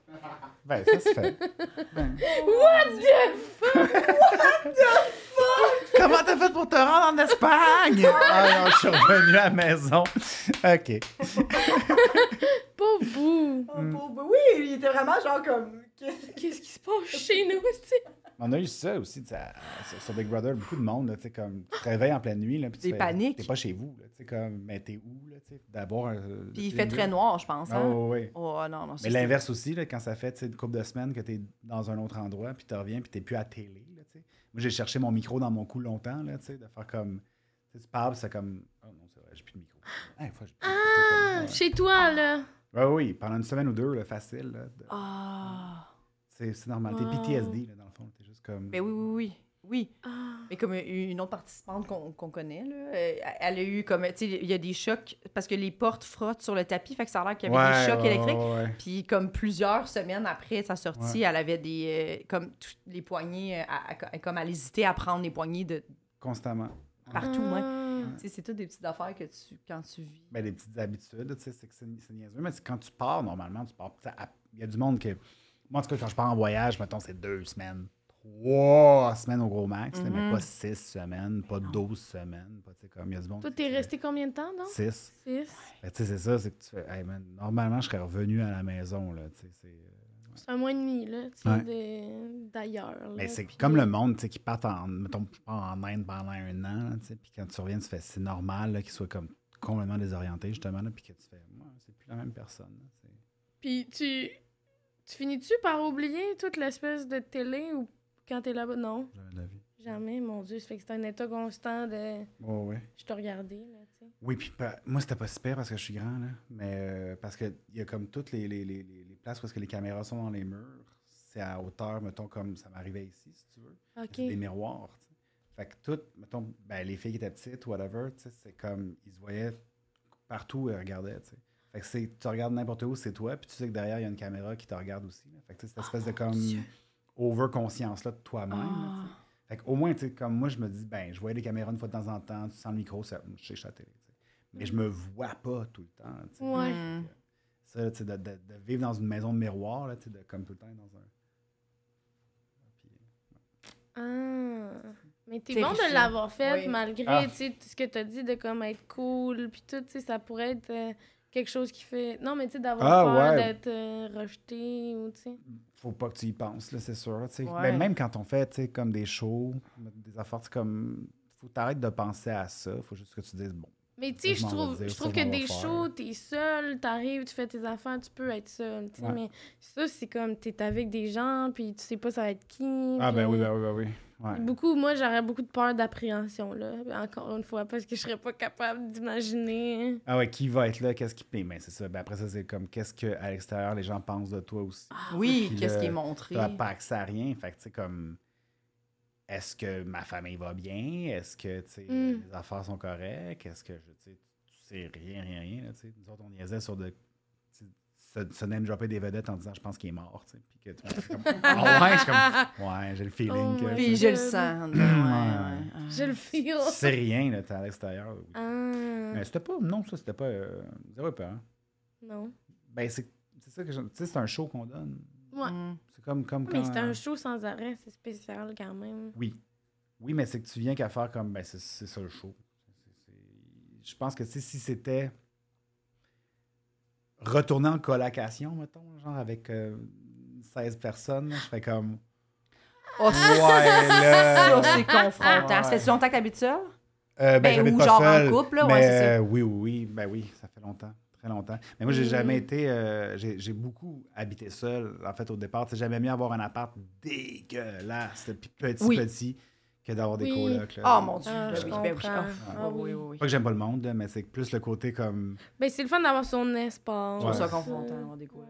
Ben, ça se fait. Ben. What the Comment t'as fait pour te rendre en Espagne? ah non, je suis revenu à la maison. OK. pauvre vous! Oh, Mm. pauvre. Oui, il était vraiment genre comme. Qu'est-ce qui se passe chez nous, tu sais? On a eu ça aussi tu sais, à- sur- sur Big Brother, beaucoup de monde, là, tu sais, comme tu te réveilles en pleine nuit, là, puis tu Des fais- paniques. T'es pas chez vous, là, tu sais, comme, mais t'es où, là, tu sais, d'avoir un... euh, Puis il fait très noir, je pense. Hein? Oh, oui. Oh non, non. ça, c'est- Mais l'inverse aussi, là, quand ça fait tu sais, une couple de semaines que t'es dans un autre endroit, puis tu reviens, puis t'es plus à télé. Là, tu sais. Moi, j'ai cherché mon micro dans mon cou longtemps, là, tu sais, de faire comme. Tu sais, tu parles, puis c'est comme. Oh non, c'est vrai, j'ai plus de micro. Ah, faut que j'ai plus de micro, Ah, tu sais, chez toi, là. comme, ouais. Ouais, Ah oui, pendant une semaine ou deux, là, facile. là, de- Ah. c'est, c'est normal. T'es Wow. PTSD, là, dans le fond. T'es juste comme. Mais Ben oui, oui, oui. Oui. Ah. Mais comme une autre participante qu'on qu'on connaît, là, euh, elle a eu comme. Tu sais, il y a des chocs parce que les portes frottent sur le tapis, fait que ça a l'air qu'il y avait Ouais, des chocs ouais, électriques. ouais, ouais. Puis comme plusieurs semaines après sa sortie, elle avait des euh, comme toutes les poignées, euh, à- à- comme elle hésitait à prendre les poignées de Constamment. partout. ouais. Ah. Tu sais, C'est toutes des petites affaires que tu quand tu vis. Ben, des petites habitudes, tu sais, c'est que c'est c'est niaiseux. Mais c'est quand tu pars, normalement, tu pars. tu sais, à- Il y a du monde que. Moi, en tout cas, quand je pars en voyage, mettons, c'est deux semaines, trois semaines au gros max, là, mais Mhm. pas six semaines, pas douze semaines. Pas, tu sais, comme, il y a du monde. Toi, qui t'es fait resté combien de temps, non? Six. Six. Ben, tu sais, c'est ça, c'est que tu fais. Hey, man, normalement, je serais revenu à la maison, là, tu sais. c'est- C'est un mois et demi, là, tu sais, Ouais. de- d'ailleurs. Mais là, c'est puis- comme le monde, tu sais, qui part en, mettons, je pars en Inde pendant un an, là, tu sais, puis quand tu reviens, tu fais, c'est normal, là, qu'ils soient comme complètement désorientés, justement, là, puis que tu fais, ouais, c'est plus la même personne, là, tu sais. Puis tu... Tu finis-tu par oublier toute l'espèce de télé ou quand t'es là-bas? Non, Jamais de la vie. jamais, mon Dieu. Ça fait que c'est un état constant de... Ouais, ouais. Je te regardais, là, tu sais. Oui, puis pa- moi, c'était pas super parce que je suis grand, là. Mais euh, parce qu'il y a comme toutes les, les, les, les les places où est-ce que les caméras sont dans les murs, c'est à hauteur, mettons, comme ça m'arrivait ici, si tu veux. C'est des OK. miroirs, tu sais. Fait que toutes, mettons, ben, les filles qui étaient petites, whatever, tu sais, c'est comme, ils se voyaient partout et regardaient, tu sais. Fait que c'est, tu regardes n'importe où, c'est toi, puis tu sais que derrière, il y a une caméra qui te regarde aussi. là. Fait que tu sais, cette espèce de Dieu. comme over-conscience-là de toi-même, là, tu sais. Ah. Fait qu'au moins, tu sais, comme moi, je me dis, ben, je voyais les caméras une fois de temps en temps, tu sens le micro, ça, je sais, je suis à la télé. tu sais. Mais je me vois pas tout le temps. tu sais. Ouais. Mm. Ça, tu sais, de, de- de vivre dans une maison de miroir, là, tu sais, de, comme tout le temps dans un. Puis, Ah. Mais t'es bon Terrifiant. de l'avoir fait Oui. malgré, Ah. tu sais, tout ce que t'as dit de comme être cool, puis tout, tu sais, ça pourrait être euh, quelque chose qui fait... Non, mais tu sais, d'avoir Ah, peur ouais. d'être euh, rejeté ou, tu sais... faut pas que tu y penses, là, c'est sûr. tu sais. Ouais. Ben, même quand on fait tu sais, comme des shows, des affaires tu sais, comme. faut faut t'arrêtes de penser à ça. Faut juste que tu dises, bon, Mais tu sais, je Sûrement, on trouve, va dire, je trouve que sûrement, on va des faire. shows, t'es seul, t'arrives, tu fais tes affaires, tu peux être seul. tu sais, Ouais. Mais ça, c'est comme t'es avec des gens, puis tu sais pas ça va être qui. Ah, ben oui, puis- ben oui, ben oui. Ouais. Beaucoup, moi, j'aurais beaucoup de peur d'appréhension, là. Encore une fois, parce que je serais pas capable d'imaginer. hein. Ah ouais, qui va être là, qu'est-ce qui paye? Mais c'est ça. Ben après ça, c'est comme qu'est-ce que à l'extérieur les gens pensent de toi aussi. Oui, Ah. puis qu'est-ce le- qui est montré. T'as pas accès à rien. Fait que tu sais comme est-ce que ma famille va bien? Est-ce que tu sais, Mm. les affaires sont correctes? Est-ce que je tu sais, tu sais rien, rien, rien. Là, tu sais. Nous autres, on niaisait sur de tu sais, se, se name dropper des vedettes en disant je pense qu'il est mort. tu sais. Puis que tu es comme, Ah ouais, je suis comme, ouais, j'ai le feeling Oh que my tu Puis sais, je le sens. ouais, ouais, ouais. Je le feel. tu sais rien, là, t'es à l'extérieur. oui. Ah, Mais c'était pas. Non, ça, c'était pas. Euh, zéro peur. non. Ben, c'est c'est ça que je- Tu sais, c'est un show qu'on donne. Ouais. Mm. C'est comme, comme Mais quand- c'est un show sans arrêt, c'est spécial quand même. Oui. Oui, mais c'est que tu viens qu'à faire comme. Ben, c'est c'est ça le show. C'est- c'est- Je pense que tu sais, si c'était. Retourner en colocation, mettons, genre avec euh, 16 personnes, là, je fais comme. Oh, Ouais, là. ça, c'est confrontant. Ouais. Ça fait longtemps que t'habites seule? Euh, ben, Ben, j'habite ou pas genre en seul, couple, là, ouais, mais, c'est ça. euh, oui, oui, oui, ben oui, ça fait longtemps, très longtemps. Mais moi, j'ai Mm. jamais été, euh, j'ai j'ai beaucoup habité seul. En fait, au départ, tu sais, j'aimais mieux avoir un appart dégueulasse, puis petit, Oui. petit, que d'avoir des Oui. colocs. là. Oh mon Dieu. Ah, ben je oui, ben oui. comprends. Ah, Ah oui, oui, oui. Pas que j'aime pas le monde, là, mais c'est plus le côté comme. Ben, c'est le fun d'avoir son espace. Je trouve ça Ouais. confrontant, avoir des colocs.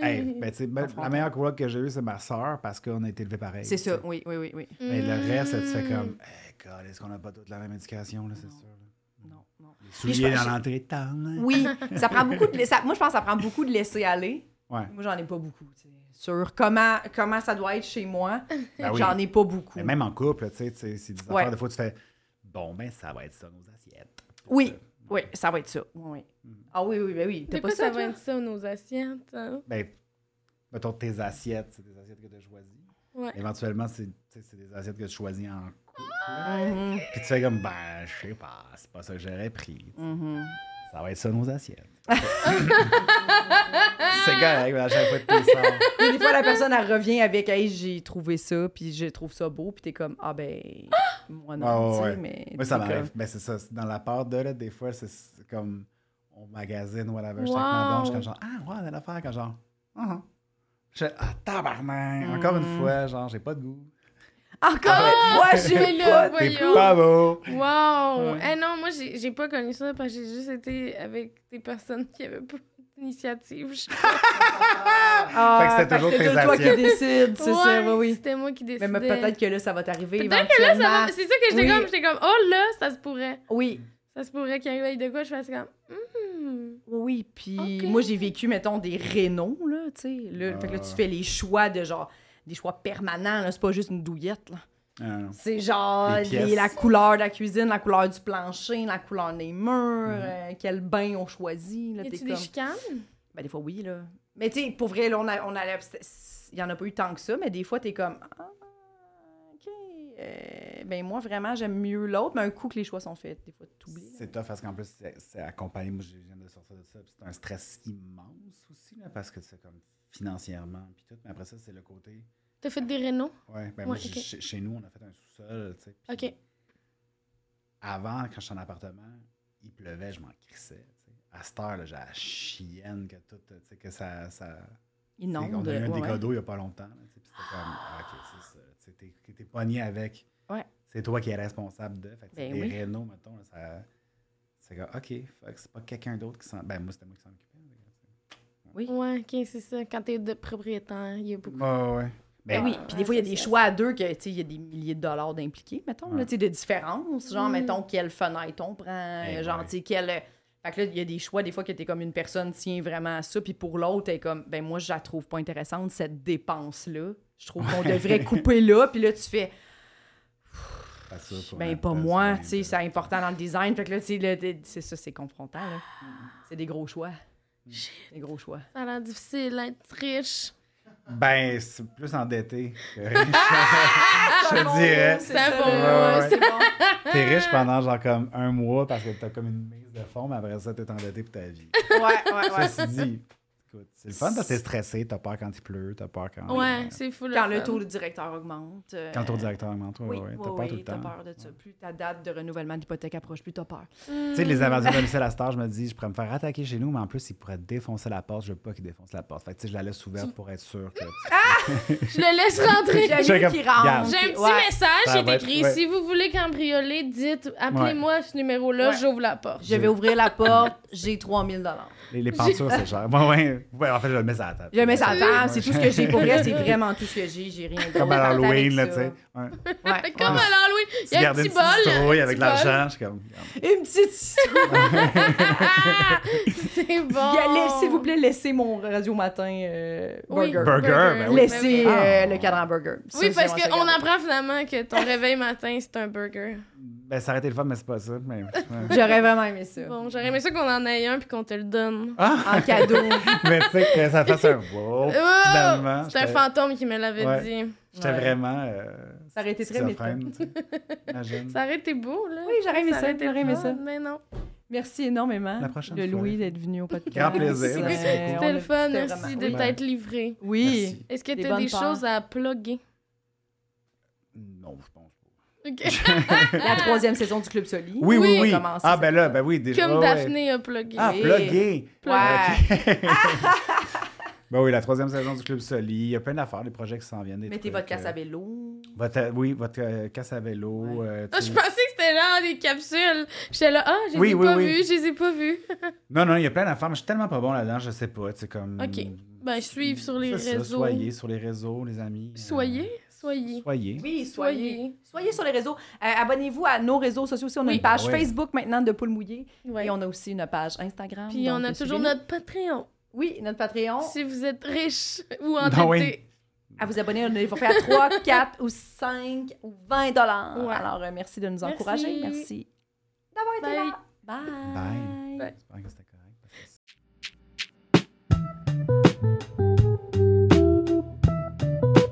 Mm. Hey, ben, tu sais, ben, la Confrontant. meilleure coloc que j'ai eue, c'est ma soeur, parce qu'on a été élevés pareil. C'est tu sais. ça, oui, oui, oui. oui. Mais le reste, là, tu fais Mm. comme, hey, God, est-ce qu'on n'a pas toute la même éducation, là, c'est Non. sûr. là. Non, non. Les je souliers pense- dans l'entrée de temps. Oui, ça prend beaucoup de. ça- moi, je pense que ça prend beaucoup de laisser aller. Ouais. Moi, j'en ai pas beaucoup. tu sais. Sur comment, comment ça doit être chez moi, Ben oui. j'en ai pas beaucoup. Mais même en couple, tu sais, tu sais, c'est des Ouais. affaires, des fois, tu fais Bon, ben, ça va être ça, nos assiettes. Oui, oui, ça va être ça. Oui, oui. Mm. Ah oui, oui, ben oui. T'as Des pas fois, ça, ça toi? va être ça, nos assiettes. hein. Ben, mettons tes assiettes, c'est des assiettes que tu as choisies. Ouais. Éventuellement, c'est tu sais, c'est des assiettes que tu choisis en couple. Mhm, Puis tu fais comme, ben, je sais pas, c'est pas ça que j'aurais pris. mhm. Ça va être ça, nos assiettes. c'est correct, mais à chaque fois que tu sors. Puis des fois, la personne, elle revient avec Hey, j'ai trouvé ça, puis je trouve ça beau, puis t'es comme Ah ben, moi non, Ah, tu sais, ouais. mais. Moi, ça t'es m'arrive. comme- Ben, c'est ça. c'est Dans la part de, là, des fois, c'est- c'est comme on magasine, whatever. Je suis Wow. avec ma blonde, je suis comme genre, ah, ouais, on a l'affaire, quand genre, ah, ah. Je fais, ah, tabarnak. Encore une fois, genre, j'ai pas de goût. Encore Ah, une fois, Mais j'ai là, pas. T'es voyons. pas beau. Wow! Ouais. Eh non, moi, j'ai j'ai pas connu ça parce que j'ai juste été avec des personnes qui avaient pas d'initiative. Je- Ah, Fait que c'était toujours c'est tes toi qui assiettes. décides, c'est ça, Ouais, oui, oui. C'était moi qui Mais, décidais. mais peut-être que là, ça va t'arriver. Peut-être que là, ça va. éventuellement. C'est ça que j'étais Oui. comme. J'étais comme, oh là, ça se pourrait. Oui, Ça se pourrait qu'il arrive avec de quoi. Je fasse comme, hmm. oui. Puis Ok. moi, j'ai vécu, mettons, des rénaux, là, tu sais. Là, Fait que là, tu Ah. fais les choix de genre, des choix permanents, là. C'est pas juste une douillette, là. Ah, non. C'est genre Les pièces. les- la couleur de la cuisine, la couleur du plancher, la couleur des murs, Mhm. euh, quel bain on choisit. Là, Y t'es a-tu comme... des chicanes? Ben, des fois, oui. là. Mais tu sais, pour vrai, là, on, a, on allait- c'était- Il y en a pas eu tant que ça, mais des fois, t'es comme. Ah, OK. euh, ben, moi, vraiment, j'aime mieux l'autre, mais un coup que les choix sont faits, des fois, t'oublies. là. C'est tough parce qu'en plus, c'est- c'est accompagné. Moi, je viens de sortir de ça. puis C'est un stress immense aussi, là, parce que c'est comme financièrement. Puis tout. Mais après ça, c'est le côté. T'as fait des rénaux? Ouais, ben moi, Ouais, j- ok. chez, chez nous, on a fait un sous-sol, tu sais. puis Ok. Avant, quand j'étais en appartement, il pleuvait, je m'en crissais. tu sais. À cette heure, là, j'ai la chienne que tout, tu sais, que ça... ça tu sais, Inonde. on a eu un ouais, dégât ouais. d'eau il n'y a pas longtemps. là, tu sais, puis c'était comme, ah, OK, c'est ça. tu sais, T'es, t'es pogné avec. Ouais. C'est toi qui es responsable de. Fait que, tu sais, Ben les oui. rénaux, mettons, là, ça... C'est comme, OK, fuck, c'est pas quelqu'un d'autre qui s'en... Ben, moi, c'était moi qui s'en occupais. là, tu sais. Ouais, ok, c'est ça. Quand t'es de propriétaire, il y a beaucoup. Ouais, ouais. Ben Ben, oui, puis des fois, il y a des choix à deux que, tu sais, il y a des milliers de dollars d'impliqués, mettons, là, Ouais. tu sais, de différence. Genre, Mm. mettons, quelle fenêtre on prend, euh, Eh genre, ouais. tu sais, quelle... Fait que là, il y a des choix, des fois, que t'es comme une personne tient vraiment à ça, puis pour l'autre, t'es comme, ben moi, je la trouve pas intéressante, cette dépense-là. Je trouve qu'on devrait couper là, puis là, tu fais, pas sûr pour un ben pas poste, moi, ouais, tu sais, c'est important dans le design. Fait que là, tu sais, là, t'es- c'est ça, c'est confrontant, là. C'est des gros choix. Des gros choix. Ça a l'air difficile d'être riche. Ben, c'est plus endetté que riche. Je te dirais. Ah, C'est Ça ça, va, là. ouais. c'est bon. T'es riche pendant genre comme un mois parce que t'as comme une mise de forme, après ça, t'es endetté pour ta vie. Ouais, ouais, ouais. Ceci dit, écoute, c'est le fun parce que t'es stressé, t'as peur quand il pleut, t'as peur quand. Ouais, euh, c'est fou. Quand le taux du directeur augmente. euh, Quand ton directeur augmente, ouais, Oui, ouais, oui, ouais, t'as peur tout oui, le t'as temps. peur de ça. Plus ta date de renouvellement d'hypothèque approche, plus t'as peur. Tu sais, les invendus de domicile à cette heure, je me dis, je pourrais me faire attaquer chez nous, mais en plus, ils pourraient défoncer la porte. Je veux pas qu'ils défoncent la porte. Fait que, tu sais, je la laisse ouverte pour être sûr que. Je le laisse rentrer. J'ai un J'ai ami comme- qui Regarde. rentre. J'ai un qui- petit ouais. message, Ça c'est va être- écrit ouais. si vous voulez cambrioler, dites appelez-moi à ce numéro-là, Ouais. j'ouvre la porte. Je vais ouvrir la porte, j'ai 3000 dollars. Les, les pentures, c'est cher. Ouais, ouais. Ouais, en fait, je le mets à la table. Je mets ça à Ouais. table, c'est tout ce que j'ai pour vrai, c'est vraiment tout ce que j'ai, j'ai rien d'autre. Comme à Partez avec Halloween, là, ça. tu sais. Ouais. Ouais. Comme à l'Halloween, il y a un garder petit une bol. petite citrouille un avec petit l'argent, je suis comme. regarde. Une petite histoire. bol. C'est bon. Y aller, S'il vous plaît, laissez mon radio matin euh, Oui. burger. Burger, ben oui. Laissez euh, Ah. le cadran burger. Ça, Oui, c'est parce vraiment ça, qu'on regarde. apprend finalement que ton réveil matin, c'est un burger. Ben, ça aurait été le fun, mais c'est pas ça. Mais, ouais. J'aurais vraiment aimé ça. Bon, j'aurais aimé ça qu'on en ait un puis qu'on te le donne. En cadeau. mais tu sais, que ça fasse un wow. Oh, Finalement, c'est un j'étais- fantôme qui me l'avait Ouais. dit. J'étais Ouais. vraiment. euh, Ça aurait été très schizophrène, tu sais. Imagine. Ça aurait été beau, là. Oui, j'aurais aimé ça, aurait été j'aurais aimé fun, ça. Mais non. Merci énormément La prochaine de fois. Louis d'être venu au podcast. Grand plaisir, Euh, merci beaucoup. on a- C'était le fun, c'était merci vraiment- de oui. t'être livré. Oui. Merci. Est-ce que Des t'as bonnes des choses à plugger? Non, je pense pas. Ok. La troisième saison du Club Soli. Oui, oui, Oui. oui. Comment ça, Ah, ça ben là, s'appelle? ben oui, déjà. Comme ouais, ouais. Daphné a plugué. Ah, Oui. plugué. Ouais. Ok. ben oui, la troisième saison du Club Soli. Il y a plein d'affaires, des projets qui s'en viennent. des Mettez trucs, votre casse euh, à vélo. votre, euh, oui, votre euh, casse à vélo. Ouais. euh, tu Ah, sais. je pensais que c'était genre des capsules. J'étais là, ah, je les Oui, ai oui, pas oui. vues, je les ai pas vues. Non, non, il y a plein d'affaires, mais je suis tellement pas bon là-dedans, je sais pas. C'est comme. Ok. Ben, suivre sur les C'est ça, réseaux. soyez sur les réseaux, les amis. euh, Soyez, soyez. soyez. Oui, soyez. Soyez sur les réseaux. Euh, Abonnez-vous à nos réseaux sociaux aussi. On a Oui. une page Ah ouais. Facebook maintenant de Poule Mouillée. Ouais. Et on a aussi une page Instagram. Puis on donc, a toujours suivez-nous. notre Patreon. Oui, notre Patreon. Si vous êtes riche ou Non, Ben oui. endetté. À vous abonner, on va faire 3, 4 ou 5 ou 20 dollars. Ouais. Alors, euh, merci de nous Merci. encourager. Merci d'avoir été Bye. là. Bye. Bye. Bye. J'espère que c'était correct. parce que